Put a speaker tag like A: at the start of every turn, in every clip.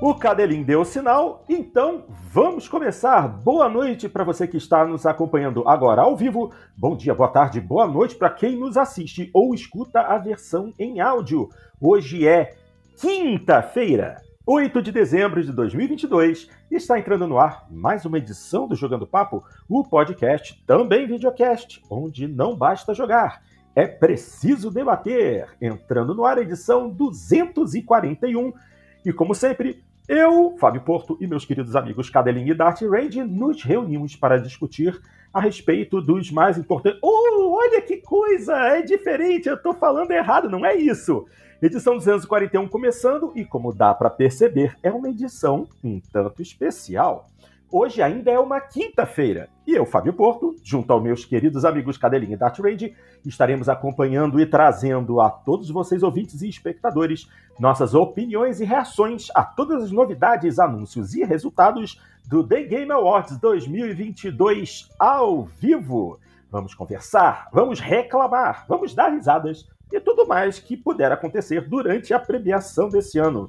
A: O Cadelim deu o sinal, então vamos começar. Boa noite para você que está nos acompanhando agora ao vivo. Bom dia, boa tarde, boa noite para quem nos assiste ou escuta a versão em áudio. Hoje é quinta-feira, 8 de dezembro de 2022. Está entrando no ar mais uma edição do Jogando Papo, o podcast, também videocast, onde não basta jogar. É preciso debater. Entrando no ar, edição 241. E como sempre, eu, Fábio Porto e meus queridos amigos Cadelinho e Dart Range nos reunimos para discutir a respeito dos mais importantes. Oh, olha que coisa! É diferente, eu estou falando errado, não é isso? Edição 241 começando e, como dá para perceber, é uma edição um tanto especial. Hoje ainda é uma quinta-feira e eu, Fábio Porto, junto aos meus queridos amigos Cadelinha e Dart Range, estaremos acompanhando e trazendo a todos vocês, ouvintes e espectadores, nossas opiniões e reações a todas as novidades, anúncios e resultados do The Game Awards 2022 ao vivo. Vamos conversar, vamos reclamar, vamos dar risadas e tudo mais que puder acontecer durante a premiação desse ano.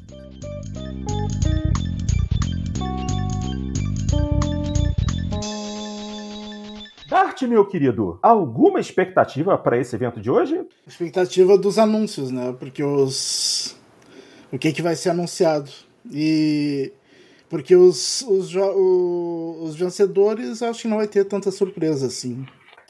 A: Dart, meu querido, alguma expectativa para esse evento de hoje?
B: Expectativa dos anúncios, né? Porque os. O que, que vai ser anunciado? E. Porque os, os, jo- o- os vencedores acho que não vai ter tanta surpresa assim.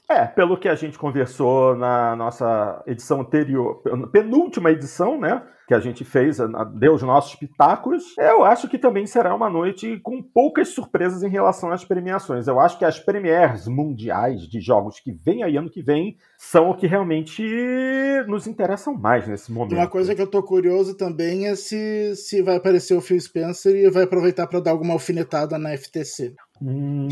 A: É, pelo que a gente conversou na nossa edição anterior, penúltima edição, né? Que a gente fez, a- deu os nossos pitacos. Eu acho que também será uma noite com poucas surpresas em relação às premiações. Eu acho que as premières mundiais de jogos que vem aí ano que vem são o que realmente nos interessam mais nesse momento.
B: Uma coisa que eu tô curioso também é se, se vai aparecer o Phil Spencer e vai aproveitar para dar alguma alfinetada na FTC.
A: Hum.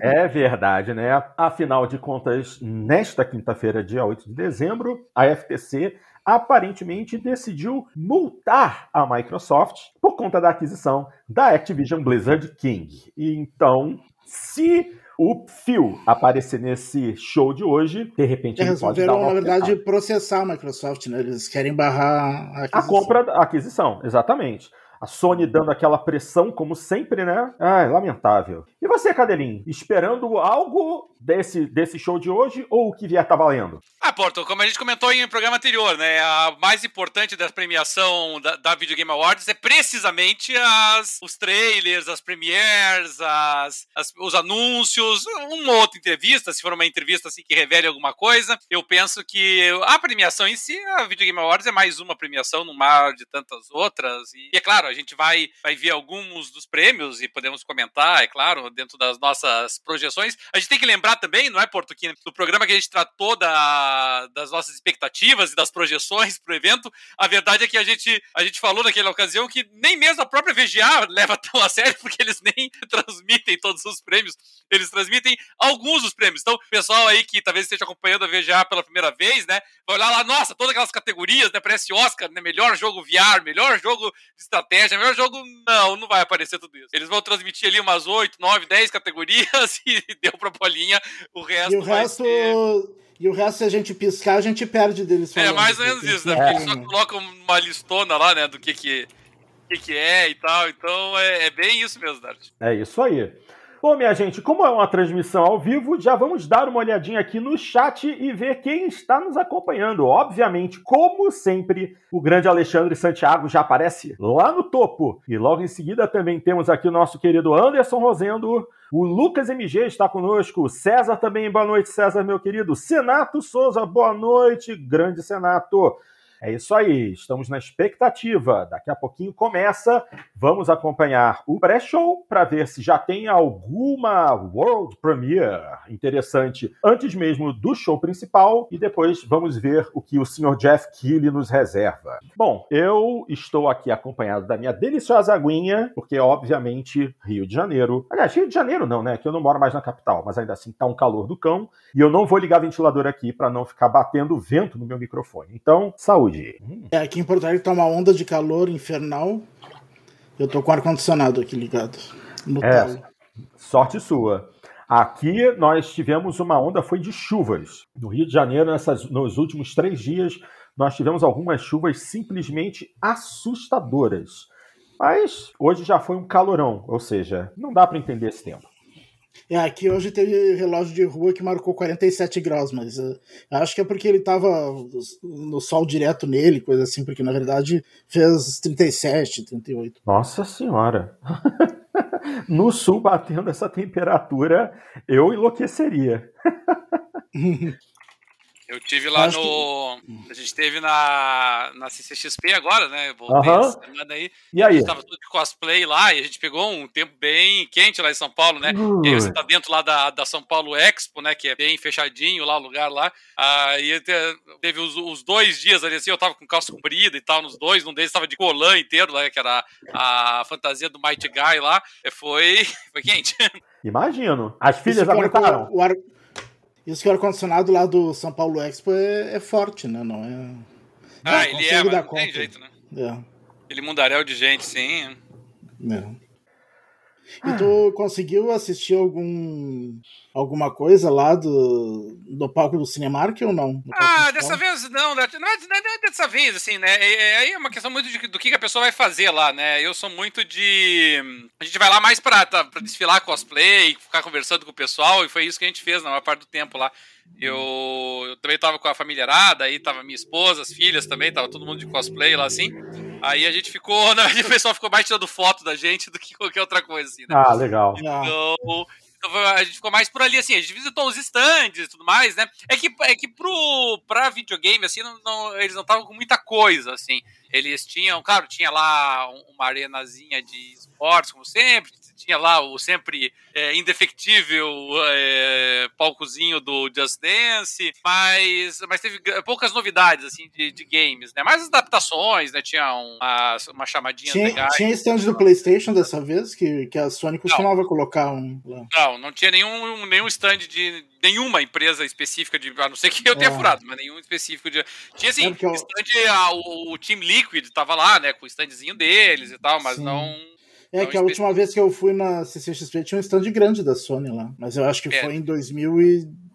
A: É verdade, né? Afinal de contas, nesta quinta-feira, dia 8 de dezembro, a FTC aparentemente decidiu multar a Microsoft por conta da aquisição da Activision Blizzard King. E Então, se o Phil aparecer nesse show de hoje, de repente
B: Já
A: ele pode dar
B: resolveram,
A: uma
B: na verdade,
A: alfinetada.
B: processar a Microsoft, né? Eles querem barrar a
A: a
B: aquisição.
A: compra, a aquisição, exatamente. A Sony dando aquela pressão, como sempre, né? Ai, lamentável. E você, Cadelin, esperando algo desse, desse show de hoje ou o que vier tá valendo?
C: Ah, Porto, como a gente comentou em programa anterior, né? A mais importante da premiação da, da Video Game Awards é precisamente as, os trailers, as premieres, as, as- os anúncios, uma outra entrevista, se for uma entrevista assim que revele alguma coisa. Eu penso que a premiação em si, a Video Game Awards é mais uma premiação no mar de tantas outras. E é claro, a gente vai, vai ver alguns dos prêmios e podemos comentar, é claro, dentro das nossas projeções. A gente tem que lembrar também, não é, Porto, que do programa que a gente tratou da- das nossas expectativas e das projeções pro evento, a verdade é que a gente, a gente falou naquela ocasião que nem mesmo a própria VGA leva tão a sério, porque eles nem transmitem todos os prêmios, eles transmitem alguns dos prêmios. Então, o pessoal aí que talvez esteja acompanhando a VGA pela primeira vez, né, vai olhar lá, nossa, todas aquelas categorias, né, parece Oscar, né, melhor jogo VR, melhor jogo de estratégia, melhor jogo, não, não vai aparecer tudo isso. Eles vão transmitir ali umas 8, 9, 10 categorias e deu pra bolinha, o resto
B: E o
C: vai
B: resto.
C: ser...
B: E o resto, se a gente piscar, a gente perde deles.
C: É
B: falando.
C: mais ou menos isso, né? Porque
A: É.
C: eles só colocam uma listona lá, né, do que que, que, que é e tal, então é, é bem isso mesmo, Dart.
A: É isso aí. Bom, minha gente, como é uma transmissão ao vivo, já vamos dar uma olhadinha aqui no chat e ver quem está nos acompanhando. Obviamente, como sempre, o grande Alexandre Santiago já aparece lá no topo. E logo em seguida também temos aqui o nosso querido Anderson Rosendo. O Lucas MG está conosco. O César também, boa noite, César, meu querido. Senato Souza, boa noite, grande Senato. É isso aí, estamos na expectativa. Daqui a pouquinho começa Vamos acompanhar o pré-show para ver se já tem alguma world premiere interessante antes mesmo do show principal e depois vamos ver o que o Sr. Jeff Keighley nos reserva. Bom, eu estou aqui acompanhado da minha deliciosa aguinha, porque obviamente Rio de Janeiro. Aliás, Rio de Janeiro não, né? Que eu não moro mais na capital, mas ainda assim tá um calor do cão e eu não vou ligar ventilador aqui para não ficar batendo vento no meu microfone. Então, saúde.
B: É, aqui em Porto Alegre tá uma onda de calor infernal. Eu tô com o ar-condicionado aqui ligado. No
A: É.
B: talo.
A: Sorte sua. Aqui nós tivemos uma onda, foi de chuvas. No Rio de Janeiro, nessas- nos últimos três dias, nós tivemos algumas chuvas simplesmente assustadoras. Mas hoje já foi um calorão, ou seja, não dá para entender esse tempo.
B: É, aqui hoje teve relógio de rua que marcou 47 graus, mas uh, acho que é porque ele tava no sol direto nele, coisa assim, porque na verdade fez 37, 38.
A: Nossa senhora! no sul batendo essa temperatura, eu enlouqueceria.
C: Eu tive lá Acho no. A gente teve na, na CCXP agora, né? Voltei
A: Aham.
C: essa semana aí.
A: E aí?
C: A gente tava tudo de cosplay lá e a gente pegou um tempo bem quente lá em São Paulo, né? E aí você tá dentro lá da, da São Paulo Expo, né? Que é bem fechadinho lá, o lugar lá. Aí te- teve os, os dois dias ali, assim, eu tava com calça comprida e tal, nos dois, num deles tava de colã inteiro, lá, que era a fantasia do Mighty Guy lá. É, Foi, foi quente.
A: Imagino. As filhas
B: que o ar-
A: aguentaram.
B: o ar- isso que o ar-condicionado lá do São Paulo Expo é, é forte, né? Não é.
C: Ah,
B: eu
C: ele
B: consigo
C: é, mas
B: dar
C: não tem
B: conta.
C: jeito, né?
B: é,
C: Ele mundaréu de gente, sim.
B: é. E tu conseguiu assistir algum alguma coisa lá do, do palco do Cinemark ou não? No palco principal?
C: Ah, dessa vez não, né? não é, não é- não é dessa vez, assim, né? É- é- Aí é, uma questão muito de- do que que a pessoa vai fazer lá, né? Eu sou muito de. A gente vai lá mais pra, tá, pra desfilar cosplay, ficar conversando com o pessoal, e foi isso que a gente fez na maior parte do tempo lá. Eu, eu também tava com a familiarada, aí tava minha esposa, as filhas também, tava todo mundo de cosplay lá, assim. Aí a gente ficou, na verdade, o pessoal ficou mais tirando foto da gente do que qualquer outra coisa, assim, né?
A: Ah, legal.
B: Ah,
C: Então, então foi- a gente ficou mais por ali, assim, a gente visitou os stands e tudo mais, né? É que, é que pro, pra videogame, assim, não- não- eles não estavam com muita coisa, assim. Eles tinham, claro, tinha lá um- uma arenazinha de esportes, como sempre, tinha lá o sempre é, indefectível é, palcozinho do Just Dance, mas, mas teve gra- poucas novidades, assim, de, de games, né? Mais adaptações, né? Tinha uma, uma chamadinha
B: Tinha,
C: legais.
B: tinha stand do PlayStation dessa vez, que, que a Sony costumava colocar um lá.
C: Não, não tinha nenhum, nenhum stand de nenhuma empresa específica de. A não ser que eu tenha
B: É.
C: furado, mas nenhum específico de. Tinha assim,
B: É, porque eu-
C: stand. ah, o, o Team Liquid tava lá, né? Com o standzinho deles e tal, mas
B: Sim.
C: não.
B: É
C: Não,
B: que a
C: espe-
B: última vez que eu fui na CCXP tinha um stand grande da Sony lá. Mas eu acho que
C: É.
B: foi em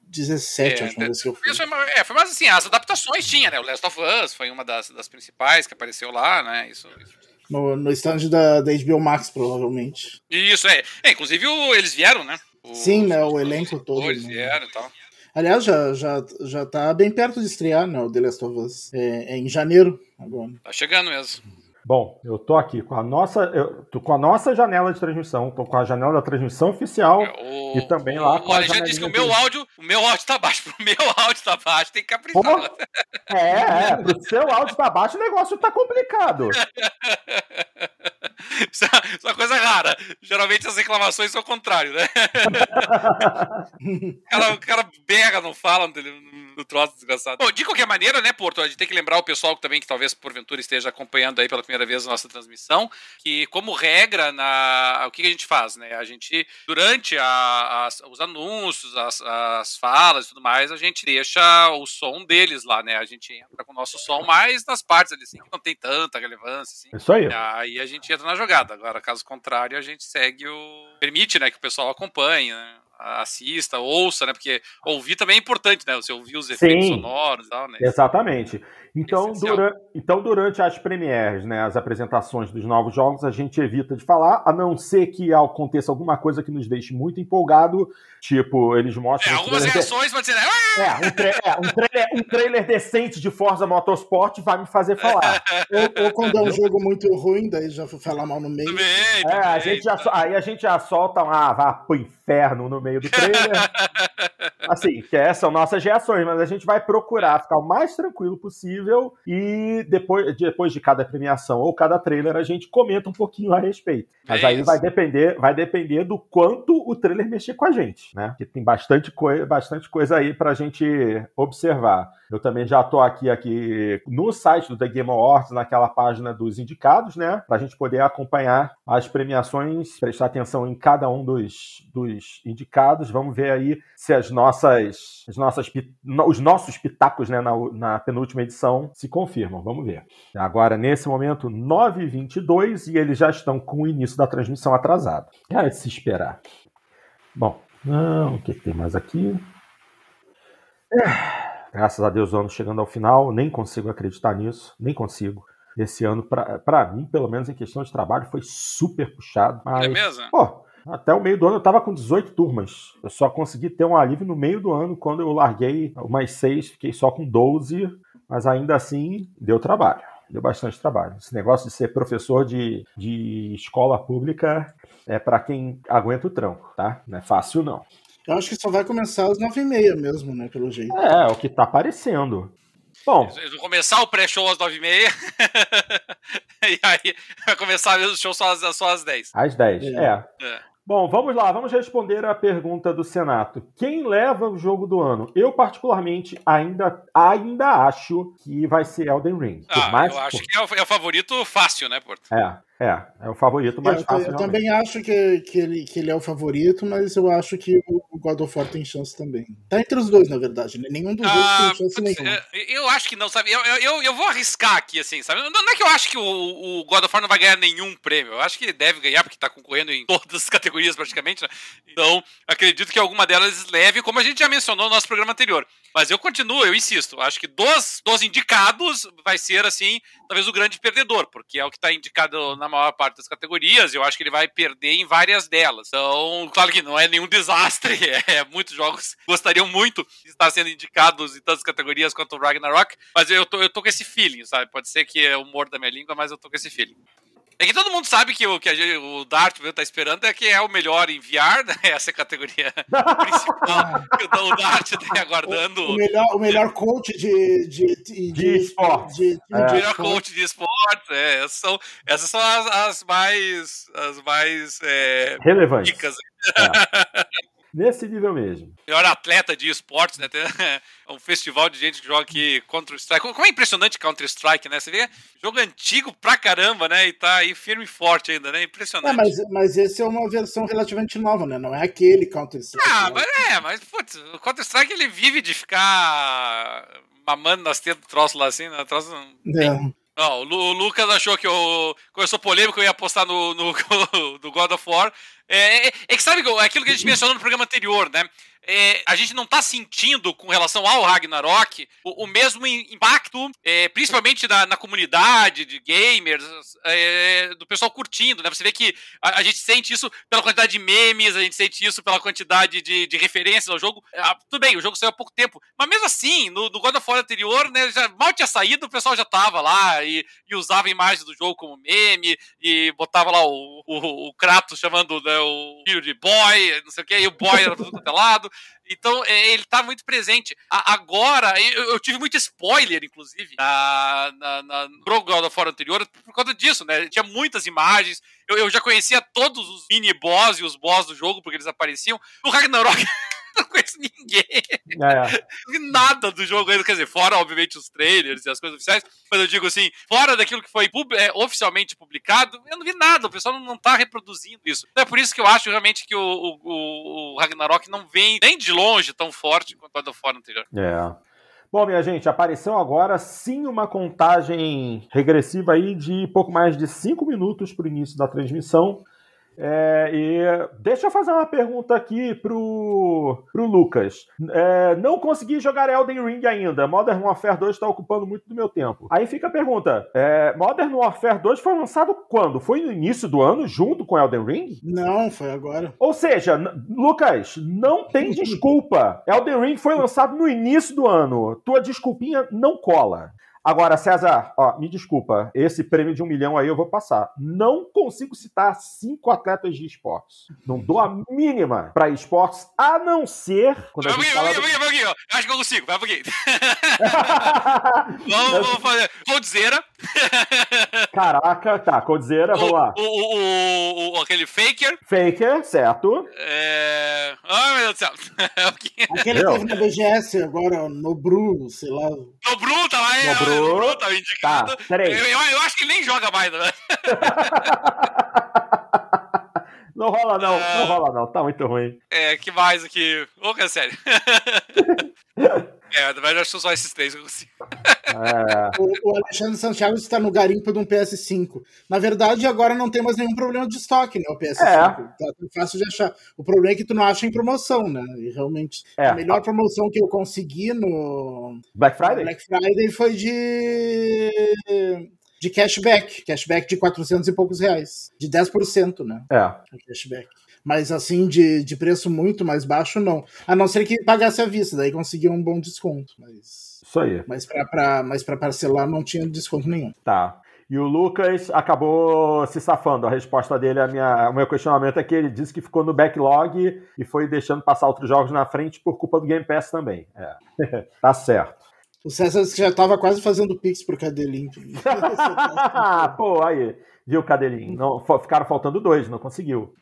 B: 2017 a
C: É,
B: última
C: né?
B: vez que eu fui.
C: Isso foi, uma- é, foi mais assim, as adaptações tinha, né? O Last of Us foi uma das, das principais que apareceu lá, né? Isso. isso.
B: No, no stand da, da HBO Max, provavelmente.
C: E isso é. é, inclusive o- eles vieram, né? Os-
B: Sim, né, o
C: os-
B: elenco
C: os
B: todo,
C: atores
B: né?
C: vieram e tal.
B: Aliás, já, já, já tá bem perto de estrear, né? O The Last of Us. É, é em janeiro agora.
C: Tá chegando mesmo.
A: Bom, eu tô aqui com a nossa, eu tô com a nossa janela de transmissão, tô com a janela da transmissão oficial.
B: Então,
C: É, o,
A: E também lá
C: o,
A: com a
C: Alexandre disse que o
A: janelinha
C: meu
A: dele.
C: áudio, o meu áudio tá baixo. Pro meu áudio tá baixo, tem que caprichar. né.
A: Pô, é, é, pro seu áudio tá baixo, o negócio tá complicado.
C: Isso é isso é uma coisa rara. Geralmente as reclamações são o contrário, né? o, cara, o cara berra, não fala no troço desgraçado. Bom, de qualquer maneira, né, Porto? A gente tem que lembrar o pessoal que também, que talvez porventura esteja acompanhando aí pela primeira vez a nossa transmissão, que como regra, na, o que que a gente faz, né? A gente, durante a- as- os anúncios, as, as falas e tudo mais, a gente deixa o som deles lá, né? A gente entra com o nosso som, mas nas partes ali, assim, que não tem tanta relevância, assim.
A: É Isso aí.
C: Aí a gente entra na jogada. Agora, caso contrário, a gente segue o. Permite, né, que o pessoal acompanhe, né? Assista, ouça, né? Porque ouvir também é importante, né? Você ouvir os efeitos
A: Sim.
C: sonoros e tal, né?
A: Exatamente. Então,
C: Essencial.
A: dura- então, durante as premieres, né, as apresentações dos novos jogos, a gente evita de falar, a não ser que aconteça alguma coisa que nos deixe muito empolgado, tipo, eles
C: É,
A: mostram... um
C: algumas
A: trailer de-
C: reações pode dizer, ah,
A: É, um, tra- é, um trailer, um trailer decente de Forza Motorsport vai me fazer falar.
B: Ou, ou quando é um jogo muito ruim, daí já vou falar mal no meio.
C: tudo bem, tudo
A: É, a
C: bem.
A: gente já, so- aí a gente já solta um ah, vá pro inferno no meio do trailer. Assim, que essas são nossas reações, mas a gente vai procurar ficar o mais tranquilo possível e depois, depois de cada premiação ou cada trailer a gente comenta um pouquinho a respeito. Mas
C: É
A: aí
C: isso.
A: vai depender, vai depender do quanto o trailer mexer com a gente, né? Porque tem bastante, coi bastante coisa aí pra gente observar. Eu também já tô aqui, aqui no site do The Game Awards, naquela página dos indicados, né? Pra gente poder acompanhar as premiações, prestar atenção em cada um dos, dos indicados. Vamos ver aí se as nossas, as nossas pi- no- os nossos pitacos, né, na, u- na penúltima edição se confirmam. Vamos ver. Agora, nesse momento, 9h22 e eles já estão com o início da transmissão atrasado. É de se esperar. Bom, não, o que, que tem mais aqui? É, Graças a Deus, o ano chegando ao final, nem consigo acreditar nisso, nem consigo. Esse ano, para mim, pelo menos em questão de trabalho, foi super puxado. Mas,
C: É mesmo?
A: Pô, até o meio do ano eu tava com 18 turmas. Eu só consegui ter um alívio no meio do ano, quando eu larguei umas 6, fiquei só com 12, mas ainda assim deu trabalho. Deu bastante trabalho. Esse negócio de ser professor de, de escola pública é para quem aguenta o tranco, tá? Não é fácil, não.
B: Eu acho que só vai começar às 9h30 mesmo, né? Pelo jeito.
A: É, é o que tá aparecendo. Bom,
C: Eles vão começar o pré-show às 9h30. e aí vai começar mesmo o show só às, só às 10.
A: às 10.
B: É.
A: É.
C: É.
A: Bom, vamos lá, vamos responder a pergunta do Senato. Quem leva o jogo do ano? Eu, particularmente, ainda, ainda acho que vai ser Elden Ring. Por
C: Ah,
A: mais-
C: eu acho
A: por-
C: que é o, é o favorito fácil, né, Porto?
A: É, é, é o favorito
B: Eu,
A: mais fácil. né?
B: eu
A: realmente.
B: também acho que, que, ele, que ele é o favorito, mas eu acho que o God of War tem chance também. Tá entre os dois, na verdade, né? Nenhum dos
C: Ah,
B: dois tem chance
C: putz,
B: nenhuma.
C: é, eu acho que não, sabe? Eu, eu- eu, eu vou arriscar aqui, assim, sabe? Não, não é que eu acho que o, o God of War não vai ganhar nenhum prêmio. Eu acho que ele deve ganhar, porque tá concorrendo em todas as categorias, praticamente, né? Então, acredito que alguma delas leve, como a gente já mencionou no nosso programa anterior. Mas eu continuo, eu insisto. Acho que dos, dos indicados vai ser, assim, talvez o grande perdedor, porque é o que está indicado na maior parte das categorias. Eu acho que ele vai perder em várias delas. Então, claro que não é nenhum desastre. É, muitos jogos gostariam muito de estar sendo indicados em tantas categorias quanto o Ragnarok. Mas eu tô, eu tô com esse feeling, sabe? Pode ser que é eu morda minha língua, mas eu tô com esse feeling. É que todo mundo sabe que o que a gente, o Dart tá esperando é que é o melhor em VR, né? Essa é a categoria principal que o Dart tá aguardando.
B: O melhor, o melhor coach de. de, de,
A: De esportes.
B: de- de-
A: É.
B: de
C: melhor
B: esportes.
C: coach né? de esportes, é, essas são, essas são as, as mais, as mais é,
A: Relevante.
C: dicas.
A: Nesse nível mesmo.
C: Melhor atleta de esportes, né? Tem um festival de gente que joga aqui Counter-Strike. Como como é impressionante Counter-Strike, né? Você vê jogo antigo pra caramba, né? E tá aí firme e forte ainda, né? Impressionante.
B: É, mas, mas esse é uma versão relativamente nova, né? Não é aquele Counter-Strike.
C: Ah,
B: né?
C: mas é, mas putz, o Counter-Strike ele vive de ficar mamando nas tetas do troço lá assim, né? O troço não-
B: É.
C: Não, o Lu- o Lucas achou que eu. Começou polêmico, eu ia apostar no, no, no God of War. É, é- é que sabe Gal, aquilo que a gente mencionou no programa anterior, né? É, a gente não tá sentindo, com relação ao Ragnarok, o, o mesmo im- impacto, é, principalmente na, na comunidade de gamers, é, do pessoal curtindo, né? Você vê que a, a gente sente isso pela quantidade de memes, a gente sente isso pela quantidade de, de referências ao jogo. Ah, tudo bem, o jogo saiu há pouco tempo. Mas mesmo assim, no, no God of War anterior, né, já, mal tinha saído, o pessoal já tava lá e, e usava imagens do jogo como meme, e botava lá o, o, o Kratos chamando né, o filho de boy, não sei o que, e o boy era todo é lado. Então, é, ele tá muito presente. A- agora, eu, eu tive muito spoiler, inclusive, na, na, na, pro God of War anterior, por conta disso, né? Tinha muitas imagens. Eu, eu já conhecia todos os mini-boss e os boss do jogo, porque eles apareciam. No Ragnarok, eu não conheço ninguém
A: É,
C: vi nada do jogo ainda, quer dizer, fora, obviamente, os trailers e as coisas oficiais, mas eu digo assim, fora daquilo que foi pub- é, oficialmente publicado, eu não vi nada, o pessoal não, não tá reproduzindo isso. Então é por isso que eu acho realmente que o, o- o- o Ragnarok não vem nem de longe tão forte quanto a do fora anterior.
A: é. Bom, minha gente, apareceu agora sim uma contagem regressiva aí de pouco mais de 5 minutos para o início da transmissão. É, e deixa eu fazer uma pergunta aqui pro, pro Lucas. É, não consegui jogar Elden Ring ainda. Modern Warfare 2 está ocupando muito do meu tempo. Aí fica a pergunta: é, Modern Warfare 2 foi lançado quando? Foi no início do ano, junto com Elden Ring?
B: Não, foi agora.
A: Ou seja, n- Lucas, não tem desculpa. Elden Ring foi lançado no início do ano. Tua desculpinha não cola. Agora, César, ó, me desculpa. Esse prêmio de um milhão aí eu vou passar. Não consigo citar cinco atletas de esportes. Não dou a mínima pra esportes, a não ser. Quando a
C: Vai um
A: gente
C: pouquinho,
A: fala
C: vai
A: do-
C: um pouquinho, vai um pouquinho, ó. Eu acho que eu consigo, vai um pouquinho. Vamos, vamos fazer. Coldzera,
A: Caraca, tá, Codzeira, Tá vamos lá.
C: o, o, o- o- aquele Faker.
A: Faker, certo.
C: É... Ai, meu Deus do céu. É O que-
B: Aquele
A: Meu.
B: que teve na BGS agora, no Bru, sei lá.
C: Nobru tá lá, é,
A: Nobru.
C: Nobru tá
A: Tá,
C: indicado. Eu,
A: três.
C: eu- eu acho que ele nem joga mais, né?
A: Não rola não, não rola não, tá muito ruim.
C: É, que mais aqui? Ô, que é sério. é, na verdade, eu acho que são só esses três que eu consigo.
A: É,
B: O, o Alexandre Santiago está no garimpo de um PS5. Na verdade, agora não tem mais nenhum problema de estoque, né? O PS5.
A: É.
B: Tá tão fácil de achar. O problema é que tu não acha em promoção, né? E realmente.
A: É.
B: A melhor promoção que eu consegui no
A: Black Friday?
B: Black Friday foi de. de cashback. Cashback de 400 e poucos reais. De 10%, né?
A: É.
B: O cashback. Mas assim, de, de preço muito mais baixo, não. A não ser que pagasse à vista, daí conseguia um bom desconto. Mas,
A: Isso aí.
B: mas pra- pra mas pra parcelar não tinha desconto nenhum.
A: Tá. E o Lucas acabou se safando. A resposta dele, a minha, o meu questionamento é que ele disse que ficou no backlog e foi deixando passar outros jogos na frente por culpa do Game Pass também. É. tá certo.
B: O César disse que já tava quase fazendo pix pro Cadelinho.
A: Pô, aí. Viu, Cadelinho? Não, fo- ficaram faltando dois, não conseguiu.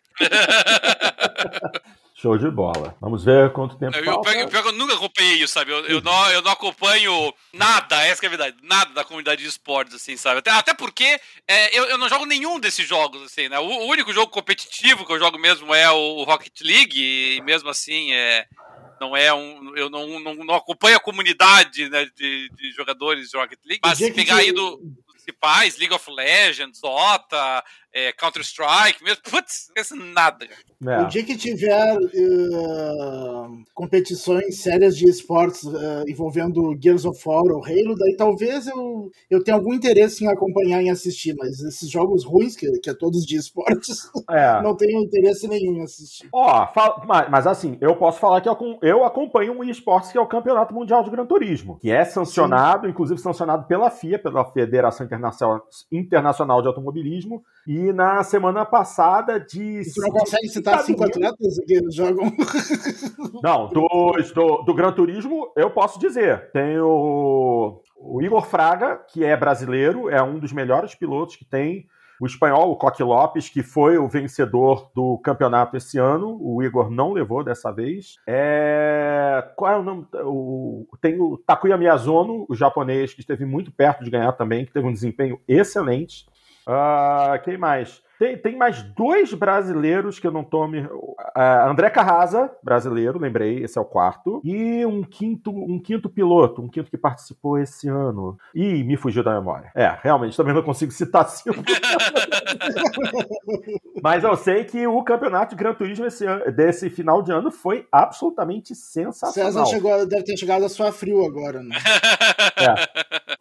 A: Show de bola. Vamos ver quanto tempo
C: É, Eu, eu,
A: falta.
C: pior, que- pior que eu nunca acompanhei isso, sabe? Eu, eu não, eu não acompanho nada, essa que é a verdade, nada da comunidade de esportes, assim, sabe? Até, até porque é, eu, eu não jogo nenhum desses jogos, assim, né? O, o único jogo competitivo que eu jogo mesmo é o, o Rocket League, e mesmo assim, é, não é um. Eu não, não, não acompanho a comunidade né, de, de jogadores de Rocket League. Mas
B: dia
C: se
B: que
C: pegar
B: tu-
C: aí do. dos Principais, League of Legends, Dota, é, Counter-Strike, mesmo. Putz, não conheço nada. cara.
A: É.
B: O dia que tiver eh, competições sérias de esportes eh, envolvendo Gears of War ou Halo, daí talvez eu, eu tenha algum interesse em acompanhar e assistir, mas esses jogos ruins, que, que é todos de esportes,
A: É.
B: não tenho interesse nenhum em assistir.
A: Ó, fal- mas, mas assim, eu posso falar que eu, acom- eu acompanho um esportes que é o Campeonato Mundial de Gran Turismo, que é sancionado, inclusive sancionado pela FIA, pela Federação Internacional, Internacional de Automobilismo, e na semana passada de...
B: E tu não consegue citar
A: Sabe
B: cinco
A: mesmo?
B: atletas que jogam?
A: Não, dos- do, do Gran Turismo, eu posso dizer. Tem o, o Igor Fraga, que é brasileiro, é um dos melhores pilotos que tem. O espanhol, o Coque Lopes, que foi o vencedor do campeonato esse ano. O Igor não levou dessa vez. É, Qual é o nome? O- Tem o Takuya Miyazono, o japonês, que esteve muito perto de ganhar também, que teve um desempenho excelente. Ah, quem mais? Tem, tem mais dois brasileiros que eu não tô me. Ah, André Carrasa, brasileiro, lembrei, esse é o quarto. E um quinto, um quinto piloto, um quinto que participou esse ano. Ih, me fugiu da memória. É, realmente, também não consigo citar cinco. Mas eu sei que o campeonato de Gran Turismo esse ano- desse final de ano foi absolutamente
B: César
A: sensacional.
B: chegou, deve ter chegado a sua frio agora, né?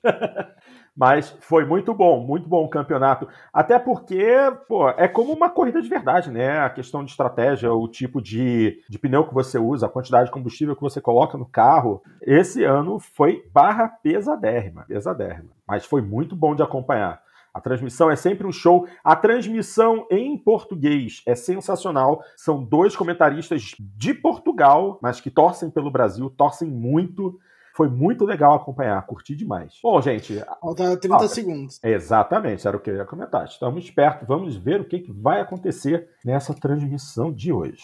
A: Mas foi muito bom, muito bom o campeonato. Até porque, pô, é como uma corrida de verdade, né? A questão de estratégia, o tipo de, de pneu que você usa, a quantidade de combustível que você coloca no carro. Esse ano foi barra pesadérrima, pesadérrima. Mas foi muito bom de acompanhar. A transmissão é sempre um show. A transmissão em português é sensacional. São dois comentaristas de Portugal, mas que torcem pelo Brasil, torcem muito. Foi muito legal acompanhar, curti demais. Bom, gente,
B: Falta 30
A: Ah,
B: segundos.
A: Exatamente, era o que eu ia comentar. Estamos perto, vamos ver o que, que vai acontecer nessa transmissão de hoje.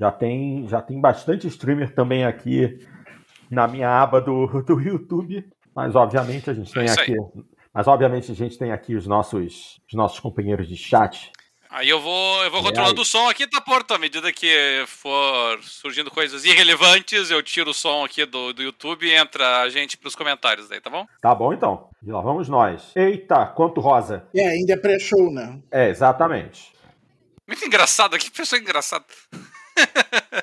A: Já tem, já tem bastante streamer também aqui na minha aba do, do YouTube, mas obviamente a gente tem
C: É isso
A: aqui. Mas obviamente a gente tem aqui os nossos, os nossos companheiros de chat.
C: Aí eu vou, eu vou
A: E
C: controlando o som aqui da porta. À medida que for surgindo coisas irrelevantes, eu tiro o som aqui do, do YouTube e entra a gente pros comentários daí, tá bom?
A: Tá bom então. E lá vamos nós. Eita, quanto rosa.
B: É, ainda é pré-show, né?
A: É, exatamente.
C: Muito engraçado, que pessoa engraçada.
A: Ai,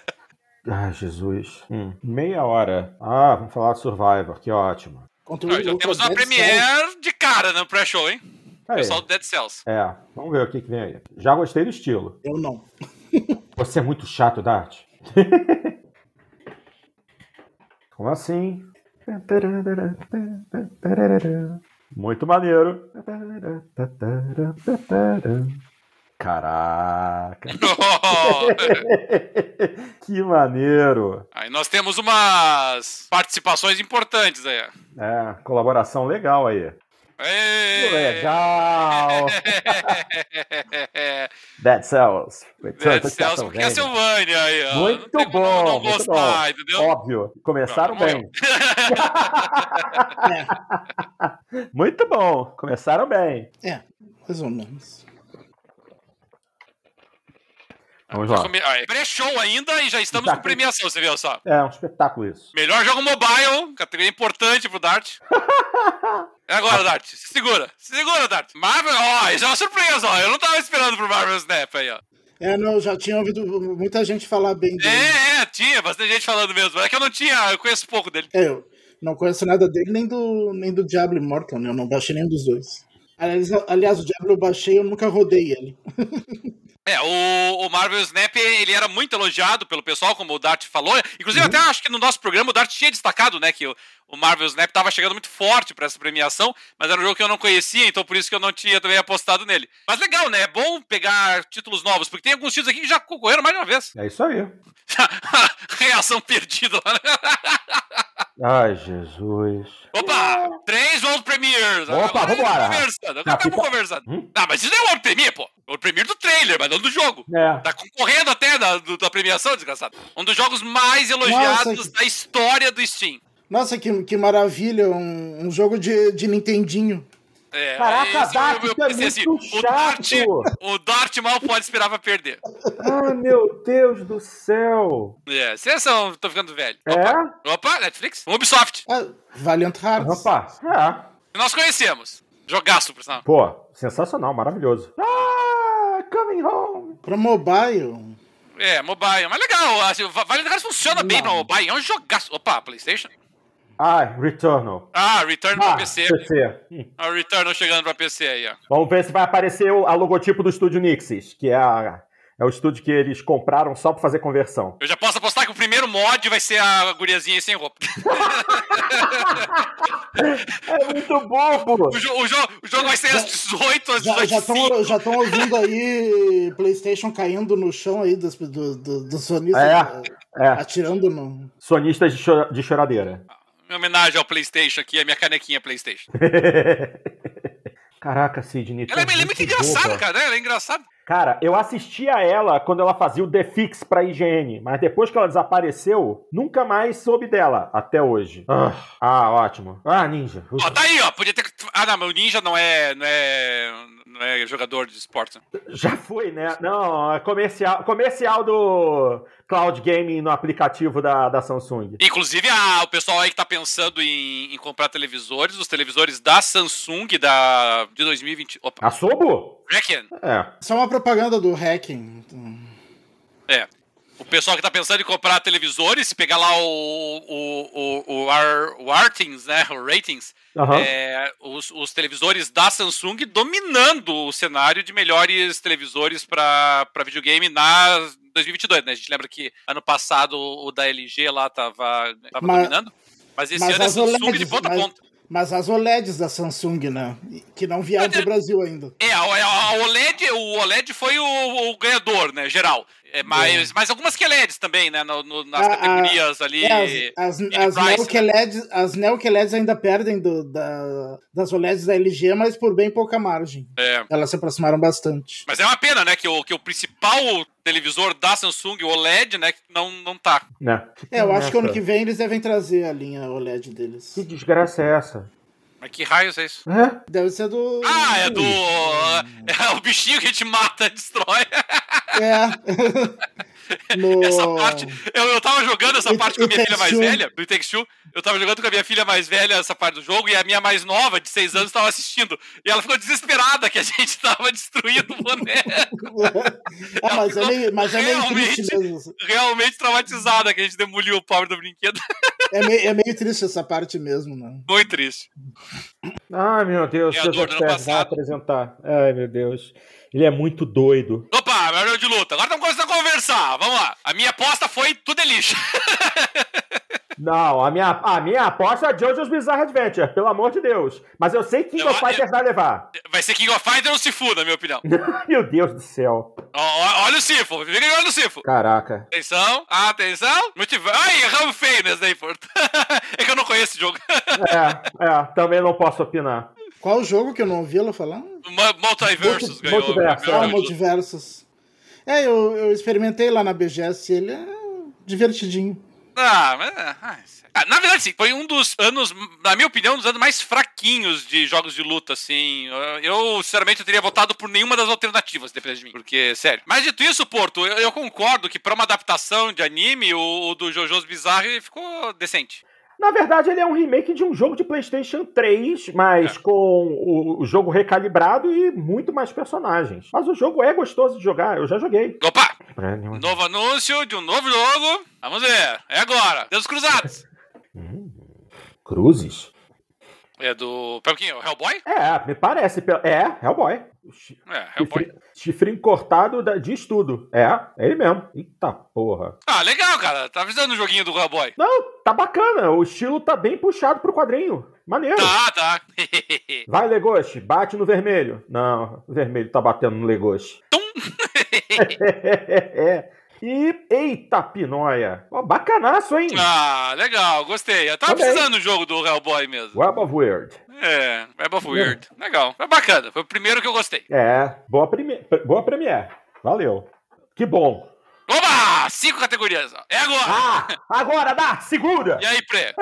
A: Ah, Jesus. Hum, meia hora. Ah, vamos falar de Survivor, que ótimo.
B: Contra o
C: Ah, já
B: Lucas
C: temos uma
B: Neto,
C: Premiere de cara no pré-show, hein?
A: Aí.
C: Pessoal do Dead Cells.
A: É, vamos ver o que, que vem aí. Já gostei do estilo.
B: Eu não.
A: Você é muito chato, Dart. Como assim? Muito maneiro. Caraca. que maneiro.
C: Aí nós temos umas participações importantes aí. ó.
A: É, colaboração legal aí.
C: Ê!
A: é, Legal. Dead Cells.
C: Dead Cells com Castlevania aí, ó.
A: Muito
C: não tem como
A: bom,
C: não
A: muito
C: gostar,
A: bom.
C: entendeu?
A: Óbvio. Começaram
C: Não,
A: bem. Muito bom. Começaram bem.
B: É, mais ou menos.
A: Vamos
C: Já
A: lá.
C: come- ah, é Pré-show ainda e já estamos
A: Tá.
C: com premiação, você viu só?
A: É um espetáculo isso.
C: Melhor jogo mobile, categoria importante pro Dart. É agora, Dart. Se segura. Se segura, Dart. Marvel, ó, isso é uma surpresa, ó. Eu não tava esperando pro Marvel Snap aí, ó.
B: É, não, eu já tinha ouvido muita gente falar bem dele.
C: É, é, tinha bastante gente falando mesmo. É que eu não tinha, eu conheço pouco dele.
B: É, eu não conheço nada dele, nem do, nem do Diablo Immortal, né? Eu não baixei nenhum dos dois. Aliás, aliás, o Diablo eu baixei, eu nunca rodei ele.
C: É, o, o Marvel Snap, ele era muito elogiado pelo pessoal, como o Dart falou. Inclusive, até
A: Uhum.
C: acho que no nosso programa o Dart tinha destacado, né, que o, o Marvel Snap tava chegando muito forte para essa premiação, mas era um jogo que eu não conhecia, então por isso que eu não tinha também apostado nele. Mas legal, né? É bom pegar títulos novos, porque tem alguns títulos aqui que já concorreram mais de uma vez.
A: É isso aí.
C: Reação perdida. né?
A: Ai, Jesus.
C: Opa! Três World Premiers.
A: Opa,
C: Agora
A: vambora.
C: estamos Conversando, agora
A: Tá,
C: estamos
A: fica-
C: conversando.
A: Hum?
C: Ah, mas isso não é World Premiere, pô. World Premiere do trailer, mas não do jogo.
A: É.
C: Tá concorrendo até da, do- da premiação, desgraçado. Um dos jogos mais elogiados
B: Nossa, que-
C: da história do Steam.
B: Nossa, que, que maravilha, um, um jogo de, de Nintendinho.
C: É,
A: Caraca,
C: esse eu-
A: Dart,
C: eu
A: tu é
C: pensei
A: muito
C: o Dart,
A: chato.
C: o Dart mal pode esperar pra perder.
A: Ah, meu Deus do céu.
C: É, vocês são, tô ficando velho.
A: É?
C: Opa, Netflix, Ubisoft,
B: Ah, Valiant Hearts.
A: Rapaz, é.
C: nós conhecemos. Jogaço, por sinal.
A: Pô, sensacional, maravilhoso. Ah, coming home.
B: Pra mobile,
C: É, mobile, mas legal. Assim, Vale do Gás funciona bem pra mobile, é um jogaço. Opa, Playstation?
A: Ah, Returnal.
C: Ah, Return pra
A: Ah,
C: PC.
A: Hum.
C: Ah, Return chegando pra PC aí, ó.
A: Vamos ver se vai aparecer o a logotipo do estúdio Nixis, que é, a- é o estúdio que eles compraram só pra fazer conversão.
C: Eu já posso apostar que o primeiro mod vai ser a guriazinha aí sem roupa.
A: É muito bobo!
C: O, jo- o jo- o jogo vai ser às 18, às
B: já
C: 18
B: já
C: sim.
B: estão já tão ouvindo aí PlayStation caindo no chão aí dos, do, do, dos sonistas
A: É,
B: eh,
A: é.
B: atirando no.
A: Sonistas de, chora- de choradeira.
C: Em homenagem ao Playstation aqui, a minha canequinha Playstation.
A: Caraca, Sidney. tu
C: Ela é, ela é muito engraçada,
A: boba.
C: cara, né? Ela é engraçada.
A: Cara, eu assistia ela quando ela fazia o The Fix pra IGN, mas depois que ela desapareceu, nunca mais soube dela, até hoje. Ah, ah, ótimo. Ah, ninja.
C: Ó, tá aí, ó. Podia ter. Ah, não, mas o Ninja não é. não é. não é jogador de esporte.
A: Já foi, né? Não, é comercial, comercial do Cloud Gaming no aplicativo da, da Samsung.
C: Inclusive, a- o pessoal aí que tá pensando em, em comprar televisores, os televisores da Samsung da, de 2020. Opa,
A: A
B: Ah.
A: Sobo?
C: Reckon.
A: É.
B: Só uma propaganda do hacking.
C: É. O pessoal que tá pensando em comprar televisores, se pegar lá o, o, o, o, ar, o Artings, né? O Ratings,
A: Aham.
C: é, os, os televisores da Samsung dominando o cenário de melhores televisores para videogame na 2022, né? A gente lembra que ano passado o da LG lá tava, tava
B: Mas-
C: dominando, mas esse
B: mas
C: ano é
B: as
C: Samsung de
B: OLEDs,
C: ponta a
B: mas-
C: ponta.
B: Mas as OLEDs da Samsung, né? Que não vieram pro Brasil ainda.
C: É, a, a- a OLED, o OLED foi o, o ganhador, né, geral. É, mas, mas algumas que LEDs também, né, no- no-
B: A-
C: nas
B: a-
C: categorias ali.
B: Ah, É, as,
C: Mini
B: as, as,
C: Price,
B: Neo QLEDs, as Neo QLEDs ainda perdem do- da, das OLEDs da LG, mas por bem pouca margem.
C: É.
B: Elas se aproximaram bastante.
C: Mas é uma pena, né, que o, que o principal televisor da Samsung, o OLED, né, que não, não tá.
A: Né?
B: É, eu acho que ano
A: Nossa,
B: que vem eles devem trazer a linha OLED deles.
A: Que desgraça é essa?
C: Mas que raios é isso?
A: É?
B: Deve ser do.
C: Ah, é do... É o bichinho que a gente mata, destrói.
B: É. No-
C: Essa parte... Eu, eu tava jogando essa
B: It-
C: parte com a
B: It
C: minha filha
B: Takes
C: mais
B: Two.
C: velha, do It Takes Two. Eu tava jogando com a minha filha mais velha essa parte do jogo, e a minha mais nova, de 6 anos, tava assistindo. E ela ficou desesperada que a gente tava destruindo o boneco.
B: Ah, mas é meio, mas é meio
C: Realmente.
B: triste mesmo.
C: Realmente traumatizada que a gente demoliu o pobre do brinquedo.
B: É meio, é meio triste essa parte mesmo, né?
C: Muito triste.
A: Ai, Ah, meu Deus,
C: É a
A: Deus
C: dor do ano
A: observe, vai
C: passado.
A: apresentar. Ai, meu Deus. Ele é muito doido.
C: Opa, meu jogo de luta. Agora estamos começando a conversar. Vamos lá. A minha aposta foi tudo é lixo.
A: Não, a minha, a minha aposta é Jojo's Bizarre Adventure, pelo amor de Deus. Mas eu sei que King
C: Eu-
A: of Fighters vai levar.
C: Vai ser King of Fighters ou Sifu, na minha opinião.
A: Meu Deus do céu.
C: Ó, ó, olha o Sifu. Fica ligado no Sifu.
A: Caraca.
C: Atenção, atenção. Multiver... Ai, erramos feio nesse daí, Porto. É que eu não conheço esse jogo.
A: É, é, também não posso opinar.
B: Qual o jogo que eu não ouvi ela falar?
C: Mu- Multiversus
A: Multi- Multiversus,
C: ganhou. o
A: é,
B: Ah,
C: melhor jogo.
B: Multiversos. É, eu, eu experimentei lá na BGS e ele é divertidinho.
C: Ah, mas... ah, ah, na verdade, sim, foi um dos anos, na minha opinião, um dos anos mais fraquinhos de jogos de luta, assim. Ah, Eu, sinceramente, eu teria votado por nenhuma das alternativas, depende de mim. Porque, sério. Mas dito isso, Porto, eu, eu concordo que pra uma adaptação de anime, o, o do Jojo's Bizarre ficou decente.
A: Na verdade, ele é um remake de um jogo de PlayStation 3, mas com o, o jogo recalibrado e muito mais personagens. Mas o jogo é gostoso de jogar, eu já joguei.
C: Opa!
A: Pra nenhuma-
C: Novo anúncio de um novo jogo. Vamos ver. É agora. Dedos cruzados.
A: Cruzes?
C: É do. Pera um pouquinho, Hellboy?
A: É, me parece. pe- É, Hellboy. Chi-
C: É, Hellboy.
A: Chifre, chifre encortado da- diz tudo. É, é ele mesmo. Eita porra.
C: Ah, legal, cara. Tá avisando o joguinho do Hellboy.
A: Não, tá bacana. O estilo tá bem puxado pro quadrinho. Maneiro.
C: Tá, tá.
A: Vai, Legoshi, bate no vermelho. Não, o vermelho tá batendo no Legoshi.
C: Tum.
A: É. E, eita pinóia. Ó, bacanaço, hein?
C: ah, legal, gostei. Eu tava
A: Tá bem.
C: precisando do jogo do Hellboy mesmo.
A: Web of Weird.
C: É, Web of Weird. Legal. Foi bacana. Foi o primeiro que eu gostei.
A: É, boa, prime... pre- boa premiere. Valeu. Que bom.
C: Oba! Cinco categorias. ó. É agora!
A: Ah, agora dá, segura.
C: E aí, Pré?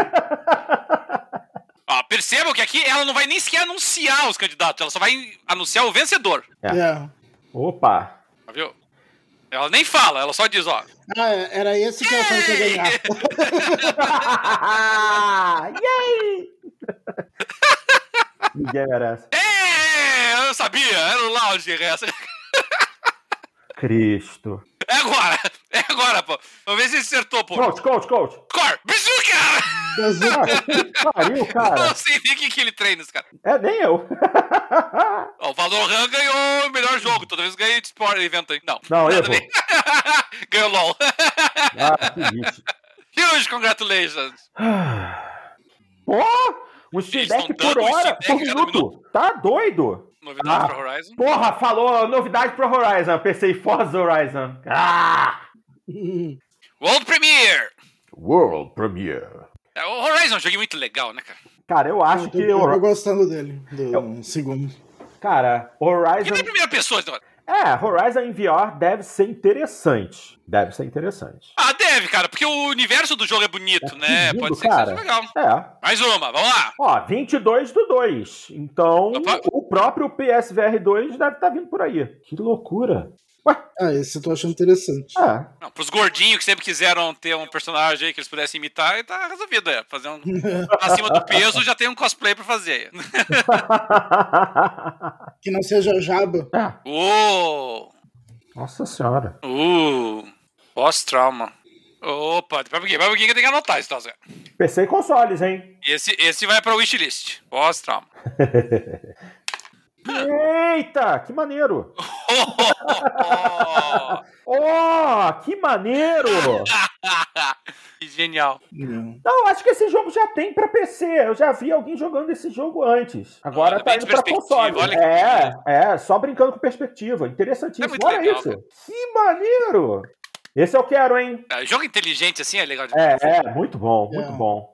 C: Ó, percebam que aqui ela não vai nem sequer anunciar os candidatos, ela só vai anunciar o vencedor. Tá,
A: É.
B: É.
A: Opa.
C: Viu? Ela nem fala, ela só diz, ó.
B: Ah, é, era esse que eu falei que ia ganhar.
A: Yay! Ninguém merece.
C: É, eu sabia, era o lounge essa.
A: Cristo.
C: É agora, é agora, pô. Vamos ver se acertou, pô.
A: Coach, coach, coach.
C: Core, bizuca!
A: Ah, que pariu, cara.
C: Não sei nem o que, que ele treina, esse cara.
A: É, nem eu.
C: Ó, o Valorant ganhou o melhor jogo, toda vez ganha de esporte, evento aí. Não,
A: Não, eu
C: nada
A: vou.
C: bem. ganhou LOL.
A: Ah, que lixo.
C: Huge congratulations.
A: Pô, um feedback
C: tão
A: por
C: dando um
A: hora,
C: feedback
A: por
C: a cada
A: minuto. Tá doido?
C: Novidade
A: Ah.
C: pra Horizon.
A: Porra, falou novidade pro Horizon. Eu Pensei Forza Horizon. Ah!
C: É. World Premiere!
A: World Premiere.
C: É, O Horizon é um jogo muito legal, né, cara?
A: Cara, eu acho que.
B: Eu tô
A: Hor-
B: gostando dele, do um segundo.
A: Cara,
C: Que
A: Horizon.
C: tem primeira pessoa, então.
A: É, Horizon em VR deve ser interessante. Deve ser interessante.
C: Ah, deve, cara, porque o universo do jogo é bonito,
A: É
C: né?
A: fudido,
C: Pode ser que
A: cara.
C: seja legal.
A: É.
C: Mais uma, vamos lá.
A: Ó, 22 do 2. Então,
C: Opa.
A: o próprio PSVR 2 deve estar vindo por aí. Que loucura. Ué,
B: Ah, esse eu tô achando interessante.
A: é.
C: Não, pros gordinhos que sempre quiseram ter um personagem aí que eles pudessem imitar, e tá resolvido, é. Fazer um. Acima do peso já tem um cosplay pra fazer.
B: Que não seja o Jabba.
A: é.
C: Uou!
A: Nossa senhora.
C: Uh! Pós-trauma. Opa, vai pra quê? Vai pra quê que eu tenho que anotar isso, Tosca?
A: PC e consoles, hein?
C: Esse, esse vai pra wishlist. Pós-trauma.
A: Eita, que maneiro! Oh, que maneiro!
C: que genial.
B: Não.
A: Não, acho que esse jogo já tem pra PC. Eu já vi alguém jogando esse jogo antes. Agora
C: Olha,
A: tá
C: bem
A: indo
C: de
A: pra
C: perspectiva,
A: console.
C: olha que
A: É, é, só brincando com perspectiva.
C: É
A: Interessantíssimo.
C: muito
A: Olha
C: legal,
A: isso.
C: cara.
A: Que maneiro! Esse eu quero, hein?
C: Ah, jogo inteligente assim é legal de
A: É, é, muito bom, muito
B: É.
A: bom.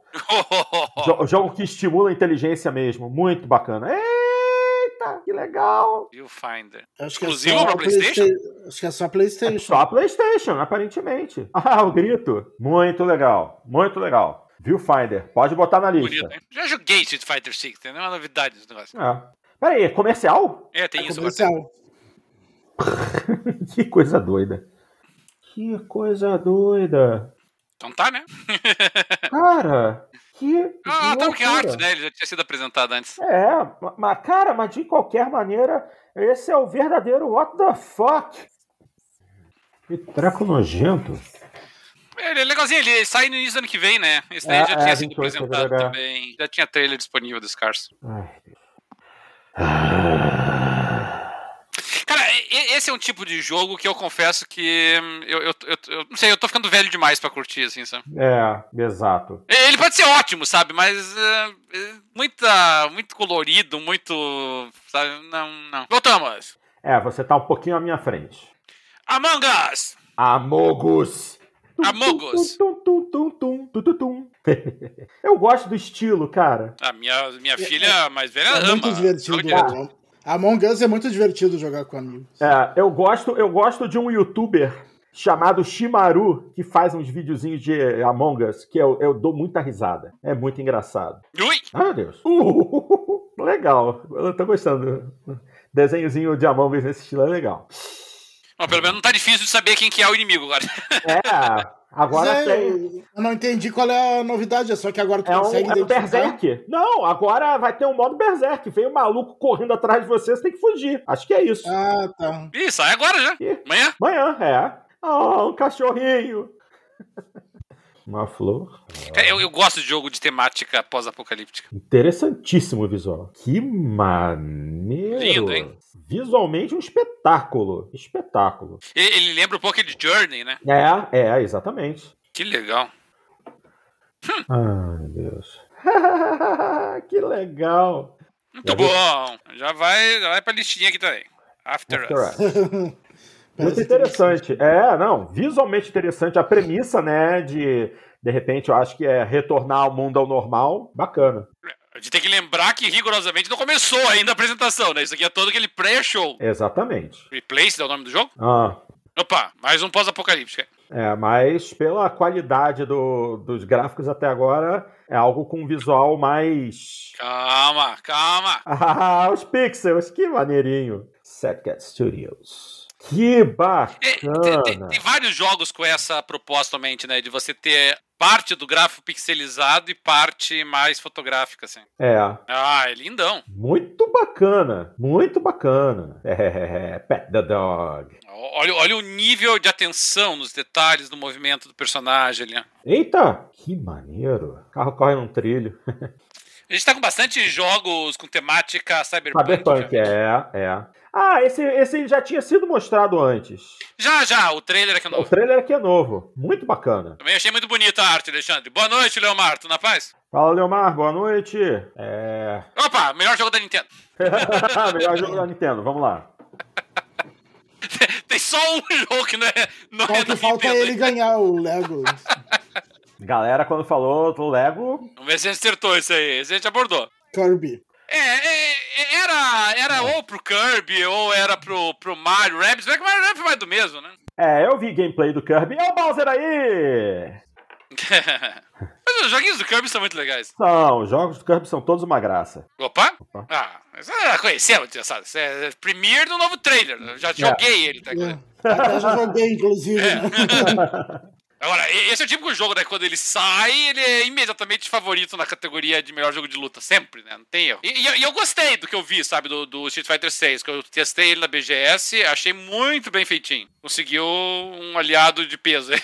A: Jo- jogo que estimula a inteligência mesmo. Muito bacana. Eita, que legal!
C: Viewfinder.
B: Acho que
C: Exclusivo
B: é só
C: pra
B: a
C: PlayStation?
B: Playsta- Acho que é só a PlayStation.
A: Só a PlayStation, aparentemente. Ah, o grito. Muito legal, muito legal. Viewfinder, pode botar na lista.
C: Bonito, hein? Já joguei Street Fighter 6, tem nenhuma novidade nesse negócio.
A: É. Pera aí, é comercial?
C: É,
B: É
C: tem isso agora.
B: comercial.
A: que coisa doida. Que coisa doida.
C: Então tá, né?
A: Cara, que.
C: Ah, tá que
A: loucura.
C: Arts, né? Ele já tinha sido apresentado antes.
A: É, ma- mas cara, mas de qualquer maneira, esse é o verdadeiro what the fuck. Que treco nojento.
C: Ele é legalzinho, ele sai no início do ano que vem, né? Esse daí
A: É,
C: já
A: é,
C: tinha sido
A: 28 de
C: apresentado
A: fevereiro.
C: também. Já tinha trailer disponível dos Cars.
A: Ai.
C: Cara, e- e- esse é um tipo de jogo que eu confesso que. hum, Eu, eu, eu, eu não sei, eu tô ficando velho demais pra curtir, assim, sabe?
A: É, exato.
C: Ele pode ser ótimo, sabe? Mas é, é, muita, muito colorido, muito. Sabe? Não, não. Voltamos!
A: É, você tá um pouquinho à minha frente.
C: Among Us!
A: Amogus!
C: Amogus.
A: Tum, tum, tum, tum, tum, tum, tum. Eu gosto do estilo, cara.
C: A minha, minha filha mais velha
B: É
C: ama.
B: muito divertido. né?
C: Ela quer-
B: A Among Us é muito divertido jogar com amigos.
A: É, eu gosto, eu gosto de um youtuber chamado Shimaru, que faz uns videozinhos de Among Us, que eu, eu dou muita risada. É muito engraçado.
C: Ui!
A: Ah, meu Deus. Uh, legal. Eu tô gostando. Desenhozinho de Among Us nesse estilo é legal.
C: Bom, pelo menos não tá difícil de saber quem que é o inimigo agora.
A: É, agora
B: Mas é,
A: tem...
B: eu- Eu não entendi qual é a novidade, é só que agora tu
A: É um,
B: consegue
A: é um
B: identificar.
A: berserk. Não, agora vai ter um modo berserk. Vem um maluco correndo atrás de você, você tem que fugir. Acho que é isso.
B: Ah, tá.
C: Ih, sai é agora já.
A: Ih.
C: Amanhã?
A: Amanhã, é. Ah, um cachorrinho. Oh, Uma flor.
C: Cara, eu, eu gosto de jogo de temática pós-apocalíptica.
A: Interessantíssimo o visual. Que maneiro.
C: Lindo, hein?
A: Visualmente um espetáculo. Espetáculo.
C: Ele, ele lembra um pouco de Journey, né?
A: É, é, exatamente.
C: Que legal. Hum.
A: Ai, meu Deus. que legal.
C: Muito bom. Já vai, já vai pra listinha aqui também. After,
A: After
C: Us.
A: Us. Muito interessante. É, não, visualmente interessante a premissa, né, de de repente eu acho que é retornar ao mundo ao normal. Bacana.
C: A gente tem que lembrar que rigorosamente não começou ainda a apresentação, né? Isso aqui é todo aquele pré-show.
A: Exatamente.
C: Replace é o nome do jogo?
A: Ah,
C: Opa, mais um pós-apocalíptico.
A: é, mas pela qualidade do- dos gráficos até agora, é algo com um visual mais
C: Calma, calma.
A: Ah, os pixels, que maneirinho. Sad Cat Studios. Que
C: É, tem, tem-
A: bacana.
C: tem vários jogos com essa proposta mente, né? De você ter parte do gráfico pixelizado e parte mais fotográfica, assim.
A: É,
C: Ah, é lindão.
A: muito bacana, muito bacana. É, pet the dog.
C: O- Olha, olha o nível de atenção nos detalhes do movimento do personagem ali. né?
A: Eita, que maneiro. O carro corre num trilho.
C: A gente tá com bastante jogos com temática cyberpunk.
A: Cyberpunk,
C: já.
A: é, é. Ah, esse, esse já tinha sido mostrado antes.
C: Já, já, o trailer aqui é
A: O
C: novo.
A: trailer aqui é novo, muito bacana.
C: Também achei muito bonita a arte, Alexandre. Boa noite, Leomar. Tu na paz?
A: Fala, Leomar, boa noite. É.
C: Opa, melhor jogo da Nintendo.
A: Melhor jogo da Nintendo, vamos lá.
C: Tem só um jogo que não é. Não é
B: Só
C: da
B: que falta
C: Nintendo.
B: ele ganhar o Lego.
A: Galera, quando falou do Lego,
C: Vamos ver se a gente acertou isso aí. Esse a gente abordou.
B: Kirby.
C: É, é, é, era, era ou pro Kirby ou era pro, pro Mario Rabbids. Mas que o Mario Rabbids é mais do mesmo, né?
A: É, eu vi gameplay do Kirby. É o Bowser aí!
C: mas os joguinhos do Kirby são muito legais.
A: São, os jogos do Kirby são todos uma graça.
C: Opa!
A: Opa.
C: Ah, mas ah, conhecemos, sabe? Isso é é Premiere do novo trailer. né? Eu já joguei ele, tá?
B: É. Até já joguei, inclusive.
C: É.
B: né?
C: Agora, e- esse é o típico jogo, né? Quando ele sai, ele é imediatamente favorito na categoria de melhor jogo de luta, sempre, né? Não tem erro. E, e eu- e eu gostei do que eu vi, sabe, do, do Street Fighter 6, que eu testei ele na BGS, achei muito bem feitinho. Conseguiu um aliado de peso.
A: É,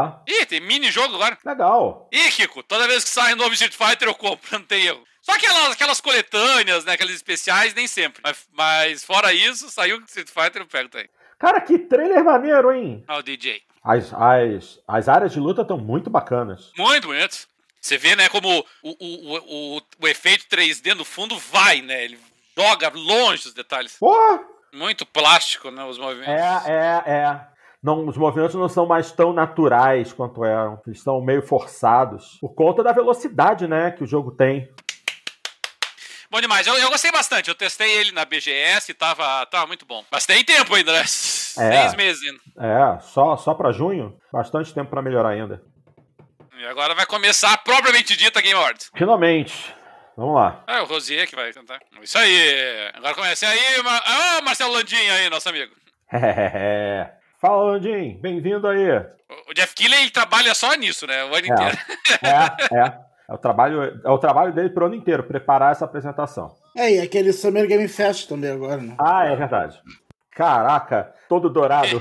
C: Ih, tem mini jogo agora.
A: legal.
C: Ih, Kiko, toda vez que sai um novo Street Fighter eu compro, não tem erro. Só aquelas, aquelas coletâneas, né? Aquelas especiais, nem sempre. Mas, mas fora isso, saiu um Street Fighter, eu pego também.
A: Cara, que trailer maneiro, hein?
C: Ah, o DJ.
A: As, as, as áreas de luta estão muito bacanas.
C: Muito bonito. Você vê, né, como o, o, o, o, o efeito 3D no fundo vai, né? Ele joga longe os detalhes.
A: Porra!
C: Muito plástico, né? Os
A: É,
C: movimentos.
A: é, é. Não, os movimentos não são mais tão naturais quanto eram. Eles são meio forçados. Por conta da velocidade, né, que o jogo tem.
C: Bom demais. Eu, eu gostei bastante. Eu testei ele na BGS e tava, tava muito bom. Mas tem tempo ainda, né? Seis meses ainda.
A: É, só, só pra junho. Bastante tempo pra melhorar ainda.
C: E agora vai começar a propriamente dita Game Awards.
A: Finalmente. Vamos lá.
C: Ah, é o Rosier que vai cantar. Isso aí. Agora começa aí, Ma... ah, Marcelo Landinha aí, nosso amigo.
A: Fala, Landim. Bem-vindo aí.
C: O- O Jeff Keighley ele trabalha só nisso, né? O ano inteiro.
A: É, é. É o trabalho, é o trabalho dele pro ano inteiro, preparar essa apresentação.
B: É, e aquele Summer Game Fest também agora, né?
A: Ah, é verdade. Caraca, todo dourado.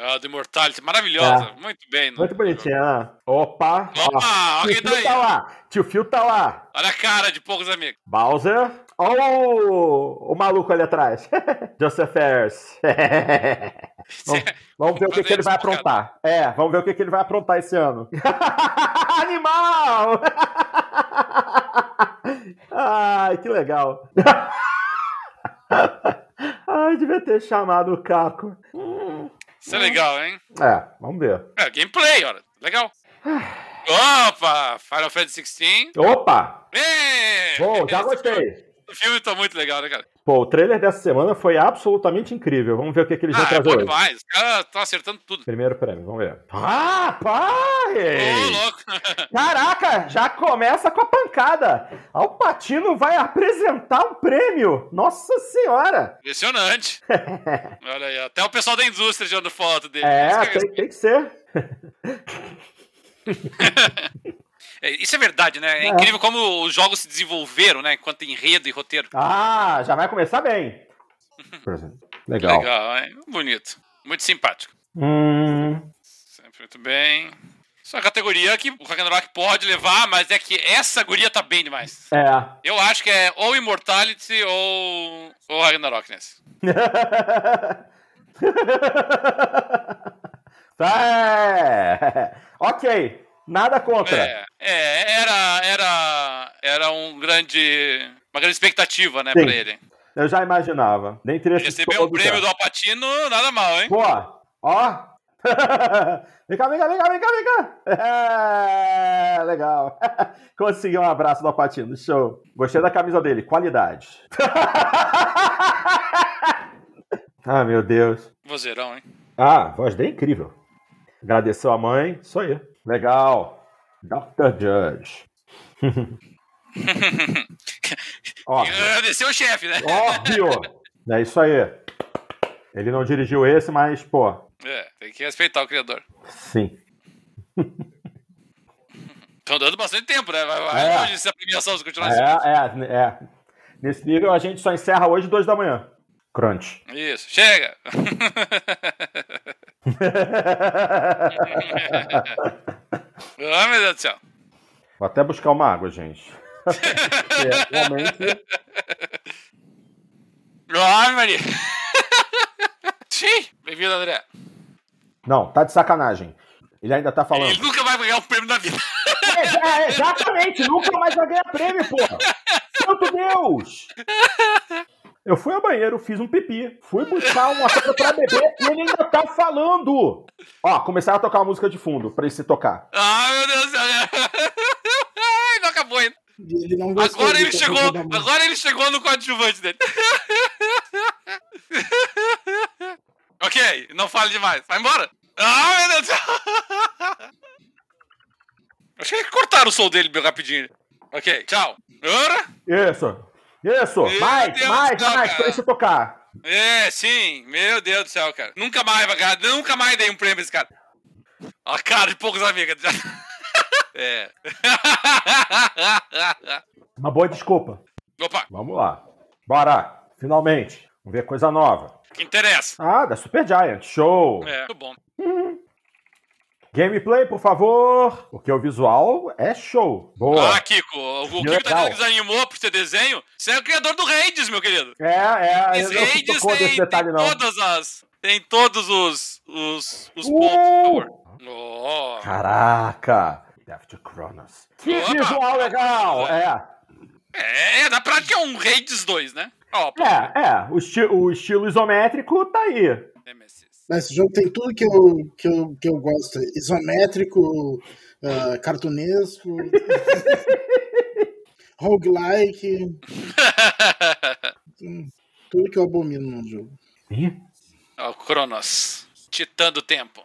C: Ah, do Immortality, maravilhosa.
A: Tá.
C: Muito bem. né?
A: Muito bonitinha, né? Opa!
C: Opa,
A: Ó, tio
C: alguém tá
A: Phil
C: aí.
A: tá lá! Tio Phil tá lá!
C: Olha a cara de poucos amigos.
A: Bowser! Ó o, o maluco ali atrás! Joseph Harris! vamos, vamos ver o que, que ele vai aprontar. É, vamos ver o que, que ele vai aprontar esse ano. Animal! Ai, que legal! Ai, devia ter chamado o Caco.
C: Isso é legal, hein?
A: É, vamos ver.
C: É, gameplay, olha. Legal. Opa! Final Fantasy XVI.
A: Opa!
C: Ê!
A: Bom, já
C: É, Esse
A: gostei.
C: filme- O filme tá muito legal, né, cara?
A: Pô, o trailer dessa semana foi absolutamente incrível. Vamos ver o que, que eles vão
C: Ah, é
A: trazer
C: bom
A: hoje.
C: demais. Os caras estão acertando tudo.
A: Primeiro prêmio, vamos ver.
C: Ô,
A: Rapaz!
C: louco.
A: Caraca, já começa com a pancada. Alpatino vai apresentar um prêmio. Nossa senhora!
C: Impressionante. Olha aí, até o pessoal da indústria tirando foto dele.
A: É,
C: Isso que-
A: tem, tem que ser.
C: É, Isso é verdade, né? É, incrível como os jogos se desenvolveram, né? Enquanto enredo e roteiro.
A: Ah, já vai começar bem. Por exemplo. Legal.
C: Legal, hein? Bonito. Muito simpático.
A: Hum,
C: Muito bem. Isso é uma categoria que o Ragnarok pode levar, mas é que essa guria tá bem demais.
A: É.
C: Eu acho que é ou Immortality ou, ou Ragnarok nesse.
A: tá, é. Ok. Nada contra.
C: É, é, era, era, era um grande, uma grande expectativa, né,
A: Sim.
C: pra ele.
A: Eu já imaginava. Dentre esses
C: Receber o
A: todos,
C: prêmio
A: é.
C: do Alpatino, nada mal, hein?
A: Pô, ó. vem cá, vem cá, vem cá, vem cá, vem cá. É, legal. Consegui um abraço do Apatino, show. Gostei da camisa dele, qualidade. ah, meu Deus.
C: Vozeirão, hein?
A: Ah, a voz dele é incrível. Agradeceu a mãe, isso aí. Legal. Dr. Judge. Óbvio.
C: Agradecer o chefe, né?
A: Óbvio. É isso aí. Ele não dirigiu esse, mas, pô,
C: É, tem que respeitar o criador.
A: sim.
C: Estão dando bastante tempo, né? Vai, vai
A: É.
C: longe essa premiação, se continuar assim.
A: É, é, é. Nesse nível a gente só encerra hoje, duas da manhã. Crunch.
C: Isso, chega! ah, meu Deus do céu.
A: Vou até buscar uma água, gente. Porque, realmente,
C: Ah, Maria. Sim, bem-vindo, André.
A: Não, tá de sacanagem. Ele ainda tá falando.
C: Ele nunca vai ganhar um prêmio na vida.
A: É, é, exatamente, nunca mais vai ganhar prêmio, porra! Santo Deus! Eu fui ao banheiro, fiz um pipi, fui buscar uma coisa pra beber e ele ainda tá falando! Ó, começaram a tocar uma música de fundo pra ele se tocar.
C: Ah, meu Deus do céu. Ai, não acabou ainda.
B: E Ele não gostou
C: Agora
B: de
C: ele
B: ter
C: chegou,
B: roubado a música.
C: agora ele chegou no coadjuvante dele. ok, não fale demais. Vai embora. Ah, meu Deus do céu. Acho que cortaram o som dele bem rapidinho. Ok, tchau. Ora?
A: Isso! Isso!
C: Meu
A: mais,
C: Deus
A: mais,
C: do céu,
A: mais,
C: cara.
A: pra ele se tocar!
C: É, sim. Meu Deus do céu, cara. Nunca mais vai ganhar. Nunca mais dei um prêmio pra esse cara. A cara de poucos amigos. é.
A: Uma boa desculpa.
C: Opa,
A: Vamos lá. Bora! Finalmente! Vamos ver coisa nova.
C: que interessa.
A: Ah, da Super Giant. Show!
C: É, muito bom.
A: Gameplay, por favor! Porque o visual é show. Boa!
C: Ah, Kiko, o o
A: Legal.
C: Kiko tá dizendo que desanimou por ser desenho. Você é o criador do Raids, meu querido.
A: É,
B: Ah,
A: é, eu
C: Esse
A: não se
C: Raids
A: tocou
C: tem,
A: desse detalhe,
C: tem
A: não.
C: todas as. Tem todos os. os, os pontos.
A: Uh!
C: Oh,
A: Caraca! Death to Cronos. Que
C: Opa!
A: visual legal! É,
C: é, é, na prática é um Raids 2, né? Ó, pô,
A: é, é. O, esti- o estilo isométrico tá aí.
B: É.
C: Nemesis.
B: Mas Esse jogo tem tudo que eu, que eu, que eu gosto. Isométrico, ah, cartunesco, roguelike, tudo que eu abomino num jogo.
A: Ih,
C: Ó, o Cronos. Titã do tempo.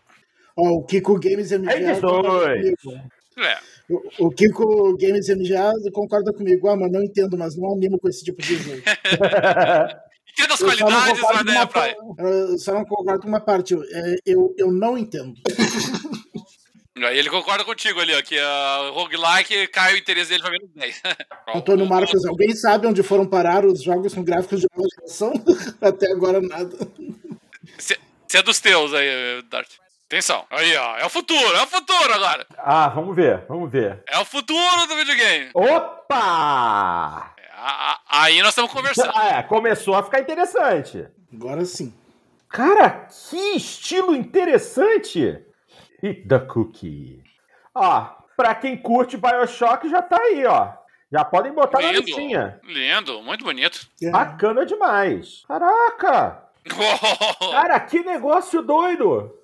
B: Ó, o Kiko Games MGA
A: Aí que
B: concorda
A: dois.
B: comigo.
C: É.
B: O, o Kiko Games MGA concorda comigo. Ah, mas não entendo, mas não animo com esse tipo de jogo.
C: Entenda
B: Eu
C: as
B: só não
C: qualidades,
B: concordo
C: mas
B: com
C: né,
B: uma
C: pai.
B: par- eu só não concordo com uma parte. Eu, é, eu, eu não entendo.
C: Aí ele concorda contigo ali, ó, que ah, o roguelike cai o interesse dele pra menos 10. Ó,
B: Antônio
C: o-
B: Marcos, alguém sabe onde foram parar os jogos com gráficos de nova geração? Até agora nada.
C: Você é dos teus aí, Dart. Atenção. Aí, ó. É o futuro, é o futuro agora.
A: Ah, vamos ver, vamos ver.
C: É o futuro do videogame.
A: Opa!
C: É, a- a- aí nós estamos conversando.
A: Ah, é, começou a ficar interessante.
B: Agora sim.
A: Cara, que estilo interessante! E da Cookie. Ó, pra quem curte Bioshock já tá aí, ó. Já podem botar tá na listinha.
C: Lindo. Lindo, muito bonito.
B: É.
A: Bacana demais. Caraca! Cara, que negócio doido!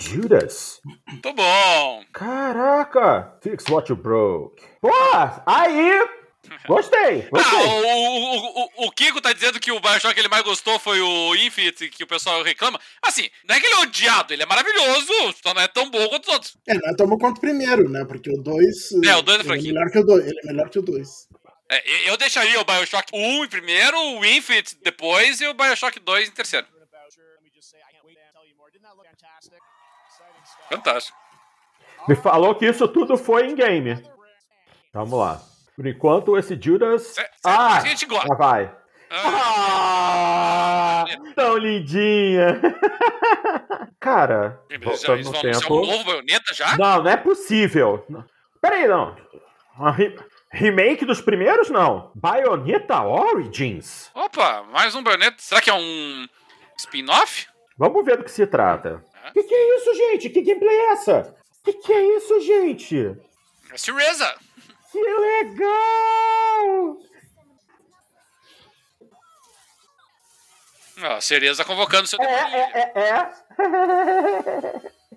A: Judas.
C: Muito bom.
A: Caraca! Fix what you broke. Pô, aí! Gostei,
C: Ah,
A: gostei.
C: o, o- o- o Kiko tá dizendo que o Bioshock que ele mais gostou foi o Infinite, que o pessoal reclama. Assim, não é que ele é odiado, ele é maravilhoso, só não é tão bom quanto os outros.
B: É, não tomou conta o primeiro, né? Porque o 2.
C: É, o dois é
B: ele
C: fraquinho.
B: melhor que o dois. Ele é melhor que o 2.
C: É, e- eu deixaria o Bioshock 1 em primeiro, o Infinite depois e o Bioshock 2 em terceiro.
D: Let me just say, I can't wait to tell you more. Didn't that look fantastic? Exciting stuff.
C: Fantástico.
A: Me falou que isso tudo foi em game. Vamos lá. Por enquanto, esse Judas.
C: Cê- cê-
A: ah,
C: É, a gente gosta.
A: já vai. Ah, tão lindinha. Cara,
C: Eles,
A: voltando
C: eles
A: no
C: vão anunciar um
A: tempo.
C: novo baioneta já?
A: Não, não é possível. Não. Peraí, não. Uma re- Remake dos primeiros, não. Bayonetta Origins?
C: Opa, mais um baioneta. Será que é um spin-off?
A: Vamos ver do que se trata. Que que é isso, gente? Que gameplay é essa? Que que é isso, gente?
C: É Cereza.
A: Que legal!
C: Ah, Cereza convocando seu
A: É,
C: demônio.
A: é, é,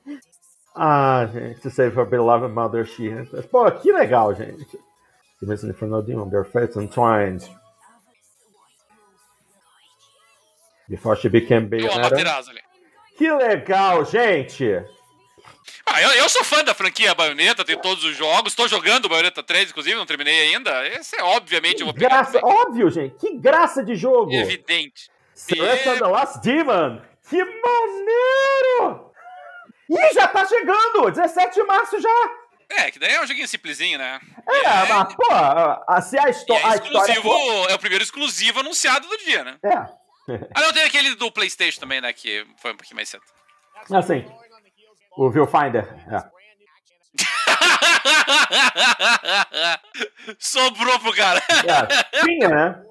A: é. ah, gente, to save her beloved mother, she has. Pô, que legal, gente. Mesmo for no demon, their fates entwined. Before she became
C: Deu uma
A: Bayonetta.
C: laterada ali.
A: Que legal, gente!
C: Ah, eu, eu sou fã da franquia Baioneta, tenho todos os jogos. Tô jogando Baioneta 3, inclusive, não terminei ainda. Esse é obviamente eu vou pegar.
A: Graça,
C: também. é
A: óbvio, gente! Que graça de jogo!
C: Evidente.
A: Celeste the Last Demon! Que maneiro! Ih, já tá chegando! 17 de março já!
C: É, que daí é um joguinho simplesinho, né?
A: É, mas, pô, a- se a,
C: E
A: histó
C: é
A: a história.
C: exclusivo, é o primeiro exclusivo anunciado do dia, né?
A: É.
C: Ah, não, tem aquele do Playstation também, né, que foi um pouquinho mais cedo.
A: Assim, o Viewfinder. É.
C: Sobrou pro cara.
A: É, Tinha, né?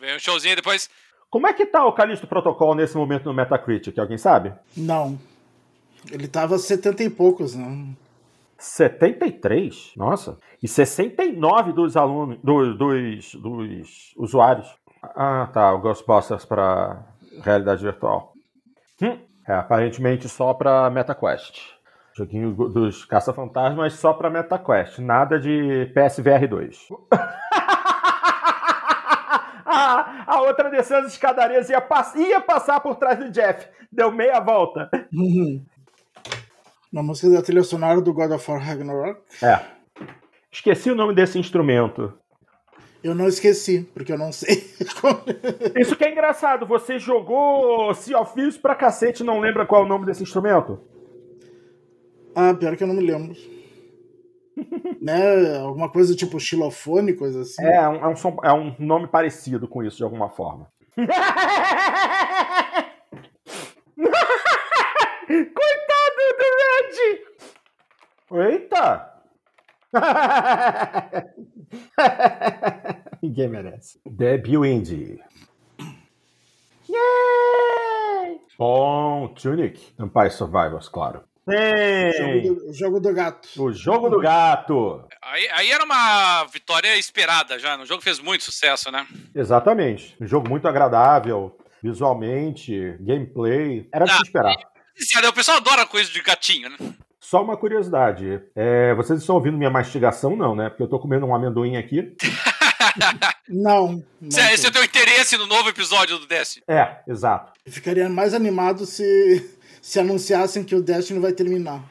C: Vem um showzinho aí depois.
A: Como é que tá o Calixto Protocol nesse momento no Metacritic? Alguém sabe?
B: Não. Ele tava 70 e poucos, né?
A: 73? Nossa. E 69 dos alunos. Dos, dos, dos usuários. Ah, tá. O Ghostbusters pra realidade virtual. Hum. É, aparentemente só pra MetaQuest. Joguinho go- dos caça-fantasmas só pra MetaQuest. Nada de PSVR 2. Ah, a outra desceu as escadarias e ia, pass- ia passar por trás do Jeff. Deu meia volta.
B: Uma música da trilha sonora do God of War Ragnarok.
A: É. Esqueci o nome desse instrumento.
B: Eu não esqueci, porque eu não sei. como-
A: Isso que é engraçado, você jogou Sea of Thieves pra cacete, não lembra qual é o nome desse instrumento?
B: ah, pior que eu não me lembro. né? Alguma coisa tipo xilofone, coisa assim.
A: É, é um, é um som- é um nome parecido com isso, de alguma forma. Coitado do Red! Eita! Ninguém merece. Debut Indie. Yay! Bom, Tunic. Empire Survivors, claro. É.
B: Jogo
A: Sim!
B: do, jogo do gato.
A: O jogo do gato.
C: Aí, aí era uma vitória esperada já. No jogo fez muito sucesso, né?
A: Exatamente. Um jogo muito agradável, visualmente, gameplay. Era de se
C: Ah,
A: esperar.
C: Sério, o pessoal adora coisa de gatinho, né?
A: Só uma curiosidade. é, vocês estão ouvindo minha mastigação, não, né? Porque eu tô comendo um amendoim aqui.
B: Não. não
C: Se,
B: tô.
C: esse é o teu interesse no novo episódio do Destiny.
A: É, exato.
B: Eu ficaria mais animado se, se anunciassem que o Destiny vai terminar.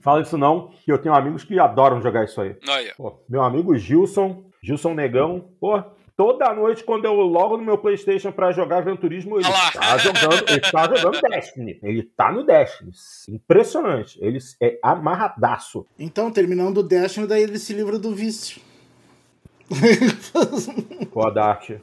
A: Fala isso não, que eu tenho amigos que adoram jogar isso aí.
C: Olha.
A: Pô, meu amigo Gilson, Gilson Negão, pô, toda noite quando eu logo no meu Playstation pra jogar Gran Turismo, ele
C: Ah lá.
A: tá, jogando, ele tá jogando Destiny. Ele tá no Destiny. Impressionante. Ele é amarradaço.
B: Então, terminando o Destiny, daí ele se livra do vício.
A: Kodarte.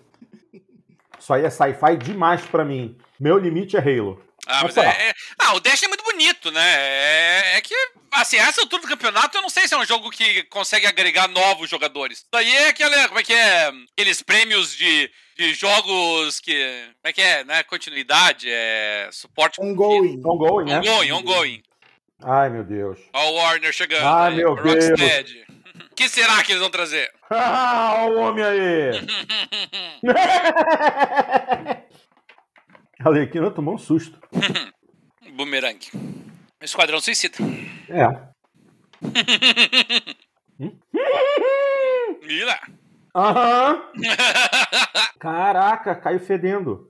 A: Isso aí é sci-fi demais pra mim. Meu limite é Halo.
C: Ah, mas
A: Opa.
C: é, é- Ah, o Destiny é muito bonito, né? É, é que, assim, essa altura do campeonato, eu não sei se é um jogo que consegue agregar novos jogadores. Daí é aquela. Como é que é? Aqueles prêmios de, de jogos que. Como é que é? Né? Continuidade, é. Suporte.
B: Ongoing.
A: Ongoing, né?
C: Ongoing, ongoing.
A: Ai, meu Deus.
C: Ó, o Warner chegando.
A: Ah,
C: né?
A: meu
C: Rocksteady. O que será que eles vão trazer?
A: Ah, olha o homem aí! A Lequina tomou um susto.
C: Boomerang. Esquadrão Suicida.
A: É.
C: E lá.
A: Aham. Caraca, caiu fedendo.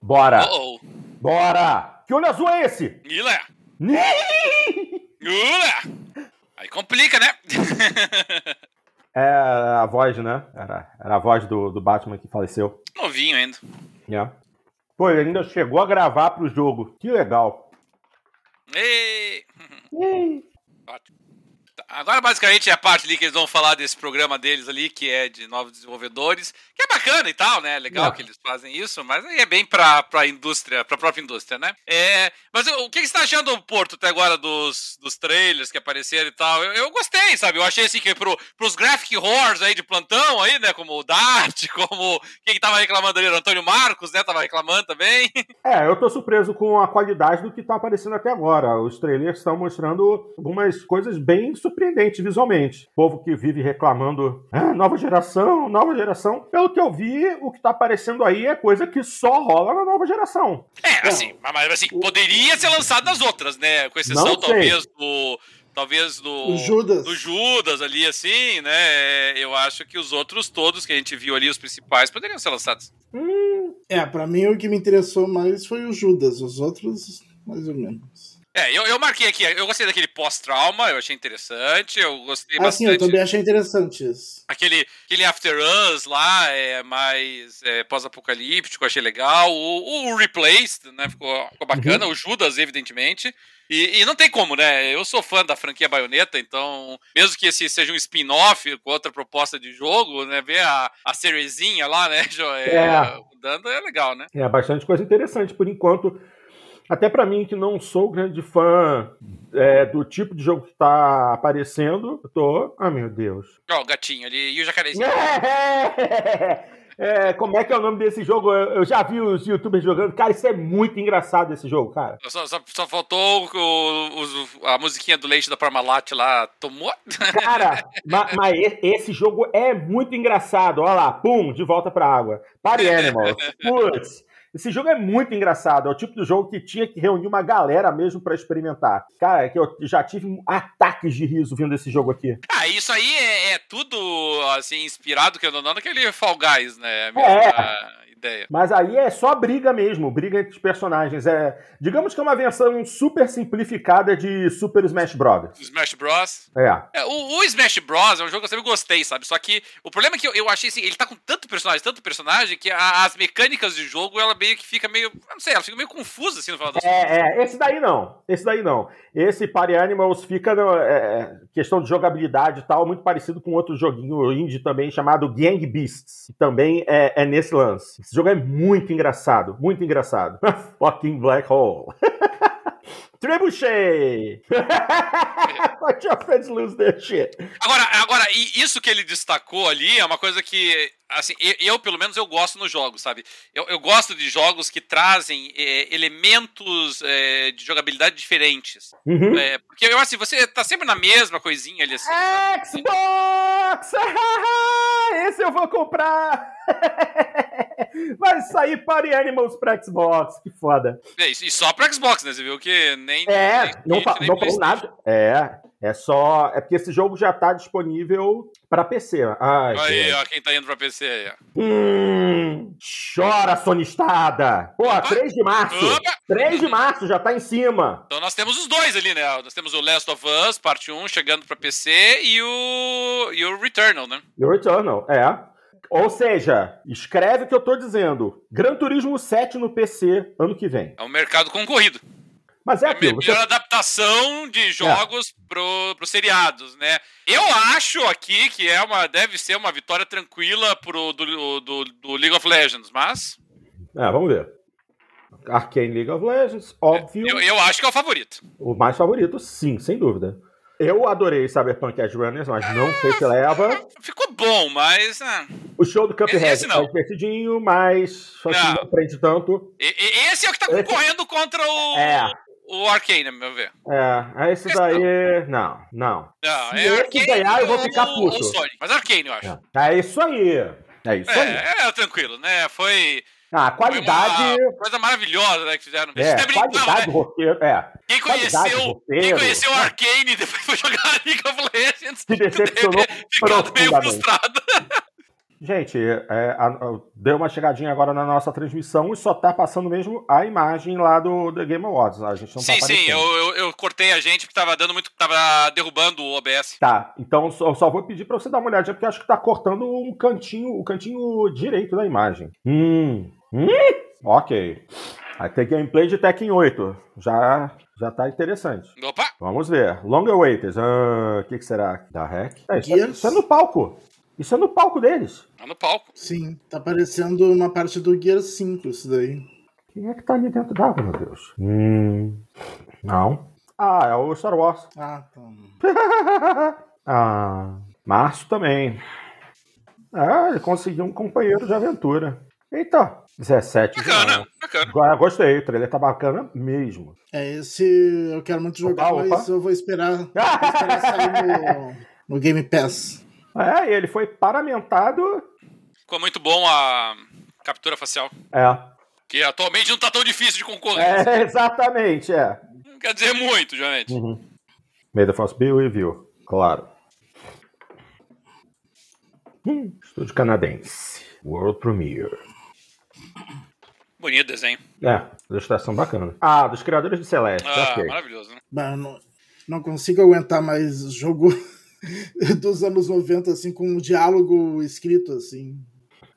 A: Bora.
C: Oh, oh.
A: Bora. Que olho azul é esse?
C: E lá. Ula! Aí complica, né?
A: É a voz, né? Era, era a voz do, do Batman que faleceu.
C: Novinho ainda.
A: É. Pô, ele ainda chegou a gravar pro jogo. Que legal.
C: Ei! Ótimo. Tá, Agora, basicamente, é a parte ali que eles vão falar desse programa deles ali, que é de novos desenvolvedores, que é bacana e tal, né? Legal
A: Não.
C: que eles fazem isso, mas aí é bem pra, pra indústria, pra própria indústria, né? É, mas o que que você tá achando, Porto, até agora dos, dos trailers que apareceram e tal? Eu, eu gostei, sabe? Eu achei assim que pro, pros graphic horrors aí de plantão aí, né? Como o Dart, como quem que tava reclamando ali, o Antônio Marcos, né? Tava reclamando também.
A: É, eu tô surpreso com a qualidade do que tá aparecendo até agora. Os trailers estão mostrando algumas coisas bem surpreendentes visualmente. O povo que vive reclamando, "Ah, nova geração, nova geração. Pelo que eu vi, o que tá aparecendo aí é coisa que só rola na nova geração.
C: É,
B: Não.
C: assim, mas assim, poderia ser lançado nas outras, né? Com exceção,
A: Não sei.
C: talvez, do. Talvez do.
B: O Judas.
C: Do Judas ali, assim, né? Eu acho que os outros todos que a gente viu ali, os principais, poderiam ser lançados.
B: É, pra mim o que me interessou mais foi o Judas, os outros, mais ou menos.
C: É, eu, eu marquei aqui, eu gostei daquele pós-trauma, eu achei interessante, eu gostei
B: Ah, sim, eu
C: bastante.
B: também achei interessante isso.
C: Aquele, aquele After Us lá, é mais é, pós-apocalíptico, achei legal. O, o Replaced, né? Ficou, ficou bacana. O Judas, evidentemente. E, e não tem como, né? Eu sou fã da franquia Bayonetta, então, mesmo que esse seja um spin-off com outra proposta de jogo, né? Ver a, a sériezinha lá, né? Jo, é,
A: É.
C: Mudando é legal, né?
A: É bastante coisa interessante por enquanto. Até pra mim, que não sou grande fã é, do tipo de jogo que tá aparecendo, eu tô. Ah, meu Deus.
C: Ó, o gatinho ali e o jacarezinho.
A: É, como é que é o nome desse jogo? Eu eu já vi os youtubers jogando. Cara, isso é muito engraçado esse jogo, cara.
C: Só, só, só faltou o- os- a musiquinha do leite da Parmalat lá. Tomou?
A: Cara, ma- mas e- esse jogo é muito engraçado. Olha lá, pum, de volta pra água. Party Animals. Putz. Esse jogo é muito engraçado. É o tipo de jogo que tinha que reunir uma galera mesmo pra experimentar. Cara, é que eu já tive ataques de riso vindo desse jogo aqui.
C: Ah, isso aí é, é tudo, assim, inspirado, que eu não, naquele Fall Guys, né? A mesma ideia.
A: Mas aí é só briga mesmo, briga entre os personagens. É, digamos que é uma versão super simplificada de Super Smash Bros.
C: Do Smash Bros.
A: É.
C: É, o, o Smash Bros. é um jogo que eu sempre gostei, sabe? Só que o problema é que eu, eu achei assim, ele tá com tanto personagem, tanto personagem, que a- as mecânicas de jogo, ela meio que fica meio. eu Não sei, ela fica meio confusa, assim, no final das contas.
A: É, é, esse daí não. Esse daí não. Esse Party Animals fica no, é, é, questão de jogabilidade e tal, muito parecido com outro joguinho indie também chamado Gang Beasts. Que também é, é nesse lance. Esse jogo é muito engraçado, muito engraçado. Fucking Black Hole. Trebuchet! What your friends lose their shit?
C: Agora, agora, e isso que ele destacou ali é uma coisa que, assim, eu, eu, pelo menos eu gosto nos jogos, sabe? Eu, eu gosto de jogos que trazem é, elementos é, de jogabilidade diferentes.
A: Uhum.
C: É, porque eu acho assim, você tá sempre na mesma coisinha ali assim.
A: É. Xbox! Esse eu vou comprar! Vai sair Party Animals pra Xbox, que foda.
C: É, E só pra Xbox, né? Você viu que nem.
A: É,
C: nem
A: não,
C: Switch,
A: fa-
C: nem
A: não falou
C: PlayStation.
A: nada. É, é só. É porque esse jogo já tá disponível pra PC. Ai,
C: Aí,
A: gente.
C: ó, quem tá indo pra PC aí, ó.
A: Hum, chora, sonistada! Pô, 3 de março!
C: Opa!
A: 3 de março já tá em cima!
C: Então nós temos os dois ali, né? Nós temos o Last of Us, parte 1, chegando pra PC, e o. E o Returnal, né?
A: The Returnal, é. Ou seja, escreve o que eu tô dizendo. Gran Turismo 7 no PC ano que vem.
C: É um mercado concorrido.
A: Mas é
C: É a
A: aquilo. Você É.
C: melhor adaptação de jogos pro, pro seriados, né? Eu acho aqui que é uma, deve ser uma vitória tranquila pro, do, do, do League of Legends, mas
A: É, vamos ver. Arcane League of Legends, óbvio.
C: eu, eu acho que é o favorito.
A: O mais favorito, sim, sem dúvida. Eu adorei Cyberpunk Edge Runners, mas não sei se leva.
C: Ficou bom, mas. ah,
A: O show do Cuphead
C: Esse não.
A: é divertidinho, mas só que
C: Não.
A: não aprende tanto.
C: e- e- esse é o que tá
A: Esse-
C: concorrendo contra o.
A: É.
C: O Arcane, a meu ver.
A: É, esse
C: Esse
A: daí. Não, não.
C: Não, é
A: Se esse ganhar, eu vou ficar
C: ou- ou
A: puto.
C: Sonic, mas Arcane, eu acho. É,
A: É isso aí. É isso aí.
C: é, tranquilo, né? Foi,
A: Ah, a
C: foi
A: qualidade.
C: uma coisa maravilhosa né, que fizeram.
A: É,
C: Isso até brincava,
A: qualidade do
C: né?
A: roteiro. É.
C: Quem
A: qualidade do
C: conheceu, quem
A: roteiro.
C: conheceu Arcane e depois foi jogar League of Legends,
A: Se decepcionou
C: deve ter é ficado meio
A: profundamente.
C: frustrado.
A: Gente, é, a- a- deu uma chegadinha agora na nossa transmissão e só tá passando mesmo a imagem lá do The Game Awards. A gente não tá
C: Sim,
A: aparecendo.
C: sim, eu, eu, eu cortei a gente porque tava dando muito. tava derrubando o OBS.
A: Tá, então eu só- eu só vou pedir pra você dar uma olhadinha, porque eu acho que tá cortando um cantinho, o cantinho direito da imagem. Hum. Hum? Ok. Vai ter gameplay de Tekken 8. Já, Já tá interessante.
C: Opa!
A: Vamos ver. Long Awaiters. Ah, O que, que será? Da REC? É, isso, é,
B: Gears.
A: isso é no palco. Isso é no palco deles.
C: Tá no palco.
B: Sim, tá parecendo uma parte do Gear 5 isso daí.
A: Quem é que tá ali dentro d'água, meu Deus? Hum. Não. Ah, é o Star Wars.
B: Ah, tá.
A: ah, Março também. Ah, ele conseguiu um companheiro de aventura. Eita, 17 de
C: Bacana,
A: maio.
C: bacana.
A: Agora gostei, o trailer tá bacana mesmo.
B: É, esse eu quero muito jogar,
A: Opa, opa.
B: mas eu vou esperar, vou esperar sair no, no Game Pass.
A: É, ele foi paramentado.
C: Ficou muito bom a captura facial.
A: É.
C: Que atualmente não tá tão difícil de concorrer.
A: É, Uhum. exatamente, é.
C: Não quer dizer muito, geralmente.
A: Made of Us Bill e viu, claro. Hum, estúdio canadense. World Premiere.
C: Bonito o desenho.
A: É, ilustração bacana. Ah, dos criadores de Celeste,
C: Ah,
A: Tá ok.
C: maravilhoso, né?
B: Mas eu não, não consigo aguentar mais jogo dos anos 90, assim, com um diálogo escrito, assim.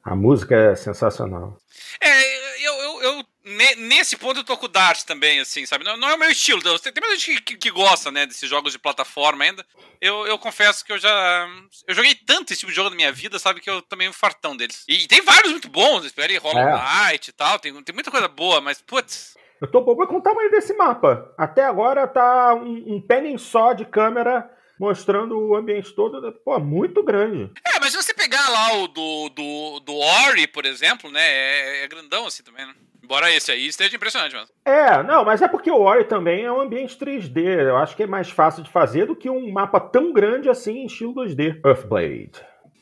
A: A música é sensacional.
C: É, eu, eu, eu- ne- nesse ponto eu tô com o Dart também, assim, sabe? Não, não é o meu estilo. Deus. Tem, tem muita gente que, que- que gosta, né, desses jogos de plataforma ainda. Eu, eu confesso que eu já. Eu joguei tanto esse tipo de jogo na minha vida, sabe? Que eu também um fartão deles. E, tem vários muito bons, espera aí, Hollow
A: É.
C: Knight e tal. Tem, tem muita coisa boa, mas, putz.
A: Eu tô bobo com o tamanho desse mapa. Até agora tá um, um penny só de câmera mostrando o ambiente todo. né? Pô, muito grande.
C: É, mas se você pegar lá o do, do, do Ori, por exemplo, né? É, é grandão assim também, né? Embora esse aí esteja impressionante, mano.
A: É, não, mas é porque o Ori também é um ambiente 3D. Eu acho que é mais fácil de fazer do que um mapa tão grande assim em estilo 2D. Earthblade.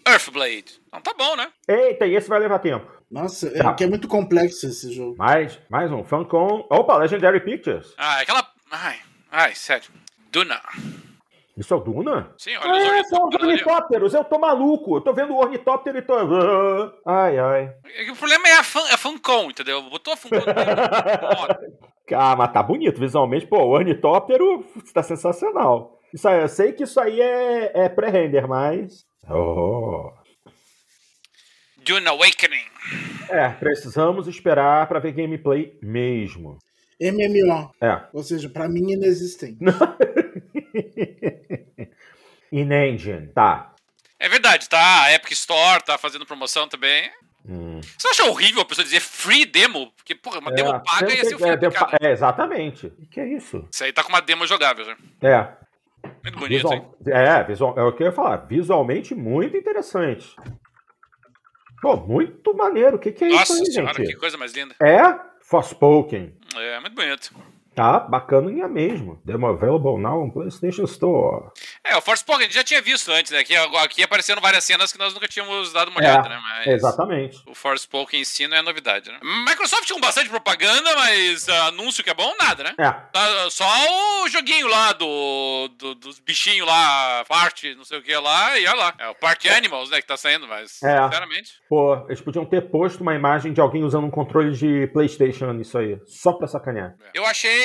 C: Earthblade. Então tá bom, né?
A: Eita, e esse vai levar tempo.
B: Nossa, é
A: Tá.
B: que é muito complexo esse jogo.
A: Mais, mais um. Funcom. Opa, Legendary Pictures.
C: Ah, aquela. Ai, ai, sério. Duna.
A: Isso é o Duna?
C: Sim, olha os
A: É, são os
C: ornitópteros ali, ó.
A: ornitópteros. Eu tô maluco. Eu tô vendo o ornitóptero e tô. Ai, ai.
C: É que O problema é a, fan, a Funcom, entendeu? Botou a Funcom no meio, ó,
A: Ah, mas tá bonito visualmente. Pô, o ornitóptero tá sensacional. Isso aí, eu sei que isso aí é, é pré-render, mas. Oh.
C: Dune Awakening.
A: É, precisamos esperar pra ver gameplay mesmo.
B: MMO,
A: É.
B: ou seja, pra mim inexistente.
A: In-engine. Tá.
C: É verdade, tá? A Epic Store tá fazendo promoção também.
A: Hum.
C: Você acha horrível a pessoa dizer free demo? Porque, porra, uma
A: É,
C: demo paga assim ia ser o fim
A: é,
C: do
A: demo pa-
C: mercado.
A: é, exatamente. O que é isso?
C: Isso aí tá com uma demo jogável já.
A: É,
C: Muito bonito, hein?
A: Visual- É, visual, é o que eu ia falar. Visualmente muito interessante. Pô, muito maneiro. O que, que é
C: Nossa
A: isso aí,
C: senhora,
A: gente?
C: que coisa mais linda.
A: É Forspoken.
C: É, muito bonito.
A: Tá bacaninha mesmo. Demo available now on PlayStation Store.
C: É, o Force Pocket a gente já tinha visto antes, né? Que aqui apareceram várias cenas que nós nunca tínhamos dado uma olhada, né? Mas...
A: É, Exatamente.
C: O Forspoken em si não é novidade, né? Microsoft com bastante propaganda, mas ah, anúncio que é bom, nada, né?
A: É,
C: Tá, Só o joguinho lá do, do- dos bichinhos lá, parte, não sei o que lá, e olha lá. É o Park Animals, né, que tá saindo, mas
A: É.
C: sinceramente.
A: pô, eles podiam ter posto uma imagem de alguém usando um controle de PlayStation nisso aí. Só pra sacanear.
C: é. Eu achei.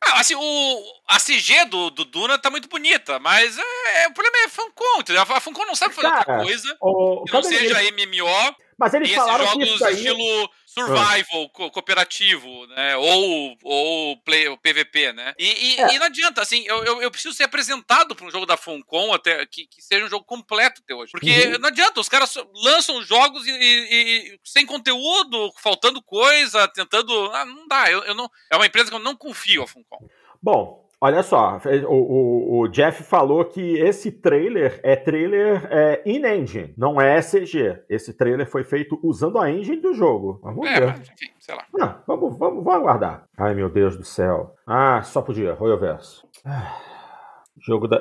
C: Ah, assim, o, a CG do, do Duna tá muito bonita, mas é, o problema é a Funcom, entendeu? A Funcom não sabe fazer
A: Cara,
C: outra coisa.
A: Ô,
C: Que não
A: cadê
C: seja
A: eles?
C: MMO
A: Mas
C: e
A: eles
C: esses
A: falaram que
C: jogos
A: isso aí...
C: estilo survival, co- cooperativo, né? Ou, ou play, ou PVP, né? E, e-
A: É.
C: e não adianta, assim, eu, eu, eu preciso ser apresentado pra um jogo da Funcom até que, que seja um jogo completo até hoje. Porque
A: Uhum.
C: não adianta, os caras só lançam jogos e, e- e sem conteúdo, faltando coisa, tentando. Ah, não dá. Eu, eu não, é uma empresa que eu não confio a Funcom.
A: Bom, olha só, é, o, o- o Jeff falou que esse trailer é trailer é, in-engine, não é CG. Esse trailer foi feito usando a engine do jogo. Vamos
C: É,
A: ver.
C: mas, enfim, sei lá.
A: Ah, vamos, vamos, vamos aguardar. Ai, meu Deus do céu. Ah, só podia, Royoverso. Ah, Jogo da...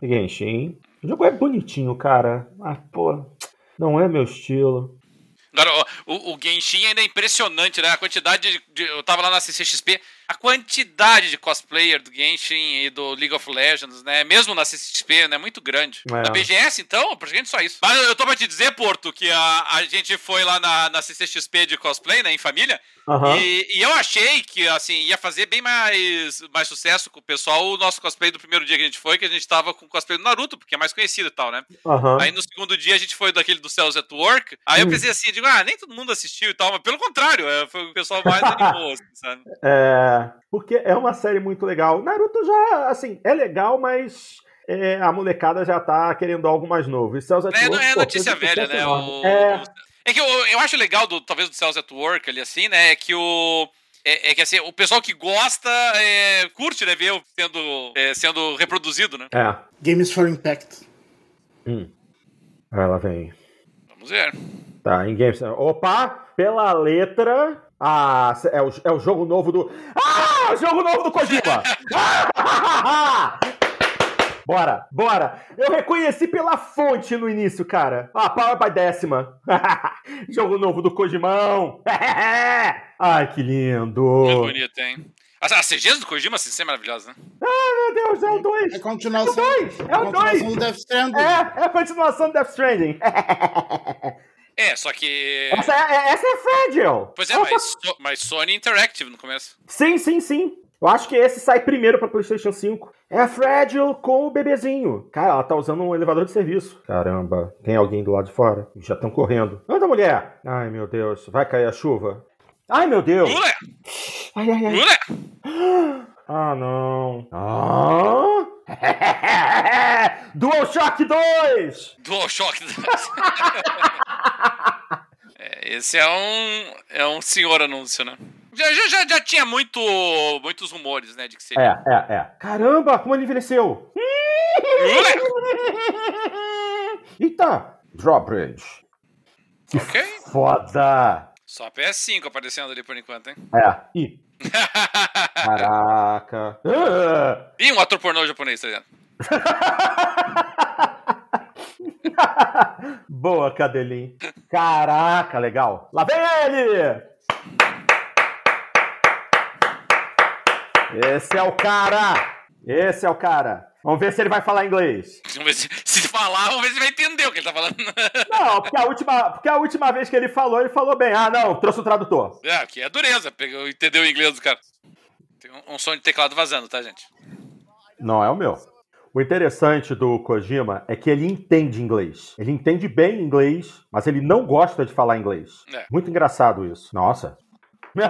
A: Seguinte, hein? O jogo é bonitinho, cara. Mas, pô, não é meu estilo.
C: Agora, ó, o, o Genshin ainda é impressionante, né? A quantidade de, de- Eu tava lá na CCXP, a quantidade de cosplayer do Genshin e do League of Legends, né? Mesmo na CCXP, né? Muito grande.
A: É.
C: Na BGS, então, praticamente só isso. Mas eu tô pra te dizer, Porto, que a, a gente foi lá na, na CCXP de cosplay, né? Em família.
A: Aham.
C: E, e eu achei que, assim, ia fazer bem mais, mais sucesso com o pessoal o nosso cosplay do primeiro dia que a gente foi, que a gente tava com o cosplay do Naruto, porque é mais conhecido e tal, né?
A: Aham.
C: Aí no segundo dia a gente foi daquele do Cells at Work. Aí eu
A: Hum.
C: pensei assim, digo, ah, nem todo mundo assistiu e tal, mas pelo contrário, é, foi o pessoal mais animou, assim, sabe?
A: É, olhar, porque é uma série muito legal. Naruto já, assim, é legal, mas é, a molecada já tá querendo algo mais novo. E Cells at
C: É, não
A: Work,
C: é
A: pô,
C: notícia
A: fez um
C: velha,
A: sucesso
C: né?
A: enorme.
C: O-
A: É,
C: É que eu, eu acho legal, do, talvez, do Cells at Work ali, assim, né? É que o. É, é que assim, o pessoal que gosta é, curte, né? Ver o- sendo, é, sendo reproduzido, né?
A: é.
B: Games for Impact.
A: Aí Ela É, vem.
C: Vamos ver.
A: Tá, em games. Opa, pela letra. Ah, é o, é o jogo novo do. Ah! Jogo novo do Kojima! Ah! bora, bora! Eu reconheci pela fonte no início, cara. Ah, Power by Décima. jogo novo do Kojimão! Ai, que
C: É
A: lindo!
C: bonito, hein? As, as CGs do Kojima, assim, sempre maravilhosas, né?
A: Meu Deus, é o
B: É
A: 2!
B: continuação.
A: É o dois, é o
B: a continuação
A: dois.
B: do Death Stranding.
A: É, é a continuação do Death Stranding.
C: É, só que.
A: Essa é, é- essa é Fragile!
C: Pois é,
A: Essa-
C: mas, So- mas Sony Interactive no começo.
A: Sim, sim, sim. Eu acho que esse sai primeiro pra PlayStation 5. É a Fragile com o bebezinho. Cara, ela tá usando um elevador de serviço. Caramba, tem alguém do lado de fora? Já estão correndo. Anda, mulher! Ai, meu Deus, vai cair a chuva. Ai, meu Deus!
C: Lula!
A: Ai, ai, ai.
C: Lula!
A: Ah, não. Ah? DualShock 2!
C: DualShock. é, esse é um é um senhor anúncio, né? Já, já, já, já tinha muito, muitos rumores, né, de que
A: É,
C: seria.
A: é, é. Caramba, como ele envelheceu!
C: Lula!
A: Eita! Drawbridge. É.
C: Ok.
A: Foda!
C: Só PS5 aparecendo ali por enquanto, hein?
A: É, e Caraca. Ah!
C: Ih, um ator pornô japonês, tá ligado?
A: Boa, Cadelin. Caraca, legal. Lá vem ele! Esse é o cara! Esse é o cara. Vamos ver se ele vai falar inglês.
C: Vamos ver se, se falar, vamos ver se vai entender o que ele tá falando.
A: Não, porque a, última, porque a última vez que ele falou, ele falou bem. Ah, não, trouxe o tradutor.
C: é, aqui é dureza, pegou, entendeu o inglês do cara. Tem um, um som de teclado vazando, tá, gente?
A: Não é o meu. O interessante do Kojima é que ele entende inglês. Ele entende bem inglês, mas ele não gosta de falar inglês.
C: É.
A: Muito engraçado isso. Nossa.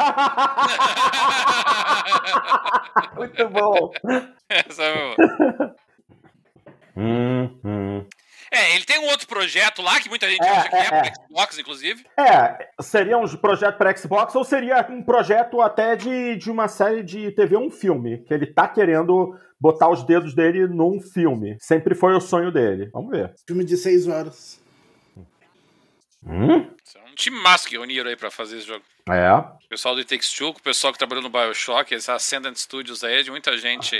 A: Muito bom.
C: Essa é boa.
A: Hum, hum.
C: É, ele tem um outro projeto lá que muita gente
A: É,
C: acha que
A: é,
C: é, pra
A: é.
C: Xbox, inclusive.
A: É, seria um projeto para Xbox ou seria um projeto até de, de uma série de TV, um filme, que ele tá querendo botar os dedos dele num filme. Sempre foi o sonho dele. Vamos ver.
B: Filme de 6 horas.
A: Hum?
C: Isso É um time massa que uniram aí pra fazer esse jogo.
A: É.
C: O pessoal do It Takes Two, com o pessoal que trabalhou no Bioshock, esse Ascendant Studios aí, de muita gente.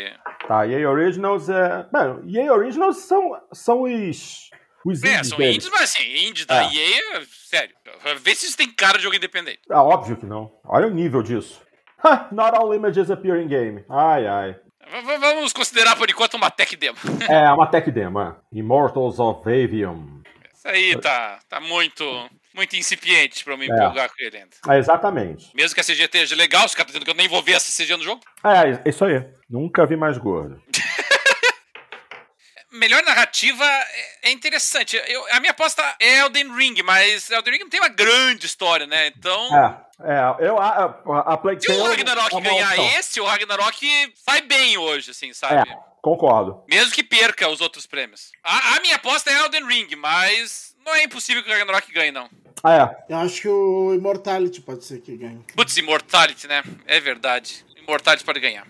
A: Tá, EA Originals é. Mano, EA Originals são, são os. Os
C: É,
A: indies
C: são
A: deles.
C: indies, mas assim, indie da
A: É.
C: EA, é- sério. Vê se isso tem cara de jogo independente.
A: Ah, óbvio que não. Olha o nível disso. Ha, not all images appear in game. Ai, ai.
C: V- v- vamos considerar por enquanto uma tech demo.
A: É, uma tech demo. é. Immortals of Avium.
C: Isso aí tá, tá muito, muito incipiente pra eu me
A: É.
C: empolgar com ele ainda.
A: É, exatamente.
C: Mesmo que a CG esteja legal, os caras estão dizendo que eu nem vou ver essa CG no jogo.
A: É, é isso aí. Nunca vi mais gordo.
C: Melhor narrativa é- é interessante. Eu- a minha aposta é Elden Ring, mas Elden Ring não tem uma grande história, né? Então.
A: É, é, eu a, a, a Plague
C: Se o
A: Tale é
C: Ragnarok
A: uma
C: ganhar
A: opção.
C: esse, o Ragnarok sai bem hoje, assim, sabe?
A: É, concordo.
C: Mesmo que perca os outros prêmios. A, a minha aposta é Elden Ring, mas não é impossível que o Ragnarok ganhe, não.
A: É,
B: Eu acho que o Immortality pode ser que ganhe.
C: Putz, Immortality, né? É verdade. Immortality pode ganhar.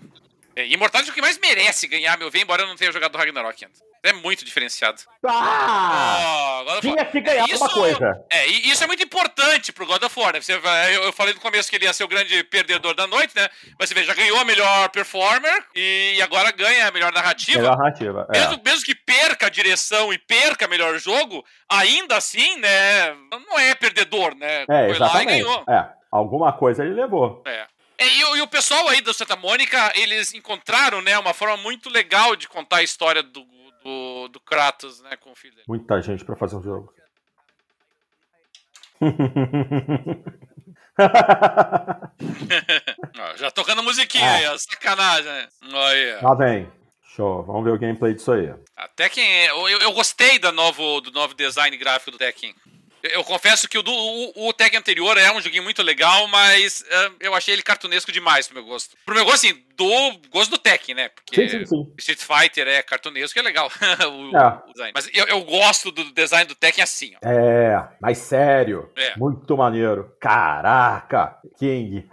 C: É, Immortality é o que mais merece ganhar, meu ver, embora eu não tenha jogado o Ragnarok ainda. É muito diferenciado.
A: ah!
C: Ó, God of
A: tinha
C: War.
A: que ganhar alguma coisa.
C: É, e isso é muito importante pro God of War, né? Você vai- eu, eu falei no começo que ele ia ser o grande perdedor da noite, né? Mas você vê, já ganhou a melhor performer e agora ganha a melhor narrativa.
A: Melhor narrativa. é.
C: Mesmo, mesmo que perca a direção e perca melhor jogo, ainda assim, né? Não é perdedor, né?
A: É,
C: Foi lá e
A: exatamente.
C: ganhou.
A: É, alguma coisa ele levou.
C: É. É, E, o- e o pessoal aí do Santa Mônica, eles encontraram, né, uma forma muito legal de contar a história do, do, do Kratos, né, com o filho dele.
A: Muita gente pra fazer um jogo.
C: Ó, já tocando musiquinha
A: É.
C: aí, ó, sacanagem, né? Olha aí, ó.
A: Lá vem. Show. Vamos ver o gameplay disso aí.
C: A Tekken, é- eu, eu gostei da novo, do novo design gráfico do Tekken. Eu confesso que o, do, o, o tag anterior é um joguinho muito legal, mas eh, eu achei ele cartunesco demais pro meu gosto. Pro meu gosto, assim, do gosto do tech, né? Porque
A: Sim, sim, sim.
C: Street Fighter é cartunesco e é legal o,
A: É.
C: o design. Mas eu, eu gosto do design do Tekken assim, ó.
A: É, mas sério.
C: É.
A: Muito maneiro. Caraca, King.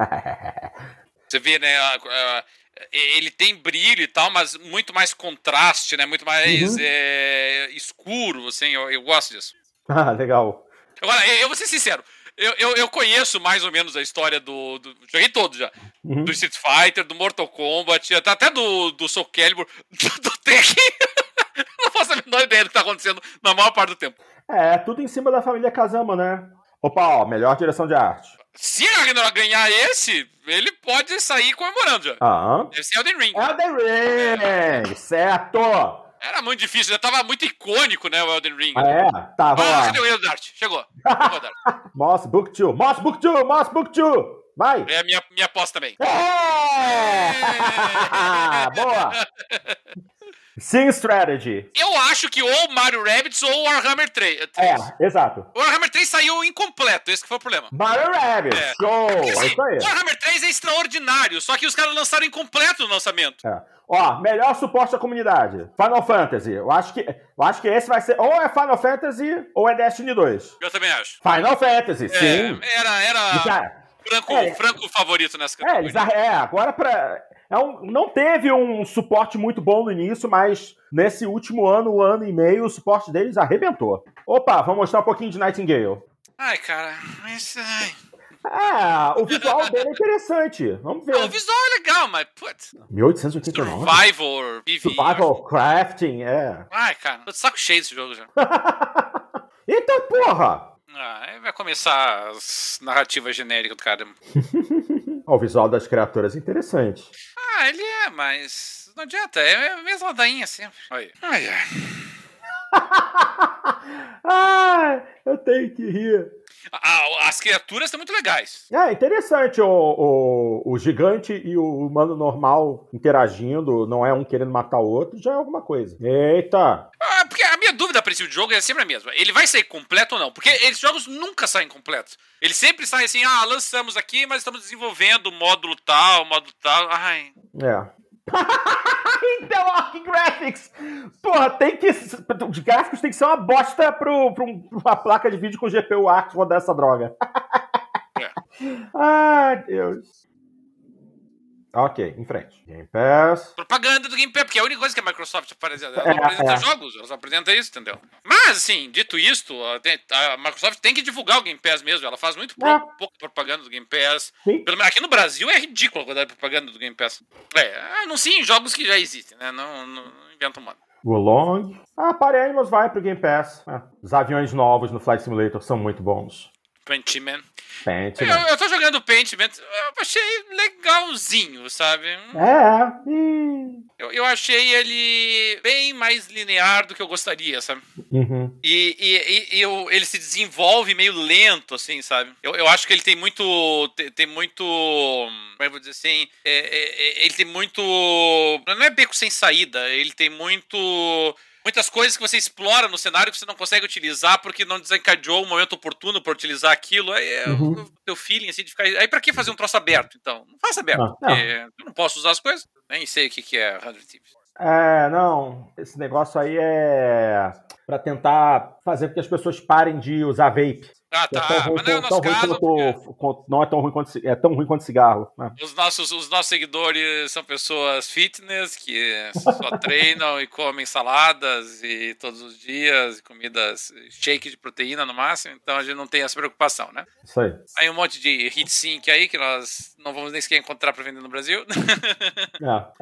C: Você vê, né? a- a- ele tem brilho e tal, mas muito mais contraste, né? Muito mais
A: Uhum.
C: eh, escuro, assim, eu, eu gosto disso.
A: ah, legal.
C: Agora, eu, eu vou ser sincero. Eu, eu, eu conheço mais ou menos a história do. do joguei todo já.
A: Uhum.
C: Do Street Fighter, do Mortal Kombat, até, até do, do Soul Calibur, do, do Tekken. Não faço a menor ideia do que tá acontecendo na maior parte do tempo.
A: É, tudo em cima da família Kazama, né? Opa, ó, melhor direção de arte.
C: Se a Ragnarok ganhar esse, ele pode sair comemorando
A: Ah.
C: já.
A: Aham.
C: Deve ser Elden Ring.
A: Elden É Ring, certo.
C: Era muito difícil, já tava muito icônico, né, o Elden Ring.
A: Ah, É, tava
C: Ah,
A: lá.
C: cadê o Will Dart? Chegou. Chegou o Dart.
A: Moss Book 2, Moss Book 2, Moss Book 2. Vai.
C: É a minha, minha aposta também.
A: É! Boa. Sim Strategy.
C: Eu acho que ou Mario Rabbids ou Warhammer 3.
A: É, exato.
C: O Warhammer 3 saiu incompleto, esse que foi o problema.
A: Mario Rabbit,
C: É.
A: show.
C: Porque,
A: É
C: assim,
A: isso aí.
C: o Warhammer 3 é extraordinário, só que os caras lançaram incompleto no lançamento.
A: É. Ó, melhor suporte à comunidade. Final Fantasy. Eu acho que, eu acho que esse vai ser ou é Final Fantasy ou é Destiny 2.
C: Eu também acho.
A: Final Fantasy,
C: É,
A: sim.
C: era
A: Eles
C: era
A: já-
C: franco,
A: é.
C: franco favorito nessa
A: É, eles já- é, agora pra. é um- não teve um suporte muito bom no início, mas nesse último ano, um ano e meio, o suporte deles arrebentou. Opa, vamos mostrar um pouquinho de Nightingale.
C: Ai, cara, mas. ai.
A: Ah, o visual dele é interessante. Vamos
C: Ah, o
A: ver.
C: visual é legal, mas. Putz.
A: 1889?
C: Survivor, PV.
A: Survival Crafting, é.
C: Ai, cara, tô de saco cheio desse jogo já.
A: Eita Então, porra!
C: Ah, aí vai começar as narrativas genéricas do cara.
A: Ó, o visual das criaturas é interessante.
C: Ah, ele é, mas não adianta, é a mesma ladainha sempre. Olha. Ai, ai.
A: Ah, eu tenho que rir.
C: Ah, as criaturas são muito legais.
A: É interessante o, o, o gigante e o humano normal interagindo, não é um querendo matar o outro, já é alguma coisa. Eita!
C: Ah, porque a minha dúvida pra esse jogo é sempre a mesma. Ele vai sair completo ou não? Porque esses jogos nunca saem completos. Eles sempre saem assim, ah, lançamos aqui, mas estamos desenvolvendo módulo tal, módulo tal. Ai.
A: É. Interlock Então, Graphics! Porra, tem que. Os gráficos tem que ser uma bosta pro, pro, pra uma placa de vídeo com GPU Arc rodar essa droga.
C: É.
A: ah, Deus. Ok, em frente. Game Pass.
C: Propaganda do Game Pass, porque é a única coisa que a Microsoft faz. Ela
A: É,
C: não apresenta
A: é.
C: jogos, ela só apresenta isso, entendeu? Mas, assim, dito isto, a- tem- a Microsoft tem que divulgar o Game Pass mesmo. Ela faz muito
A: É.
C: pouco, pouco propaganda do Game Pass.
A: Sim.
C: Pelo menos aqui no Brasil é ridícula a quantidade de propaganda do Game Pass. É, anuncia em jogos que já existem, né? Não, não, não um inventam moda.
A: O Long. Ah, Party Animals vai pro Game Pass. Ah, os aviões novos no Flight Simulator são muito bons.
C: Pentiment.
A: Pente,
C: Eu,
A: né?
C: eu tô jogando Pentiment, eu achei legalzinho, sabe?
A: É. Ih.
C: Eu, eu achei ele bem mais linear do que eu gostaria, sabe?
A: Uhum.
C: E, e- e- e eu- ele se desenvolve meio lento, assim, sabe? Eu, eu acho que ele tem muito. Tem, tem muito. Como é que eu vou dizer assim? É, é, é, ele tem muito. Não é beco sem saída, ele tem muito. Muitas coisas que você explora no cenário que você não consegue utilizar porque não desencadeou o momento oportuno pra utilizar aquilo. Aí é
A: Uhum.
C: o teu feeling, assim, de ficar. Aí pra que fazer um troço aberto, então? Não faça aberto.
A: Não, não.
C: porque eu não posso usar as coisas. Nem sei o que, que é 100 Thieves.
A: É, não. Esse negócio aí é pra tentar fazer com que as pessoas parem de usar vape.
C: Ah,
A: É
C: tá.
A: tão ruim,
C: Mas não é o
A: quanto- tão
C: nosso
A: ruim
C: caso. porque-
A: quanto, quanto- não é tão ruim quanto ci- é tão ruim quanto cigarro. né?
C: Os nossos, os nossos seguidores são pessoas fitness que só treinam e comem saladas e todos os dias, comidas, shake de proteína no máximo, então a gente não tem essa preocupação, né?
A: Isso aí.
C: Aí um monte de heat sink aí que nós não vamos nem sequer encontrar para vender no Brasil.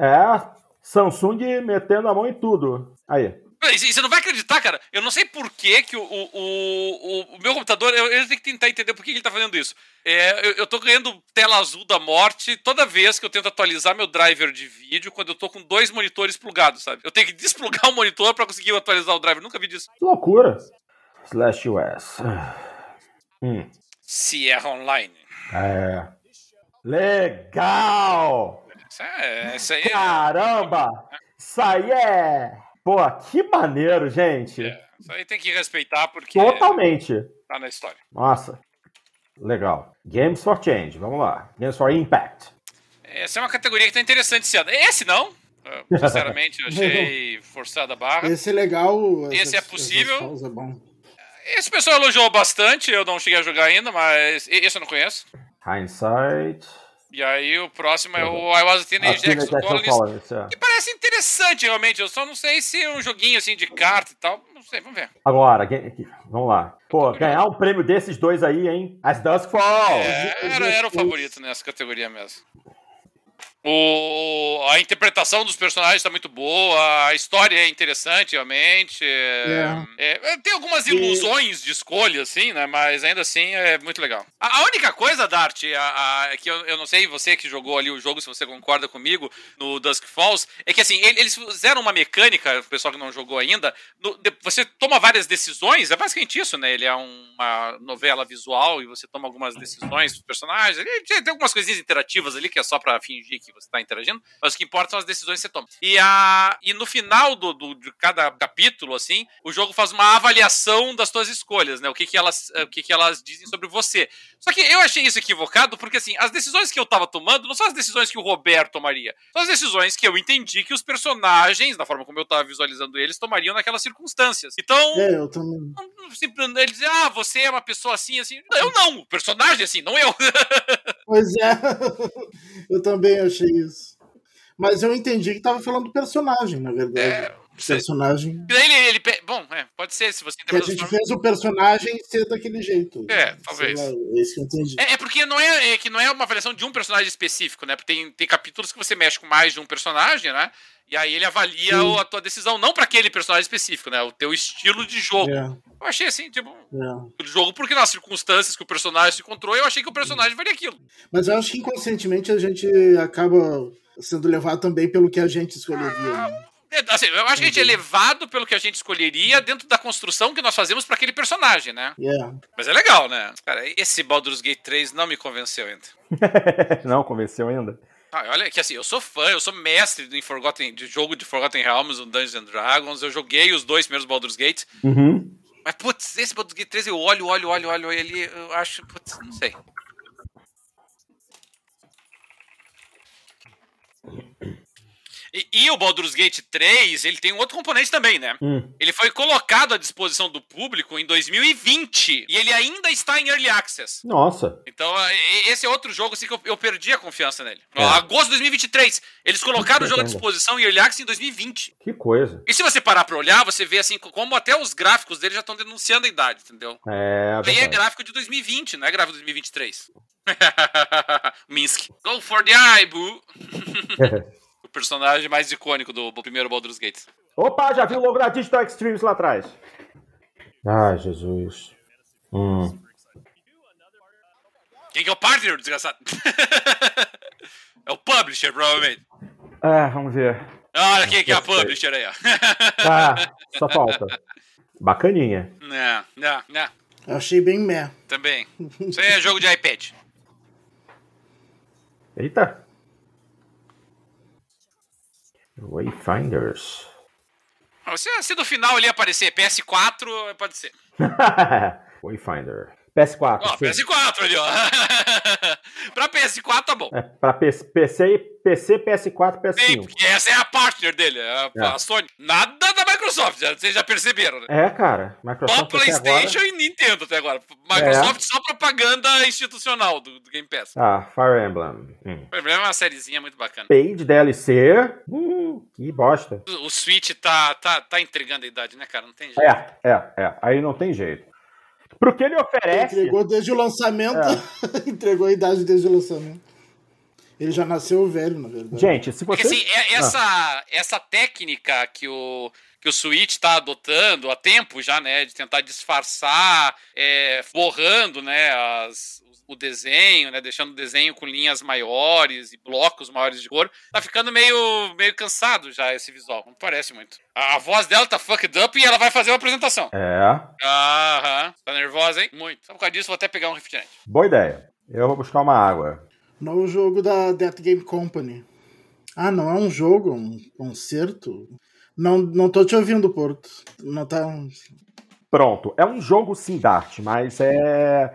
A: É. É a Samsung metendo a mão em tudo. Aí.
C: E você não vai acreditar, cara. Eu não sei por que, que o, o, o, o- o meu computador. Eu, eu tenho que tentar entender por que que ele tá fazendo isso. É, eu, eu tô ganhando tela azul da morte toda vez que eu tento atualizar meu driver de vídeo quando eu tô com dois monitores plugados, sabe? Eu tenho que desplugar o monitor pra conseguir atualizar o driver. Nunca vi disso.
A: Que loucura. Slash US. Hum.
C: Sierra Online.
A: É. Legal!
C: Isso é. Isso aí é.
A: Ah. Caramba! Isso aí é. Pô, que maneiro, gente!
C: Isso aí tem que respeitar porque.
A: Totalmente.
C: tá na história.
A: Nossa. Legal. Games for Change, vamos lá. Games for Impact.
C: Essa é uma categoria que tá interessante esse ano. Esse não. Eu, Sinceramente, eu achei forçada a barra.
B: Esse é legal.
C: Esse é
B: essas-
C: possível?
B: essas pausas é bom.
C: Esse pessoal elogiou bastante, eu não cheguei a jogar ainda, mas esse eu não conheço.
A: Hindsight.
C: E aí o próximo é o I Was a Teenage
A: Ah,
C: Jackson
A: Jackson
C: Collins,
A: Collins, é.
C: que parece interessante realmente, eu só não sei se é um joguinho assim de carta e tal, não sei, vamos ver.
A: Agora, ga- vamos lá. Pô, ganhar um prêmio desses dois aí, hein? As Dusk Falls.
C: É, era, era o favorito nessa categoria mesmo. O, a interpretação dos personagens tá muito boa, a história é interessante, realmente. É, é, tem algumas ilusões de escolha, assim, né? Mas ainda assim é muito legal. A, a única coisa, Dart, a, a- que eu, eu não sei, você que jogou ali o jogo, se você concorda comigo, no Dusk Falls, é que assim, ele- eles fizeram uma mecânica, o pessoal que não jogou ainda, no- de- você toma várias decisões, é basicamente isso, né? Ele é uma novela visual e você toma algumas decisões dos personagens. Ele- Tem tem algumas coisinhas interativas ali que é só pra fingir que você tá interagindo, mas o que importa são as decisões que você toma. E, a, e no final do, do- de cada capítulo, assim, o jogo faz uma avaliação das suas escolhas, né? O que, que, elas, eh, o que, que elas dizem sobre você. Só que eu achei isso equivocado porque, assim, as decisões que eu tava tomando não são as decisões que o Roberto tomaria. São as decisões que eu entendi que os personagens, da forma como eu tava visualizando eles, tomariam naquelas circunstâncias. Então,
B: É, eu também.
C: não- não se- ele diz, ah, você é uma pessoa assim, assim. Eu não, o personagem é assim, não eu.
B: Pois é. eu também achei isso. Mas eu entendi que tava falando do personagem, na
C: É,
B: verdade.
C: Você-
B: personagem.
C: Daí ele, ele pe- Bom, é, pode ser, se você
B: Que a
C: interpreta
B: gente
C: dessa
B: fez o personagem ser daquele jeito.
C: É, talvez.
B: Sei lá, é isso que eu entendi.
C: É, é porque não é, é que não é uma avaliação de um personagem específico, né? Porque tem, tem capítulos que você mexe com mais de um personagem, né? E aí ele avalia
B: Sim.
C: o- a tua decisão, não pra aquele personagem específico, né? O teu estilo de jogo.
B: É,
C: Eu achei assim, tipo,
B: é.
C: o jogo, porque nas circunstâncias que o personagem se encontrou, eu achei que o personagem valia aquilo.
B: Mas eu acho que inconscientemente a gente acaba sendo levado também pelo que a gente escolheria. né?
C: É, assim, eu acho que a gente é levado pelo que a gente escolheria dentro da construção que nós fazemos pra aquele personagem, né?
B: Yeah.
C: Mas é legal, né? Cara, esse Baldur's Gate 3 não me convenceu ainda. É.
A: Não convenceu ainda?
C: Ah, olha que assim, eu sou fã, eu sou mestre do Forgotten, de jogo de Forgotten Realms, o Dungeons and Dragons, eu joguei os dois primeiros Baldur's Gate,
A: Uhum.
C: mas putz, esse Baldur's Gate 13 eu olho, olho, olho, olho ele, eu acho, putz, não sei. E, e o Baldur's Gate 3, ele tem um outro componente também, né?
A: Hum.
C: Ele foi colocado à disposição do público em 2020 e ele ainda está em Early Access.
A: Nossa.
C: Então, eh, eh, esse é outro jogo assim, que eu, eu perdi a confiança nele.
A: É.
C: Agosto de 2023. Eles colocaram o jogo à
A: Entendo.
C: disposição em Early Access em 2020.
A: Que coisa.
C: E se você parar pra olhar, você vê assim co- como até os gráficos dele já estão denunciando a idade, entendeu?
A: É,
C: Aí é
A: verdade.
C: gráfico de 2020, não é gráfico de 2023. Minsk. Go for the eye, boo. o personagem mais icônico do do primeiro Baldur's Gate.
A: Opa, já vi o logo da Digital Extremes lá atrás. Ai, Jesus. Hum.
C: Quem que é o partner, desgraçado? é o publisher, provavelmente.
A: Ah, vamos ver.
C: Olha quem que é a
A: Gostei.
C: publisher aí, ó.
A: Tá, só falta. Bacaninha.
C: não, não, não.
B: Eu achei bem meh.
C: É, Também. Isso aí é jogo de iPad.
A: Eita. Wayfinders.
C: Ah, Se, se no final ali aparecer PS4, pode ser.
A: Wayfinder. PS4.
C: Ó,
A: sim.
C: PS4 ali, ó. pra PS4 tá bom.
A: É, pra PC, PC, PC, PS4,
C: Tem,
A: PS5.
C: porque essa é a partner dele, a,
A: É.
C: a Sony. Nada da Microsoft, já, vocês já perceberam, né?
A: É, cara.
C: Só
A: Microsoft até
C: PlayStation
A: agora. É.
C: e Nintendo até agora. Microsoft só propaganda institucional do, do Game Pass.
A: Ah, Fire Emblem. Hum.
C: O problema é uma sériezinha muito bacana.
A: Page DLC. Hum, que bosta.
C: O o Switch tá, tá, tá entregando a idade, né, cara? Não tem jeito.
A: É, é, é. Aí não tem jeito. Pro que ele oferece.
B: Entregou desde o lançamento.
A: É.
B: Entregou a idade desde o lançamento. Ele já nasceu velho, na verdade.
A: Gente, se
C: Porque
A: você. Ah.
C: assim, é- essa, essa técnica que o, que o Switch está adotando há tempo já, né? De tentar disfarçar, é, borrando né, as- o desenho, né? Deixando o desenho com linhas maiores e blocos maiores de cor. Tá ficando meio, meio cansado já esse visual. Não parece muito. A, a voz dela tá fucked up e ela vai fazer uma apresentação.
A: É.
C: Aham. Tá nervosa, hein? Muito. Só por causa disso, vou até pegar um refrigerante.
A: Boa ideia. Eu vou buscar uma água.
B: Novo jogo da Death Game Company. Ah, não é um jogo, é um concerto? Não, não tô te ouvindo, Porto. Não tá.
A: Pronto, é um jogo sim, Dart, mas é,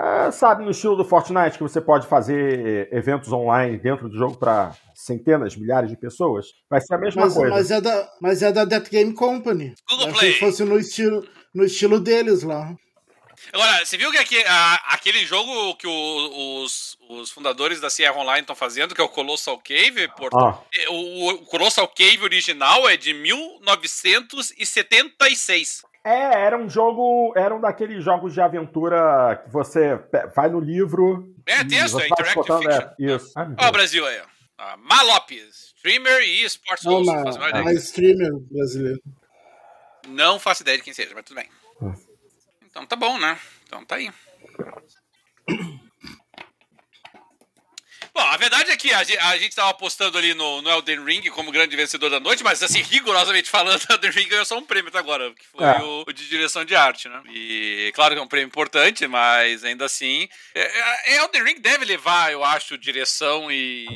A: é, Sabe, no estilo do Fortnite, que você pode fazer é, eventos online dentro do jogo para centenas, milhares de pessoas? Vai ser a mesma
B: Mas,
A: coisa.
B: mas é da, mas é da Death Game Company.
C: Google
B: Eu
C: Play.
B: Achei que fosse no estilo, no estilo deles lá.
C: Agora, você viu que aque- a- aquele jogo que o- os, os fundadores da Sierra Online estão fazendo, que é o Colossal Cave, por-
A: Ah,
C: é, o, o Colossal Cave original é de 1976.
A: é, era um jogo. Era um daqueles jogos de aventura que você pe- vai no livro.
C: É
A: e
C: texto,
A: você vai
C: é Interactive
A: botando-
C: Fiction.
A: é, isso. Ai, meu
C: Ó, o
A: Deus.
C: Brasil aí, ó. Ah, Má Lopes, streamer e esportes
B: Não,
C: host,
B: na,
C: não, faço a menor ideia.
B: na streamer brasileiro.
C: não faço ideia de quem seja, mas tudo bem.
A: Hum.
C: Então tá bom, né? Então tá aí. Bom, a verdade é que a, ge- a gente tava apostando ali no, no Elden Ring como grande vencedor da noite, mas assim, rigorosamente falando, o Elden Ring ganhou só um prêmio até agora, que foi
A: É.
C: o, o de direção de arte, né? E claro que é um prêmio importante, mas ainda assim. É, é, Elden Ring deve levar, eu acho, direção e.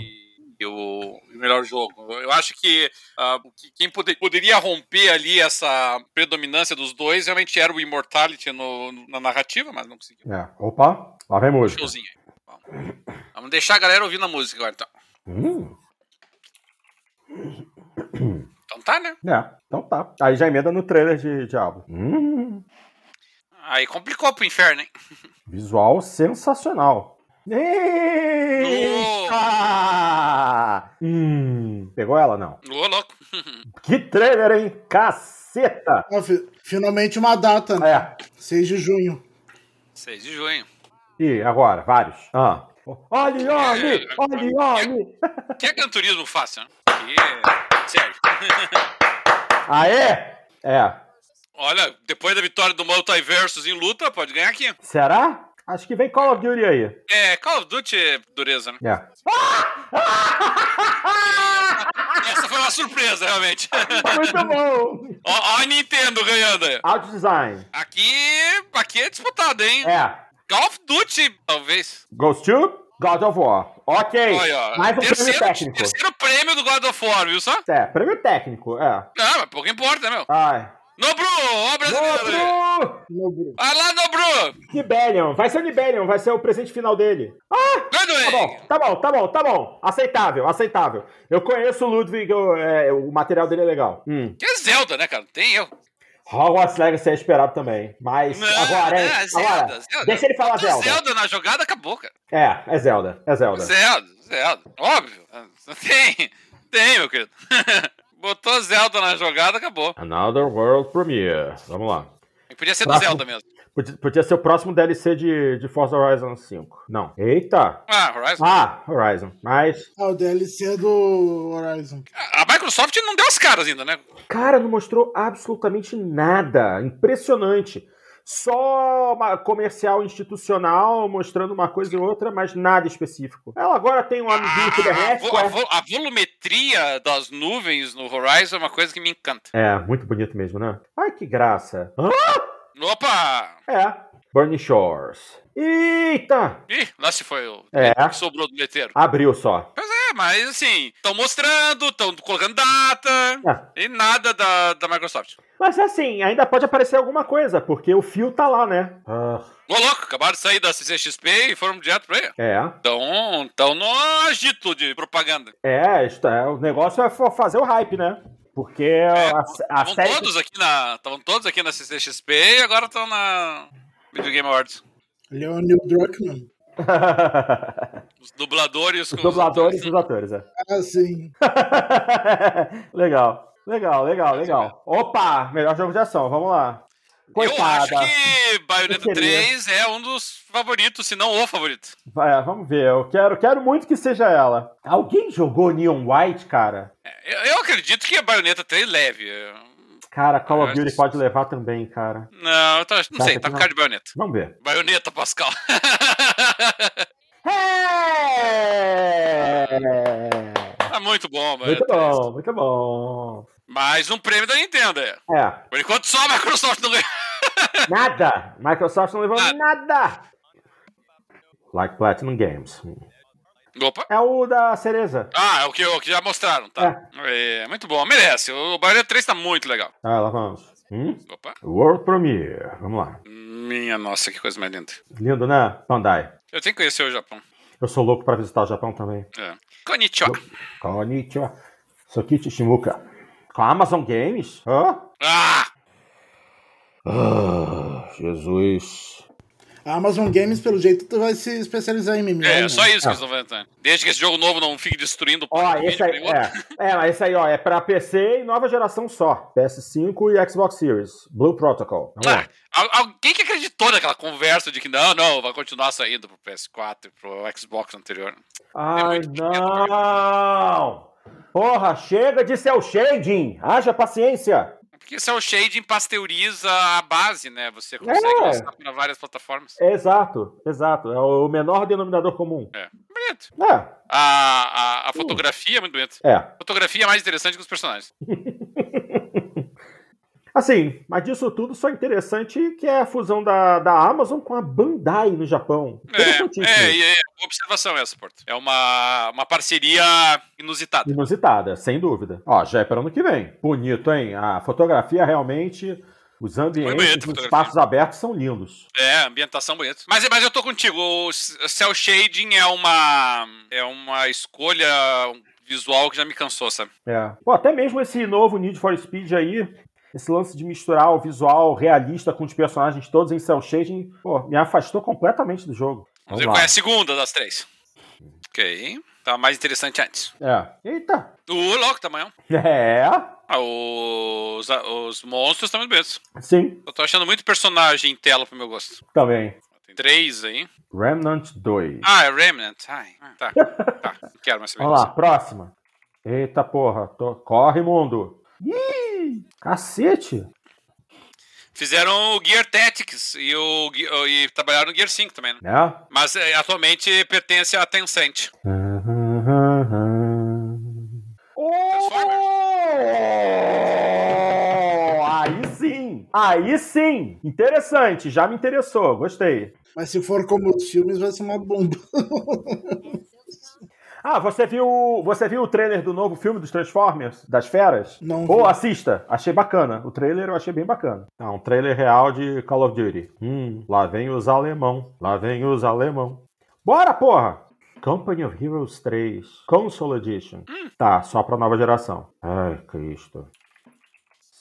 C: e O e o melhor jogo. Eu acho que ah, o que- quem poder- poderia romper ali essa predominância dos dois realmente era o Immortality no- no- na narrativa, mas não conseguiu.
A: É. Opa, lá vem música.
C: Showzinho aí. Bom. Vamos deixar a galera ouvindo a música agora, então.
A: Hum,
C: Então tá, né?
A: é, então tá. Aí já emenda no trailer de, de álbum. Hum,
C: Aí complicou pro inferno, hein?
A: visual sensacional. Eita! Hum, pegou ela, não?
C: Ô, louco.
A: Que trailer, hein? Caceta!
B: Ah, fi- finalmente uma data, né?
A: É.
B: 6 de junho.
C: 6 de junho.
A: E agora, vários. Ah. Olhe, olhe! Olhe, olhe!
C: Que é canturismo fácil, né? Que... Sério.
A: Aê! É.
C: Olha, depois da vitória do Multiversus em luta, pode ganhar aqui.
A: Será? Acho que vem Call of Duty aí.
C: É, Call of Duty é dureza, né?
A: É.
C: Essa foi uma surpresa, realmente.
A: Muito bom!
C: ó, ó a Nintendo ganhando aí.
A: Out Design.
C: Aqui, aqui é disputado, hein?
A: É.
C: Call of Duty, talvez.
A: Ghost 2, God of War. Ok.
C: Olha, ó.
A: Mais um prêmio
C: terceiro,
A: técnico.
C: terceiro prêmio do God of War, viu só?
A: É, prêmio técnico, é.
C: Não, mas pouco importa, né, meu.
A: Ai.
C: Nobru, ó, brasileiro. aí.
A: Outro!
B: Nobru.
C: Vai lá, Nobru!
A: Nibelion. Vai ser o Nibelion, vai ser o presente final dele. Ah! Tá
C: Vai doer!
A: bom, tá bom, tá bom, tá bom. Aceitável, aceitável. Eu conheço o Ludwig, eu- é, o material dele é legal. Hum.
C: Que é Zelda, né, cara? Não Tem eu.
A: Hogwarts Legacy é esperado também. Mas
C: Não,
A: agora, hein?
C: é Zelda,
A: agora,
C: Zelda.
A: deixa ele falar Zelda.
C: Zelda na jogada acabou, cara.
A: É, é Zelda, é Zelda.
C: Zelda, Zelda. Óbvio. Tem, tem, meu querido. Botou Zelda na jogada, acabou.
A: Another World Premiere. Vamos lá.
C: E podia ser do
A: Próximo.
C: Zelda mesmo.
A: Podia, podia ser o próximo DLC de, de Forza Horizon 5. Não. Eita!
C: Ah, Horizon.
A: Ah, Horizon. Mas.
B: Ah, o DLC do Horizon.
C: A a Microsoft não deu as caras ainda, né?
A: Cara, não mostrou absolutamente nada. Impressionante. Só uma comercial institucional mostrando uma coisa e outra, mas nada específico. Ela agora tem um amiguinho
C: A,
A: cibernético.
C: vo- a
A: é.
C: vo- a volumetria das nuvens no Horizon é uma coisa que me encanta.
A: É, muito bonito mesmo, né? Ai, que graça. Hã?
C: Opa!
A: É. Burning Shores. Eita!
C: Ih, lá se foi o
A: É.
C: o que sobrou do letreiro.
A: Abriu só.
C: Pois é, mas assim, estão mostrando, estão colocando data
A: É.
C: e nada da, da Microsoft.
A: Mas assim, ainda pode aparecer alguma coisa, porque o fio tá lá, né? Ah,
C: Ô, louco, acabaram de sair da CCXP e foram direto pra aí.
A: é.
C: Então, então no agito de propaganda.
A: É, isto é, o negócio é fo- fazer o hype, né? Porque a, a
C: Estavam
A: série.
C: todos aqui na. Estavam todos aqui na CCXP e agora estão na Video Game Awards.
B: Ele é o Neil Druckmann.
C: Os dubladores
A: os
C: com
A: dubladores e
C: atores.
A: os atores, é.
B: Ah, sim.
A: legal, legal, legal, legal. Opa, melhor jogo de ação, vamos lá. Coitada.
C: Eu acho que Bayonetta
A: Eu queria.
C: 3 é um dos favoritos, se não o favorito.
A: É, vamos ver, eu quero, quero muito que seja ela. Alguém jogou Neon White, cara?
C: É, Eu, eu acredito que a Bayonetta 3 leve.
A: Cara, Call of
C: Eu acho
A: Duty
C: que-
A: pode levar também, cara.
C: Não, eu tô- não sei,
A: Tá,
C: tá por
A: não.
C: causa de Bayonetta.
A: Vamos ver.
C: Baioneta, Pascal.
A: É!
C: tá muito bom, mano.
A: Muito bom, muito bom.
C: Mais um prêmio da Nintendo. é.
A: É,
C: Por enquanto só a Microsoft não ganhou.
A: Nada! Microsoft não levou
C: Nada.
A: nada! Like Platinum Games.
C: Opa.
A: É o da Cereza.
C: Ah, é o que, É, o que já mostraram, tá? É. muito bom, merece. O Bayonetta 3 tá muito legal.
A: Ah, lá vamos. Hum?
C: Opa.
A: World Premiere. Vamos lá.
C: Minha nossa, que coisa mais linda.
A: Lindo, né? Bandai.
C: Eu tenho que conhecer o Japão.
A: Eu sou louco pra visitar o Japão também.
C: É. Konnichiwa.
A: Konnichiwa. Sokichi Shimuka. Com a Amazon Games? Hã?
C: Ah!
A: Ah, Jesus.
B: A Amazon Games, pelo jeito, tu vai se especializar em MMO.
C: É,
B: né?
C: é só isso que
A: Ah.
C: eles estão inventando. Desde que esse jogo novo não fique destruindo o
A: Ó,
C: parque do
A: esse
C: vídeo,
A: aí,
C: tem outro.
A: é, é, mas esse aí, ó, é pra PC e nova geração só. PS5 e Xbox Series. Blue Protocol. Vamos lá.
C: Ah, al- alguém que acreditou naquela conversa de que não, não, vai continuar saindo pro PS4 e pro Xbox anterior.
A: Ai,
C: muito dinheiro,
A: não! Porra, chega de cel shading! Haja paciência!
C: Porque é cel shading pasteuriza a base, né? Você consegue
A: É.
C: lançar pra várias plataformas.
A: É, exato, exato. É o menor denominador comum.
C: É. Bonito.
A: É,
C: A, a, a fotografia é muito bonita.
A: é.
C: A fotografia é mais interessante que os personagens.
A: Assim, mas disso tudo só é interessante que é a fusão da, da Amazon com a Bandai no Japão. Interessantíssimo.
C: É, é, é, uma observação essa, Porto. É uma, uma parceria inusitada.
A: Inusitada, sem dúvida. Ó, já é para ano que vem. Bonito, hein? A fotografia realmente, os
C: bonito
A: ambientes,
C: a
A: os
C: fotografia.
A: espaços abertos são lindos.
C: É, ambientação bonita. Mas, mas eu tô contigo. O c- cel shading é uma, é uma escolha visual que já me cansou, sabe?
A: É. Pô, até mesmo esse novo Need for Speed aí, esse lance de misturar o visual realista com os personagens todos em cel shading, pô, me afastou completamente do jogo.
C: Vamos
A: Vamos
C: ver
A: lá.
C: qual é a segunda das três. Ok. Tá mais interessante antes.
A: É. Eita.
C: O louco, tamanhão.
A: É.
C: Ah, os, ah, os monstros estão muito bonitos.
A: Sim,
C: Eu tô achando muito personagem em tela pro meu gosto.
A: também.
C: Tem três aí.
A: Remnant 2.
C: Ah, é Remnant. Ai, tá, tá. Não quero mais saber
A: Vamos lá,
C: disso.
A: próxima. Eita porra. tô- Corre, mundo. Ih, cacete.
C: Fizeram o Gear Tactics e, o, Ge- e trabalharam no Gear 5 também, né?
A: Né?
C: Mas eh, atualmente pertence à Tencent.
A: Oh! Aí sim! Aí sim! Interessante, já me interessou, gostei.
B: Mas se for como os filmes, vai ser uma bomba.
A: Ah, você viu, você viu o trailer do novo filme dos Transformers, das Feras?
B: Não
A: Ou
B: vi.
A: assista, achei bacana. O trailer eu achei bem bacana. É um trailer real de Call of Duty. Hum, lá vem os alemão, lá vem os alemão. Bora, porra! Company of Heroes 3 Console Edition. Tá, só pra nova geração. Ai, Cristo.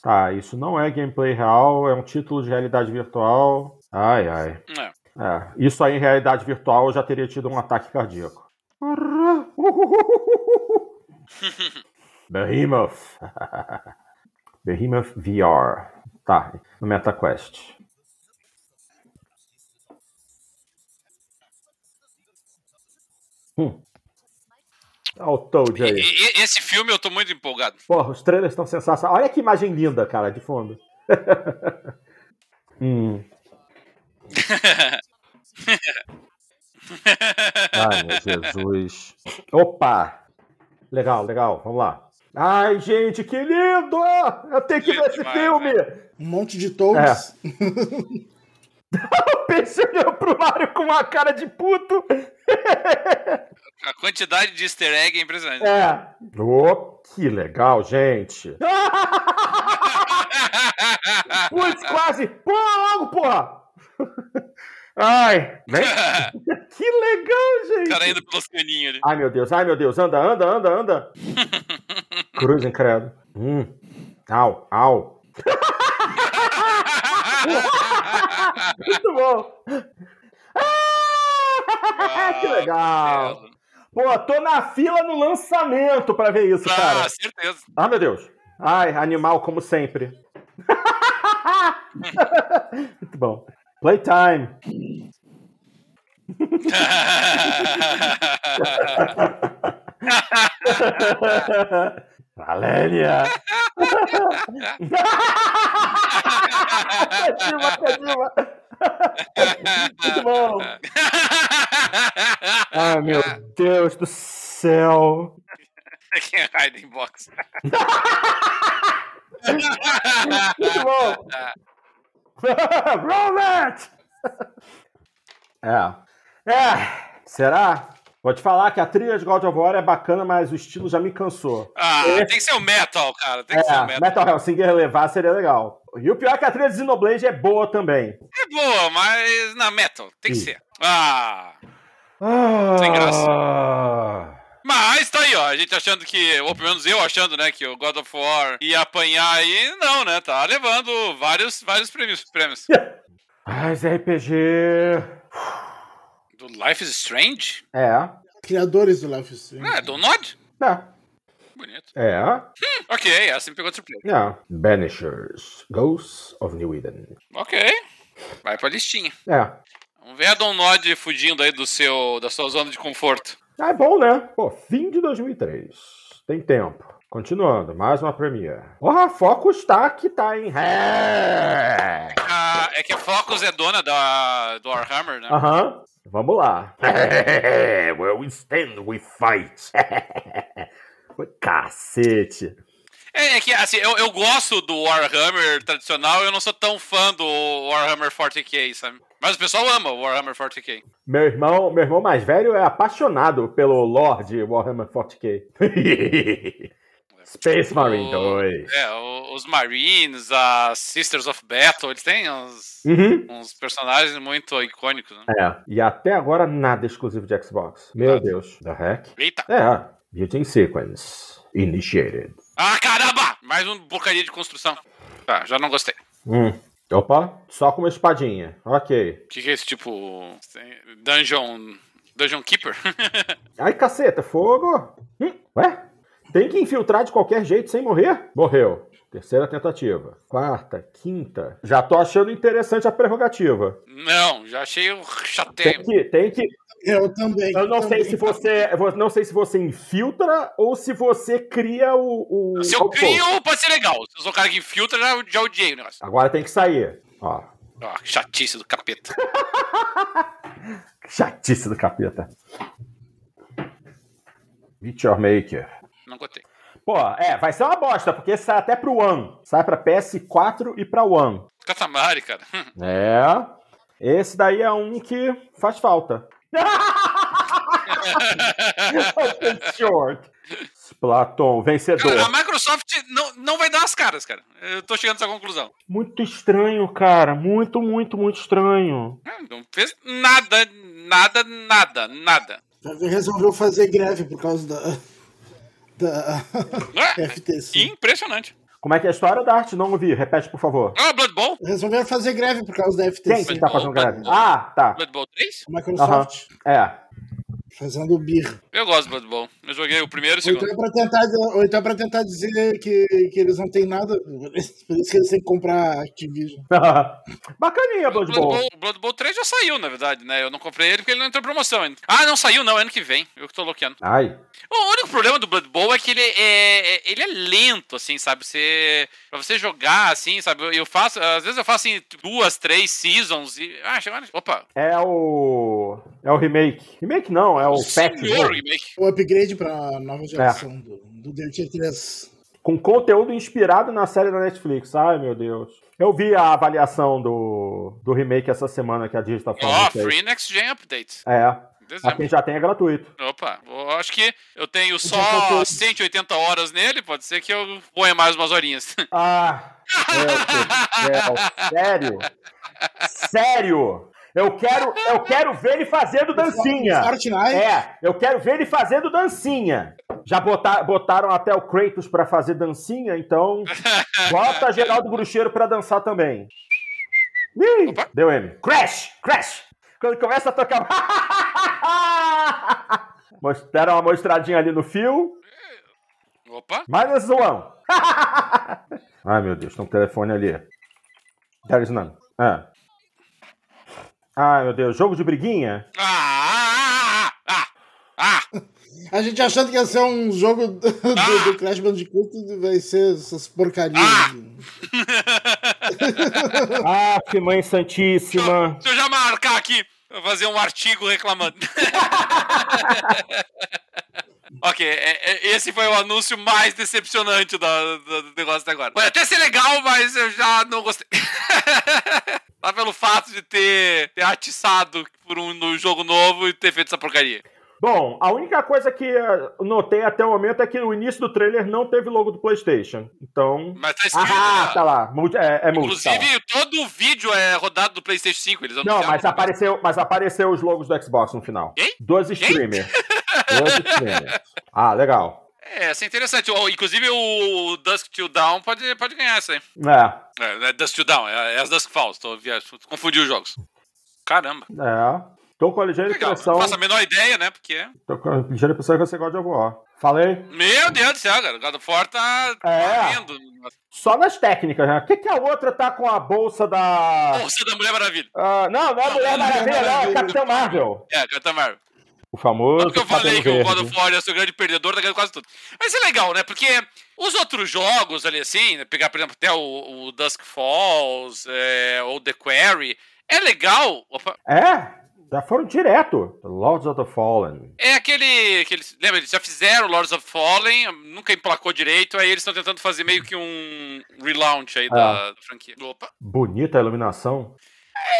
A: Tá, isso não é gameplay real, é um título de realidade virtual. Ai, ai.
C: É.
A: É, isso aí em realidade virtual eu já teria tido um ataque cardíaco. Behemoth. Behemoth VR. Tá, no MetaQuest. Hum. Olha o Toad
C: E-
A: aí.
C: e- e- esse filme eu tô muito empolgado.
A: Porra, os trailers estão sensacionais. Olha que imagem linda, cara, de fundo. hum. Ai, meu Jesus. Opa! Legal, legal, vamos lá. Ai, gente, que lindo! Eu tenho que
C: Lindo
A: ver esse
C: demais, né?
A: filme!
B: Um monte de toads.
A: É. O Peixe olhou pro Mario com uma cara de puto.
C: A quantidade de easter egg é impressionante.
A: É. Oh, que legal, gente. Putz, quase! Pula logo, porra! Ai, vem. Que legal,
C: o
A: gente!
C: cara é indo pelos caninhos ali.
A: Ai, meu Deus, ai, meu Deus, anda, anda, anda, anda. Cruz incrédulo. Hum. Au, au. Muito bom. Ah, que legal. Pô, tô na fila no lançamento pra ver isso,
C: Ah,
A: cara.
C: certeza.
A: Ah, meu Deus. Ai, animal como sempre. Muito bom. Playtime. Valéria. Dilma, é Dilma. Muito bom. Ai, meu Deus do céu.
C: Quem é Hiding Box?
A: Muito bom. Robert! É. É. Será? Vou te falar que a trilha de God of War é bacana, mas o estilo já me cansou.
C: Ah, tem que ser o metal, cara. Tem que ser o
A: É,
C: metal.
A: Metal Hellsinger levar seria legal. E o pior é que a trilha de Xenoblade é boa também.
C: É boa, mas na metal. Tem que
A: Sim.
C: ser. Ah.
A: Ah,
C: Sem Mas tá aí, ó. A gente achando que, ou pelo menos eu achando, né, que o God of War ia apanhar aí. Não, né? Tá levando vários, vários prêmios. prêmios.
A: Ah, esse RPG.
C: Do Life is Strange?
A: É.
B: Criadores do Life is Strange.
C: Ah, do Nod?
A: É.
C: Bonito.
A: É.
C: Hum, ok, essa me pegou de surpresa.
A: É. Banishers. Ghosts of New Eden.
C: Ok. Vai pra listinha.
A: É.
C: Vamos ver a Don Nod um fugindo aí do seu, da sua zona de conforto.
A: Ah, É bom, né? Pô, fim de 2003. Tem tempo. Continuando, mais uma Premiere. Ó, foco está que tá, hein? É.
C: Ah, é que a Focus é dona da, do Warhammer, né?
A: Aham. Vamos lá. Where we stand, we fight. Cacete.
C: É, é que, assim, eu, eu gosto do Warhammer tradicional, eu não sou tão fã do Warhammer 40k, sabe? Mas o pessoal ama o Warhammer 40k.
A: Meu irmão, meu irmão mais velho é apaixonado pelo Lord Warhammer 40k. Space Marine
C: O-
A: 2.
C: É, o- os Marines, as Sisters of Battle, eles têm uns,
A: Uhum.
C: uns personagens muito icônicos, né?
A: É, e até agora nada exclusivo de Xbox. Meu
C: Nada.
A: Deus. The heck?
C: Eita!
A: É, Building Sequence. Initiated.
C: Ah, caramba! Mais um porcaria de construção. Tá, já não gostei.
A: Hum. Opa, só com uma espadinha. Ok.
C: O que, que é esse tipo. Dungeon. Dungeon Keeper?
A: Ai, caceta, fogo! Hum, ué? Tem que infiltrar de qualquer jeito sem morrer? Morreu. Terceira tentativa. Quarta, quinta. Já tô achando interessante a prerrogativa.
C: não, já achei o
A: Tem
C: chateio.
A: que, tem que.
B: Eu também.
A: Eu
C: Então,
A: não sei
B: também.
A: se você, eu não sei se você infiltra ou se você cria o. o
C: Se eu
A: o-
C: crio, um, pode ser legal. Se eu sou o cara que infiltra, já, já odiei o negócio.
A: Agora tem que sair. Ó,
C: Ó, que chatice do capeta.
A: chatice do capeta. Meet Your Maker.
C: Não gostei.
A: Pô, é, vai ser uma bosta, porque sai até pro One. Sai pra PS4 e pra One.
C: Catamari, cara.
A: É. Esse daí é um que faz falta. Short. Splatoon,
C: Cara, a
A: vencedor.
C: Microsoft não, não vai dar as caras, cara. Eu tô chegando a essa conclusão.
A: Muito estranho, cara. Muito, muito, muito estranho.
C: Ah, Não fez nada, nada, nada, nada.
B: Resolveu fazer greve por causa da. Da.
C: Ah,
B: FTC.
C: Impressionante.
A: Como é que é a história da arte? Não ouvi. Repete, por favor.
C: Ah, Blood Bowl?
B: Resolveram fazer greve por causa da
A: Quem
B: FTC.
A: que tá fazendo greve? Ah, tá.
C: Blood Bowl 3?
B: Microsoft.
A: É.
B: Fazendo birra.
C: Eu gosto do Blood Bowl. Eu joguei o primeiro e o
B: Ou então,
C: segundo.
B: é pra tentar, ou então é pra tentar dizer que, que eles não têm nada. Por isso por isso que eles têm que comprar a Activision.
A: Bacaninha,
C: O
A: Blood
C: Blood
A: Bowl.
C: Bowl, o Blood Bowl 3 já saiu, na verdade, né? Eu não comprei ele porque ele não entrou em promoção ainda. Ah, não saiu, não. é Ano que vem. Eu que tô bloqueando.
A: Ai.
C: O único problema do Blood Bowl é que ele é, é- ele é lento, assim, sabe? Você, pra você jogar, assim, sabe? Eu- Eu faço, às vezes eu faço assim, duas, três seasons e. Ah, chegou. na- Opa!
A: É o. É o remake. Remake não, é o patch.
C: Senhor
A: né?
C: remake.
B: O upgrade pra
A: É.
B: nova geração do, do Dirt 3.
A: Com conteúdo inspirado na série da Netflix. Ai, meu Deus. Eu vi a avaliação do, do remake essa semana que a Disney tá
C: Ó,
A: falando. isso aí.
C: Ah, Free Next Gen Update.
A: É. Pra
C: Dezembro.
A: quem já tem é gratuito.
C: Opa, eu acho que eu tenho
B: já
C: só
B: faltou.
C: 180 horas nele, pode ser que eu ponha mais umas horinhas.
A: Ah, meu Deus do céu. Sério? Sério? Eu quero, eu quero ver ele fazendo dancinha.
B: Fortnite.
A: É, eu quero ver ele fazendo dancinha. Já botar- botaram até o Kratos pra fazer dancinha, então bota Geraldo Bruxeiro pra dançar também. Ih,
C: Opa.
A: deu M. Crash, crash. Quando começa a tocar... Mos- Deram uma mostradinha ali no fio. é.
C: Opa,
A: Minus one. Ai, meu Deus, tem um telefone ali. There is none. Ah. Ai, meu Deus, jogo de briguinha?
C: ah, ah, ah, ah, ah.
B: A gente achando que ia ser um jogo do, do- do Crash Bandicoot, vai ser essas porcarias.
C: Ah!
A: Ah, que mãe santíssima.
C: Se eu já marcar aqui, eu vou fazer um artigo reclamando. ok, é- é- esse foi o anúncio mais decepcionante da- da- do negócio até agora. Pode até ser legal, mas eu já não gostei. Só pelo fato de ter, ter atiçado por um no jogo novo e ter feito essa porcaria.
A: Bom, a única coisa que eh, notei até o momento é que no início do trailer não teve logo do PlayStation. Então.
C: Mas tá escrito.
A: Ah,
C: né?
A: tá lá. multi- É, é multi, tá lá.
C: Inclusive, todo o vídeo é rodado do PlayStation 5. Eles
A: Não,
C: anunciaram
A: mas
C: no-
A: apareceu, mas apareceu os logos do Xbox no final.
C: Quem?
A: Dois streamers. Dois streamers. Ah, legal.
C: É, isso é interessante. O- Inclusive, o Dusk Till Down pode, pode ganhar essa aí.
A: É,
C: É, não é Dusk Till Down, é, é as Dusk Falls. Tô, via- confundi os jogos. Caramba.
A: é. Tô com a ligeira
C: Legal.
A: impressão.
C: Não faço a menor ideia, né? Porque.
A: Tô com a ligeira impressão que você gosta de Overwatch. Falei?
C: Meu Deus do céu, cara. O God of War tá.
A: É.
C: tá lindo.
A: Só nas técnicas, né? O que, que a outra tá com a bolsa da.
C: Bolsa da Mulher é Maravilha.
A: Ah, não, não é Mulher Maravilha, não, é
B: Maravilha.
A: Capitão Marvel.
C: É, Capitã Marvel.
A: O famoso.
C: Tanto que eu falei
A: cabelo
C: que o
A: tá verde.
C: God of War é o seu grande perdedor, tá ganhando quase tudo. Mas é legal, né? Porque os outros jogos ali, assim, né? pegar, por exemplo, até o, o Dusk Falls, é, ou The Quarry, é legal. Opa,
A: É, já foram direto. Lords of the Fallen.
C: É aquele, aquele. Lembra, eles já fizeram Lords of Fallen, nunca emplacou direito, aí eles estão tentando fazer meio que um relaunch aí da, da franquia. Opa.
A: Bonita a iluminação.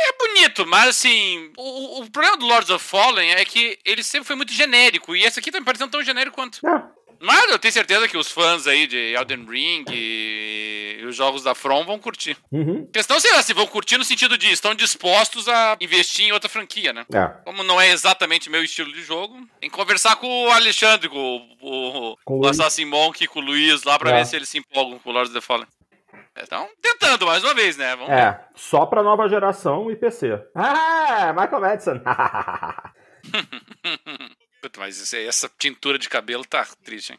C: É bonito, mas assim. O, o- o problema do Lords of Fallen é que ele sempre foi muito genérico, e esse aqui tá me parecendo tão genérico quanto.
A: É,
C: Mas eu tenho certeza que os fãs aí de Elden Ring e, e os jogos da From vão curtir.
A: uhum.
C: A questão será se vão curtir no sentido de estão dispostos a investir em outra franquia, né?
A: é.
C: Como não é exatamente meu estilo de jogo, tem que conversar com o Alexandre, com o, o,
A: Com o
C: o
A: Luiz.
C: Assassin Monk, com o Luiz lá pra
A: É.
C: ver se eles se empolgam com o Lord of the Fallen. Estão tentando mais uma vez, né? Vamos ver.
A: É, só pra nova geração e PC. Ah, Michael Madison.
C: Puta, mas isso- essa tintura de cabelo tá triste, hein?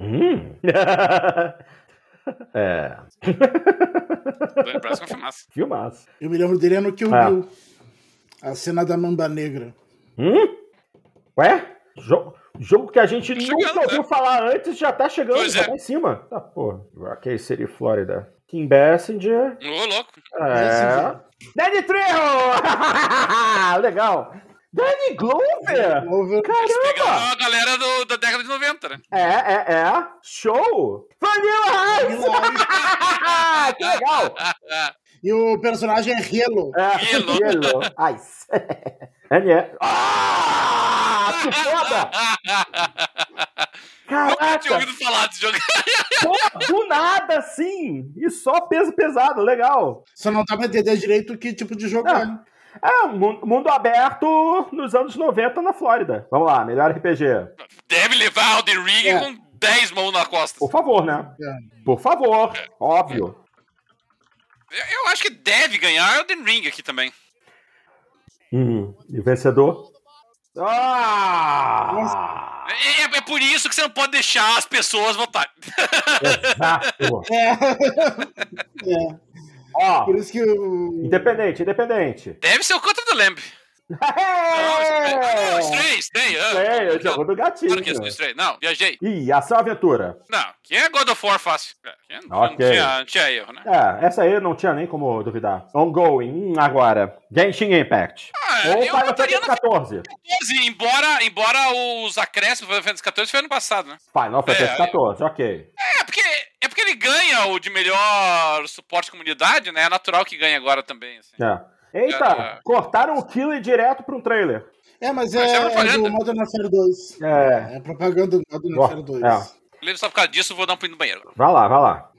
A: Hum. é,
C: Tony Braxton foi massa.
A: filmaço.
B: Eu me lembro dele é no Kill
A: Ah.
B: Bill. A cena da Mamba Negra.
A: Hum? Ué? Jo- jogo que a gente
C: Tá
A: nunca
C: chegando,
A: ouviu falar antes já tá chegando,
C: Pois
A: já
C: é.
A: tá em cima. Tá, pô. Rocky City, Flórida. Kim Bessinger.
C: Ô, louco. assim,
A: É. Danny Trejo! Legal. Danny Glover!
B: Over.
A: Caramba!
C: Pegaram a galera do- da década de 90, né?
A: É, é, é. Show! Vanilla Ice! que legal!
B: E o personagem é Halo.
A: É,
C: Yellow.
A: Yellow Ice. Ele é. Ah! Que foda!
C: Eu tinha
A: Caraca!
C: ouvido falar desse jogo.
A: Pô, do nada, sim! E só peso pesado, legal.
B: Só não dá pra entender direito que tipo de jogo é. né?
A: É, um mu- mundo aberto nos anos 90 na Flórida. Vamos lá, melhor RPG.
C: Deve levar Elden Ring
B: É.
C: com 10 mãos na costa.
A: Por favor, né? Por favor, óbvio.
C: Eu, eu acho que deve ganhar Elden Ring aqui também.
A: Uhum. E vencedor? Ah!
C: É, é- é por isso que você não pode deixar as pessoas votarem.
A: Exato!
B: É.
A: Ó,
B: Por isso que o.
A: Então, independente, independente.
C: Deve ser o Contra do Lamb. Não, Stray. Ah, não, Stray, Stray. ah.
A: É, eu jogo do gatinho.
C: Claro que é do Stray. Não, viajei.
A: Ih, ação e aventura.
C: Não, que é God of War fácil. É, que é- Não,
A: Ok.
C: tinha, não tinha erro, né?
A: É, essa aí não tinha nem como duvidar. Ongoing, hum, agora. Genshin Impact.
C: Ah,
A: Ou
C: eu
A: Final
C: votaria
A: Fantasy
C: no
A: XIV.
C: 14, embora, embora os acréscimos do Final Fantasy 14 foi ano passado, né?
A: Final Fantasy
C: É, aí-
A: XIV, ok.
C: É, porque, é porque ele ganha o de melhor suporte à comunidade, né? É natural que ganhe agora também, assim.
A: É. Eita,
C: É, é.
A: cortaram o Killer direto pra um trailer.
B: É, mas é,
C: Mas é propaganda.
B: é do Modern Warfare 2.
A: É.
B: É propaganda do Modern Warfare 2.
A: É.
C: Lembro só por causa disso, vou dar um pulinho no banheiro.
A: Vai lá, vai lá.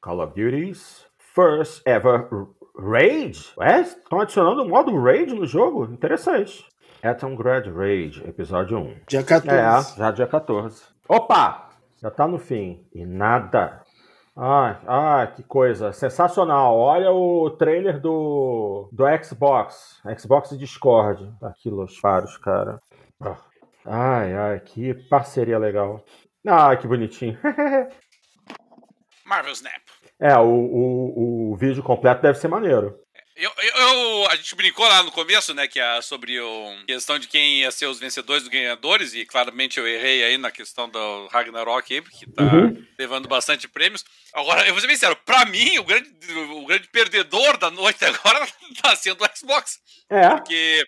A: Call of Duty's First Ever R- Raid? Ué, estão adicionando o modo Raid no jogo? Interessante. Etongrad Raid, episódio 1.
B: Dia 14.
A: É, já dia 14. Opa! Já tá no fim. E nada. Ai, ai, que coisa. Sensacional. Olha o trailer do, do Xbox. Xbox e Discord. Tá Aqui, Los Faros, cara. Ah. Ai, ai, que parceria legal. Ah, que bonitinho.
C: Marvel Snap.
A: É, o, o, o vídeo completo deve ser maneiro.
C: Eu, eu- eu- a gente brincou lá no começo, né, que a, sobre o- a questão de quem ia ser os vencedores e ganhadores, e claramente eu errei aí na questão do Ragnarok, aí, porque tá
A: Uhum.
C: levando bastante prêmios. Agora, eu vou ser bem sincero, pra mim, o grande, o grande perdedor da noite agora tá sendo o Xbox,
A: É,
C: porque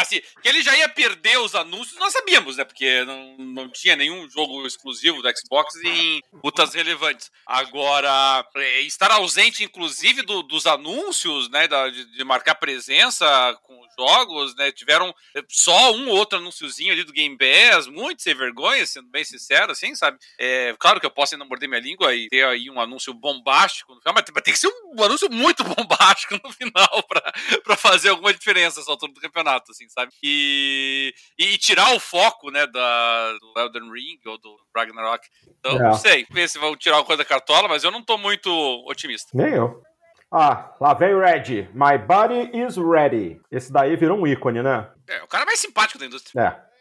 C: Assim, que ele já ia perder os anúncios, nós sabíamos, né? Porque não, não tinha nenhum jogo exclusivo do Xbox em lutas relevantes. Agora, é, estar ausente, inclusive, do- dos anúncios, né? da- de, de marcar presença com os jogos, né? Tiveram é, só um ou outro anúnciozinho ali do Game Pass, muito sem vergonha, sendo bem sincero, assim, sabe? É, claro que eu posso ainda morder minha língua e ter aí um anúncio bombástico no final, mas tem- mas tem que ser um anúncio muito bombástico no final pra, pra fazer alguma diferença nessa altura do campeonato, assim, sabe? E, e tirar o foco, né, da, do Elden Ring ou do Ragnarok. Então,
A: É.
C: não sei, ver se vão tirar alguma coisa da cartola, mas eu não tô muito otimista.
A: Nem eu. Ah, lá vem o Red. My body is ready. Esse daí virou um ícone, né?
C: É, o cara mais simpático da indústria.
A: É.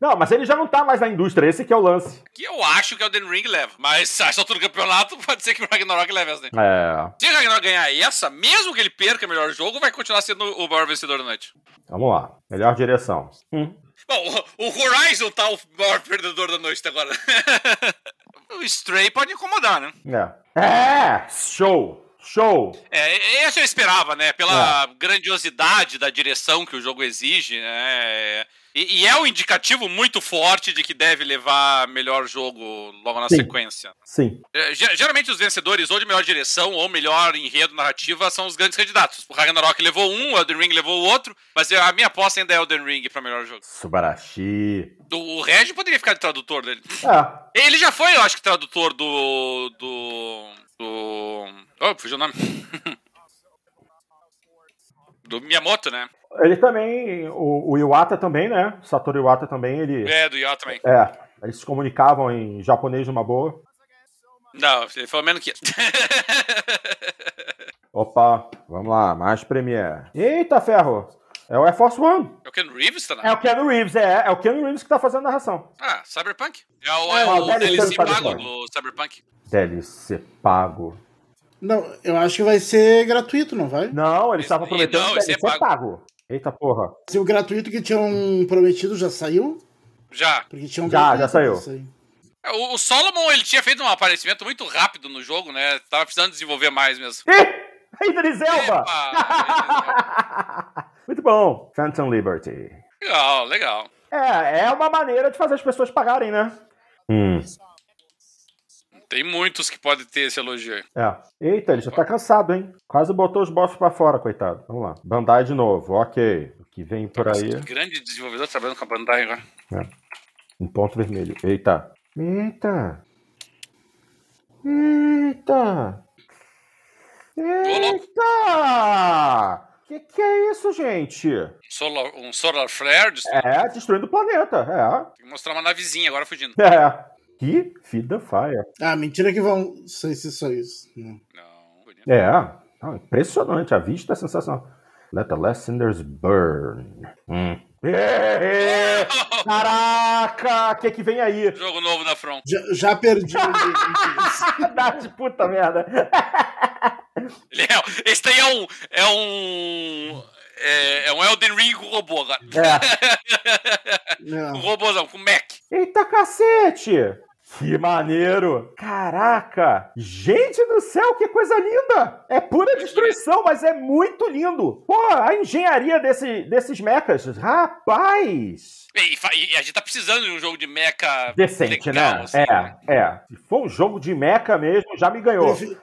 A: Não, mas ele já não tá mais na indústria, esse que é o lance.
C: Que eu acho que o Elden Ring leva, mas a essa altura do campeonato pode ser que o Ragnarok leve essa, né?
A: É.
C: Se o Ragnarok ganhar essa, mesmo que ele perca o melhor jogo, vai continuar sendo o maior vencedor da noite.
A: Vamos lá. Melhor direção.
C: Bom, o o Horizon tá o maior perdedor da noite até agora. o Stray pode incomodar, né?
A: É. É! Show! Show!
C: É, esse eu esperava, né? Pela grandiosidade da direção que o jogo exige, né? E, e é um indicativo muito forte de que deve levar melhor jogo logo na
A: Sim.
C: sequência.
A: Sim.
C: É, ge- Geralmente os vencedores ou de melhor direção ou melhor enredo narrativa são os grandes candidatos. O Ragnarok levou um, o Elden Ring levou o outro, mas eu- a minha aposta ainda é Elden Ring pra melhor jogo.
A: Subarashi.
C: O o Regi poderia ficar de tradutor dele.
A: É.
C: Ele já foi, eu acho que, tradutor do. do. do. Oh, fugiu o nome. do Miyamoto, né?
A: Ele também, o, o Iwata também, né? Satoru Iwata também, ele.
C: É, do Yacht também.
A: É. Eles se comunicavam em japonês numa boa.
C: Não, ele falou menos que isso.
A: Opa, vamos lá, mais Premiere. Eita, ferro! É o Air Force One.
C: é o Ken Reeves, tá?
A: É
C: na.
A: o Keanu Reeves, é. É o Keanu Reeves que tá fazendo a narração.
C: Ah, Cyberpunk. É o, é
A: Ah,
C: o
A: velho,
C: DLC
A: Cyberpunk.
C: pago do Cyberpunk.
A: DLC pago.
B: Não, eu acho que vai ser gratuito, não vai?
A: Não, eles
C: Esse-
A: estavam prometendo
C: não,
A: que
C: esse
A: DLC
C: é
A: pago. pago. Eita porra.
B: Se o gratuito que tinham prometido já saiu?
C: Já.
B: Porque tinham
A: Já,
B: gratuito,
A: já saiu.
B: não sei.
C: É, O, o Solomon, ele tinha feito um aparecimento muito rápido no jogo, né? Tava precisando desenvolver mais mesmo.
A: Ih! Idris Elba! Muito bom. Phantom Liberty.
C: Legal, legal.
A: É, é uma maneira de fazer as pessoas pagarem, né? Hum.
C: Tem muitos que podem ter esse elogio aí.
A: É. Eita, ele já tá cansado, hein? Quase botou os bofs pra fora, coitado. Vamos lá. Bandai de novo, ok. O que vem por aí.
C: Grande desenvolvedor trabalhando com a Bandai agora.
A: Um ponto vermelho. Eita. Eita. Eita.
C: louco.
A: Eita. Que que é isso, gente?
C: Solar- um Solar Flare, destru-
A: É, destruindo o planeta.
C: tem que mostrar uma navezinha agora fugindo.
A: É. É. Que fida fire.
B: Ah, mentira que vão. Não sei se só isso. Não.
C: Não, bonito.
A: É. Ah, impressionante. A vista é sensacional. Let the Lessenders burn. Hum. É, é. Caraca, o que que vem aí?
C: Jogo novo da From.
B: Já, já perdi. o
A: Saudade, puta merda.
C: Ele é- esse daí é um. É um. É, é um Elden Ring com robô agora.
A: É.
C: Com
B: Não.
C: robôzão, com Mac.
A: Eita cacete! Que maneiro! Caraca! Gente do céu, que coisa linda! É pura destruição, mas é muito lindo! Pô, a engenharia desse, desses mechas, rapaz!
C: E, fa- e a gente tá precisando de um jogo de mecha.
A: Decente,
C: legal,
A: né?
C: assim,
A: é, é. Se for um jogo de mecha mesmo, já me ganhou.
B: Prefi-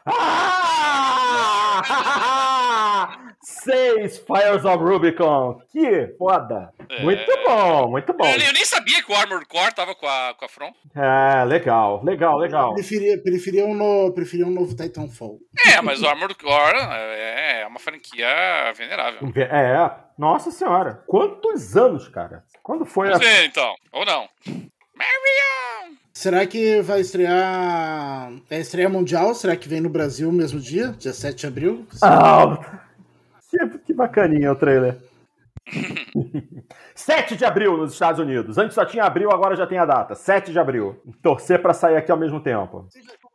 A: Ah! Seis Fires of Rubicon! Que foda!
C: É.
A: Muito bom, muito bom!
C: Eu, nem- eu nem sabia que o Armored Core tava com a, com a From.
A: É, legal, legal, legal.
B: Preferia, preferia, um no, preferia um novo Titanfall.
C: É, mas o Armored Core é, é uma franquia venerável.
A: É, nossa senhora. Quantos anos, cara? Quando foi a.
C: Vamos ver então, ou não. Marion!
B: Será que vai estrear. É estreia mundial? Será que vem no Brasil no mesmo dia? Dia 7 de abril?
A: Ah, que, que bacaninha o trailer. 7 de abril nos Estados Unidos. Antes só tinha abril, agora já tem a data. 7 de abril. Torcer pra sair aqui ao mesmo tempo.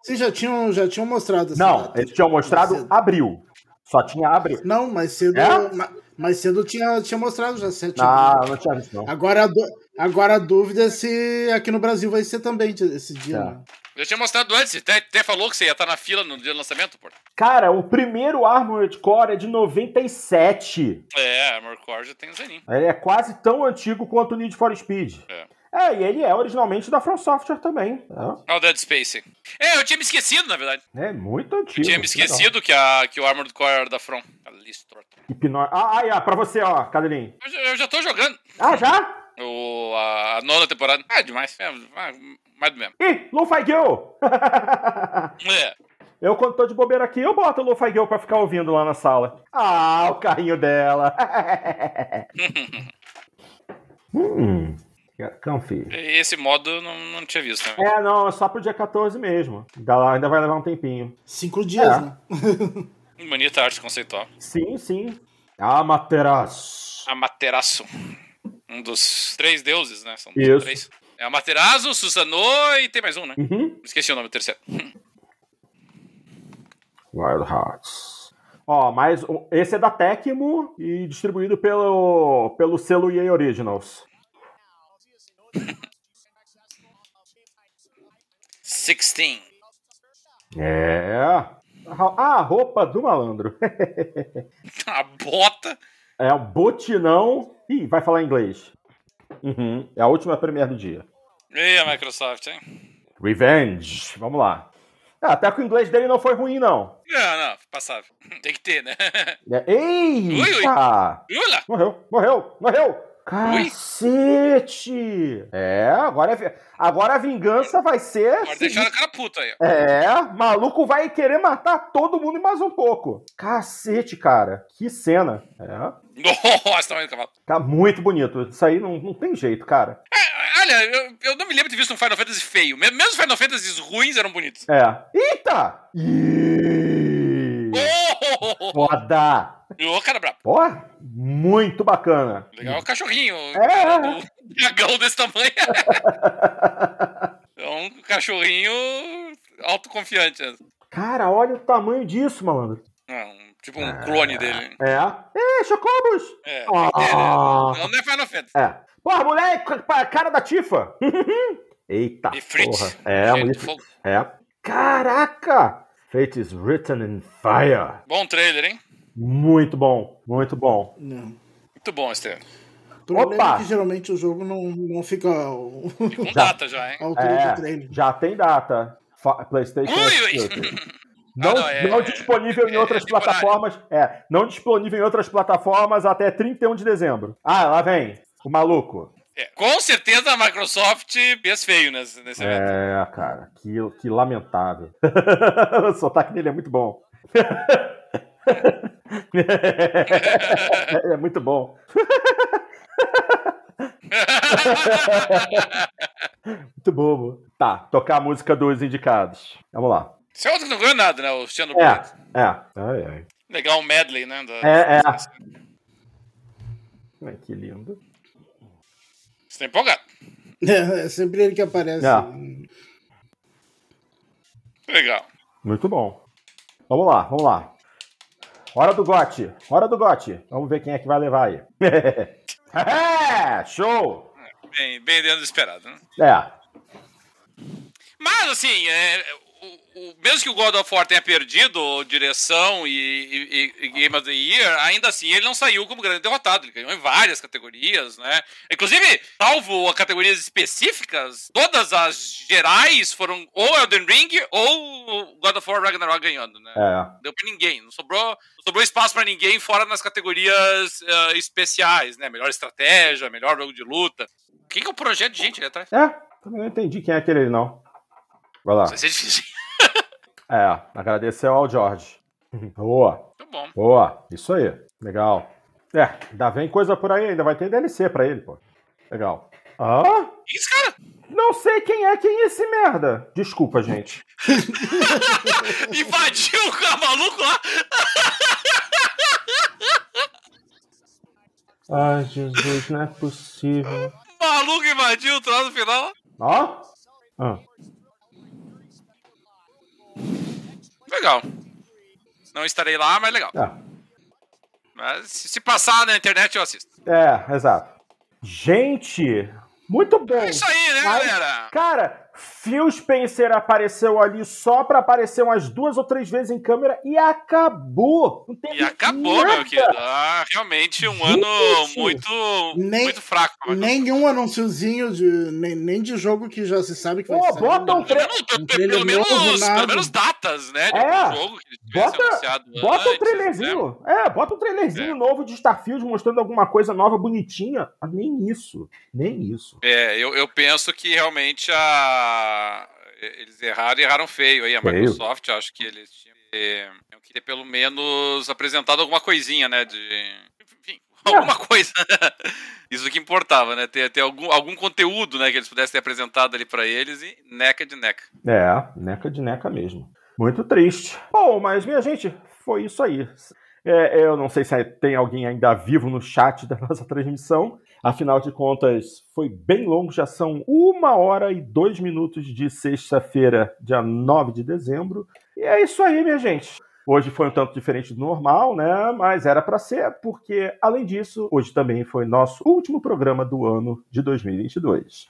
B: Vocês já tinham, já tinham mostrado essa
A: Não,
B: data.
A: eles tinham mostrado abril. Só tinha abril.
B: Não, mais cedo.
A: É?
B: ma- Mais cedo tinha, tinha mostrado já 7 de
A: Ah,
B: abril.
A: não tinha visto, não.
B: Agora, do- Agora a dúvida é se aqui no Brasil vai ser também esse dia.
A: Tá.
B: né?
C: Eu tinha mostrado antes, até, até falou que você ia estar na fila no dia do lançamento, pô.
A: Cara, o primeiro Armored Core é de 97.
C: É, Armor Core já tem o Zenin.
A: Ele é quase tão antigo quanto o Need for Speed.
C: É.
A: É, e ele é originalmente da From Software também. É,
C: Ah, o Dead Space. É, eu tinha me esquecido, na verdade.
A: é muito
C: Eu
A: antigo.
C: tinha me esquecido que, a, que o Armored Core era da From. Tá Calisto.
A: Hipno... Ah, ah, é, pra você, ó, Cadelinho.
C: Eu, já- eu já tô jogando
A: Ah, já?
C: o, a, a nona temporada. Ah, demais. É, ah, mais do mesmo.
A: Ih, Lo-Fi Girl!
C: É.
A: eu, quando tô de bobeira aqui, eu boto o Lo-Fi Girl pra ficar ouvindo lá na sala. Ah, o carrinho dela. hum, comfy.
C: Esse modo eu não, não tinha visto, né?
A: É, não, é só pro dia 14 mesmo. Ainda lá- Ainda vai levar um tempinho.
B: Cinco dias,
A: É.
B: né?
C: Bonita arte conceitual.
A: Sim, sim. Amaterasu.
C: Amaterasu. Um dos três deuses, né? São
A: Isso.
C: três. É Amaterasu, Susanoo e tem mais um, né?
A: Uhum.
C: Esqueci o nome do terceiro.
A: Wild Hearts. Ó, mas o- esse é da Tecmo e distribuído pelo, pelo selo EA Originals.
C: Sixteen.
A: É. Ra- Ah, a roupa do malandro.
C: A bota.
A: É o botinão. Ih, vai falar inglês. Uhum. É a última premiere do dia.
C: E a Microsoft, hein?
A: Revenge. Vamos lá. Ah, até que o inglês dele não foi ruim, não.
C: Não, Ah, não, passável. Tem que ter, né?
A: É- Eita!
C: Ui, ui. Ula!
A: Morreu, morreu, morreu! Cacete! É, agora, é, vi- agora a vingança vai ser. assim.
C: Agora deixaram o cara puto aí, ó.
A: É, maluco vai querer matar todo mundo e mais um pouco. Cacete, cara. Que cena. É.
C: Nossa, tamanho do cavalo.
A: Tá muito bonito. Isso aí não, não tem jeito, cara.
C: É, olha, eu, eu não me lembro de ter visto um Final Fantasy feio. Me- Mesmo os Final Fantasies ruins eram bonitos.
A: É. Eita! Ih!
C: Oh,
A: Foda!
C: Ô, cara brabo.
A: Ó, muito bacana.
C: Legal o cachorrinho.
A: É.
C: O dragão desse tamanho. é um cachorrinho autoconfiante. né?
A: Cara, olha o tamanho disso, malandro.
C: É, um- tipo um clone dele.
A: É. Ê, chocobos!
C: É.
A: Ah.
C: Não, não é Final Fantasy.
A: É. Porra, moleque, com a cara da Tifa. Eita,
C: E Fritz.
A: porra. É,
C: Gente,
A: mulher-
C: fogo.
A: é. Caraca! Fate is written in fire.
C: Bom trailer, hein?
A: Muito bom, muito bom.
B: Não.
C: Muito bom, Estevam.
B: O problema
A: Opa!
B: é que geralmente o jogo não, não fica ao,
C: E com data já, hein?
B: à altura do
A: É,
B: trailer.
A: já tem data. Fa- PlayStation.
C: Ui, ui.
A: Exclusive. Não,
C: Ah, não, é-
A: não disponível em
C: é-
A: outras
C: é temporário.
A: plataformas. É, não disponível em outras plataformas até 31 de dezembro. Ah, lá vem. O maluco.
C: É, Com certeza a Microsoft fez feio nesse, nesse evento.
A: É, cara, que, que lamentável. o sotaque dele é muito bom. é, muito bom. Muito bobo. Tá, tocar a música dos indicados. Vamos lá.
C: Esse é outro que não ganhou nada, né? O Luciano
A: É,
C: Bonito.
A: é. Ai, ai.
C: Legal o medley, né? da-
A: É, é. Ai, que lindo.
C: Você tá empolgado.
B: É, é sempre ele que aparece.
A: É.
C: Legal.
A: Muito bom. Vamos lá, vamos lá. Hora do gote, hora do gote. Vamos ver quem é que vai levar aí. é, show!
C: Bem, bem dentro do esperado, né?
A: É,
C: Mas, assim, é, o, o- mesmo que o God of War tenha perdido direção e, e- e- e Game of the Year, ainda assim ele não saiu como grande derrotado. Ele ganhou em várias categorias, né? Inclusive, salvo a categorias específicas, todas as gerais foram ou Elden Ring ou God of War Ragnarok ganhando, né?
A: é.
C: Não Deu pra ninguém, não sobrou, não sobrou espaço pra ninguém fora nas categorias eh, especiais, né? Melhor estratégia, melhor jogo de luta. Quem que é o projeto de gente ali atrás?
A: É, também não entendi quem é aquele, não. Vai lá.
C: Vai ser difícil.
A: É, agradecer ao Jorge. boa,
C: Muito bom.
A: boa. Isso aí. Legal. É, ainda vem coisa por aí, ainda vai ter DLC pra ele, pô. Legal. Ah?
C: Que isso, cara?
A: Não sei quem é quem é esse merda. Desculpa, gente.
C: Invadiu o cara maluco lá?
A: Ai, Jesus, não é possível.
C: O maluco invadiu o troço no final.
A: Ó? Ah.
C: Legal. Não estarei lá, mas legal.
A: É.
C: Mas se se passar na internet, eu assisto.
A: é, exato. Gente, Muito bom.
C: É isso aí, né,
A: Mas,
C: galera?
A: Cara, Phil Spencer apareceu ali só pra aparecer umas duas ou três vezes em câmera e acabou. Não teve
C: E acabou,
A: nada.
C: meu querido. Ah, realmente um ano
A: Gente.
C: muito,
B: Nem-
C: muito fraco. pra Macau.
B: Nenhum anunciozinho de. Nem, nem de jogo que já se sabe que vai
A: Pô,
B: sair.
A: bota um
C: Pelo
A: trailer.
C: menos,
B: Não
C: pelo,
B: tem
C: pelo
B: novo,
C: menos,
B: nada.
C: pelo menos datas, né? De
A: É.
C: um jogo que tivesse
A: Bota-
C: anunciado
A: Bota um
C: antes, né?
A: trailerzinho. É, bota um trailerzinho
C: É.
A: novo de Starfield mostrando alguma coisa nova, bonitinha. Ah, Nem isso. Nem isso.
C: É, eu, eu penso que realmente a... eles erraram e erraram feio aí. A
A: Feio.
C: Microsoft, acho que eles tinham que, ter, tinham que ter pelo menos apresentado alguma coisinha, né? De... Enfim, alguma
A: É.
C: coisa. Isso que importava, né? Ter, ter algum, algum conteúdo né, que eles pudessem ter apresentado ali pra eles e neca de neca.
A: É, neca de neca mesmo. Muito triste. Bom, mas minha gente, foi isso aí. É, eu não sei se tem alguém ainda vivo no chat da nossa transmissão. Afinal de contas, foi bem longo, já são uma hora e dois minutos de sexta-feira, dia 9 de dezembro. E é isso aí, minha gente. Hoje foi um tanto diferente do normal, né? Mas era pra ser, porque além disso, hoje também foi nosso último programa do ano de 2022.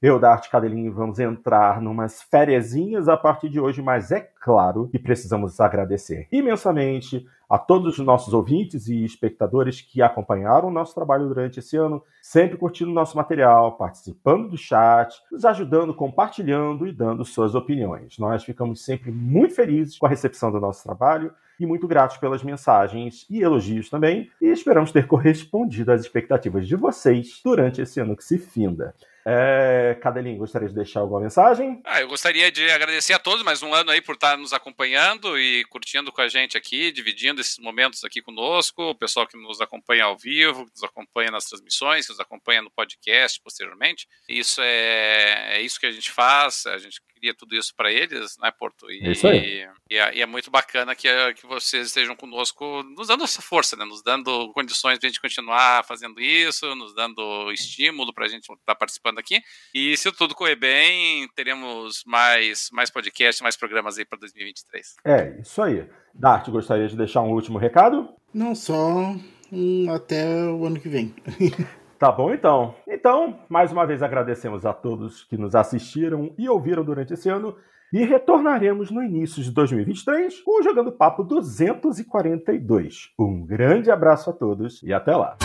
A: Eu, da Arte Cadelinho, vamos entrar numas fériasinhas a partir de hoje, mas é claro que precisamos agradecer imensamente a todos os nossos ouvintes e espectadores que acompanharam o nosso trabalho durante esse ano, sempre curtindo o nosso material, participando do chat, nos ajudando, compartilhando e dando suas opiniões. Nós ficamos sempre muito felizes com a recepção do nosso trabalho e muito gratos pelas mensagens e elogios também, e esperamos ter correspondido às expectativas de vocês durante esse ano que se finda. É, Cadelinho, gostaria de deixar alguma mensagem?
C: Ah, eu gostaria de agradecer a todos mais um ano aí por estar nos acompanhando e curtindo com a gente aqui, dividindo esses momentos aqui conosco, o pessoal que nos acompanha ao vivo, que nos acompanha nas transmissões, que nos acompanha no podcast posteriormente. Isso é, é isso que a gente faz, a gente cria tudo isso para eles, né, Porto? E,
A: É isso aí.
C: E é, e é muito bacana que, que vocês estejam conosco, nos dando essa força, né, nos dando condições para a gente continuar fazendo isso, nos dando estímulo para a gente estar participando aqui. E se tudo correr bem, teremos mais, mais podcasts, mais programas aí para 2023.
A: É, isso aí. Dart, gostaria de deixar um último recado?
B: Não, só hum, até o ano que vem.
A: Tá bom então. Então, mais uma vez agradecemos a todos que nos assistiram e ouviram durante esse ano e retornaremos no início de 2023 com o Jogando Papo 242. Um grande abraço a todos e até lá.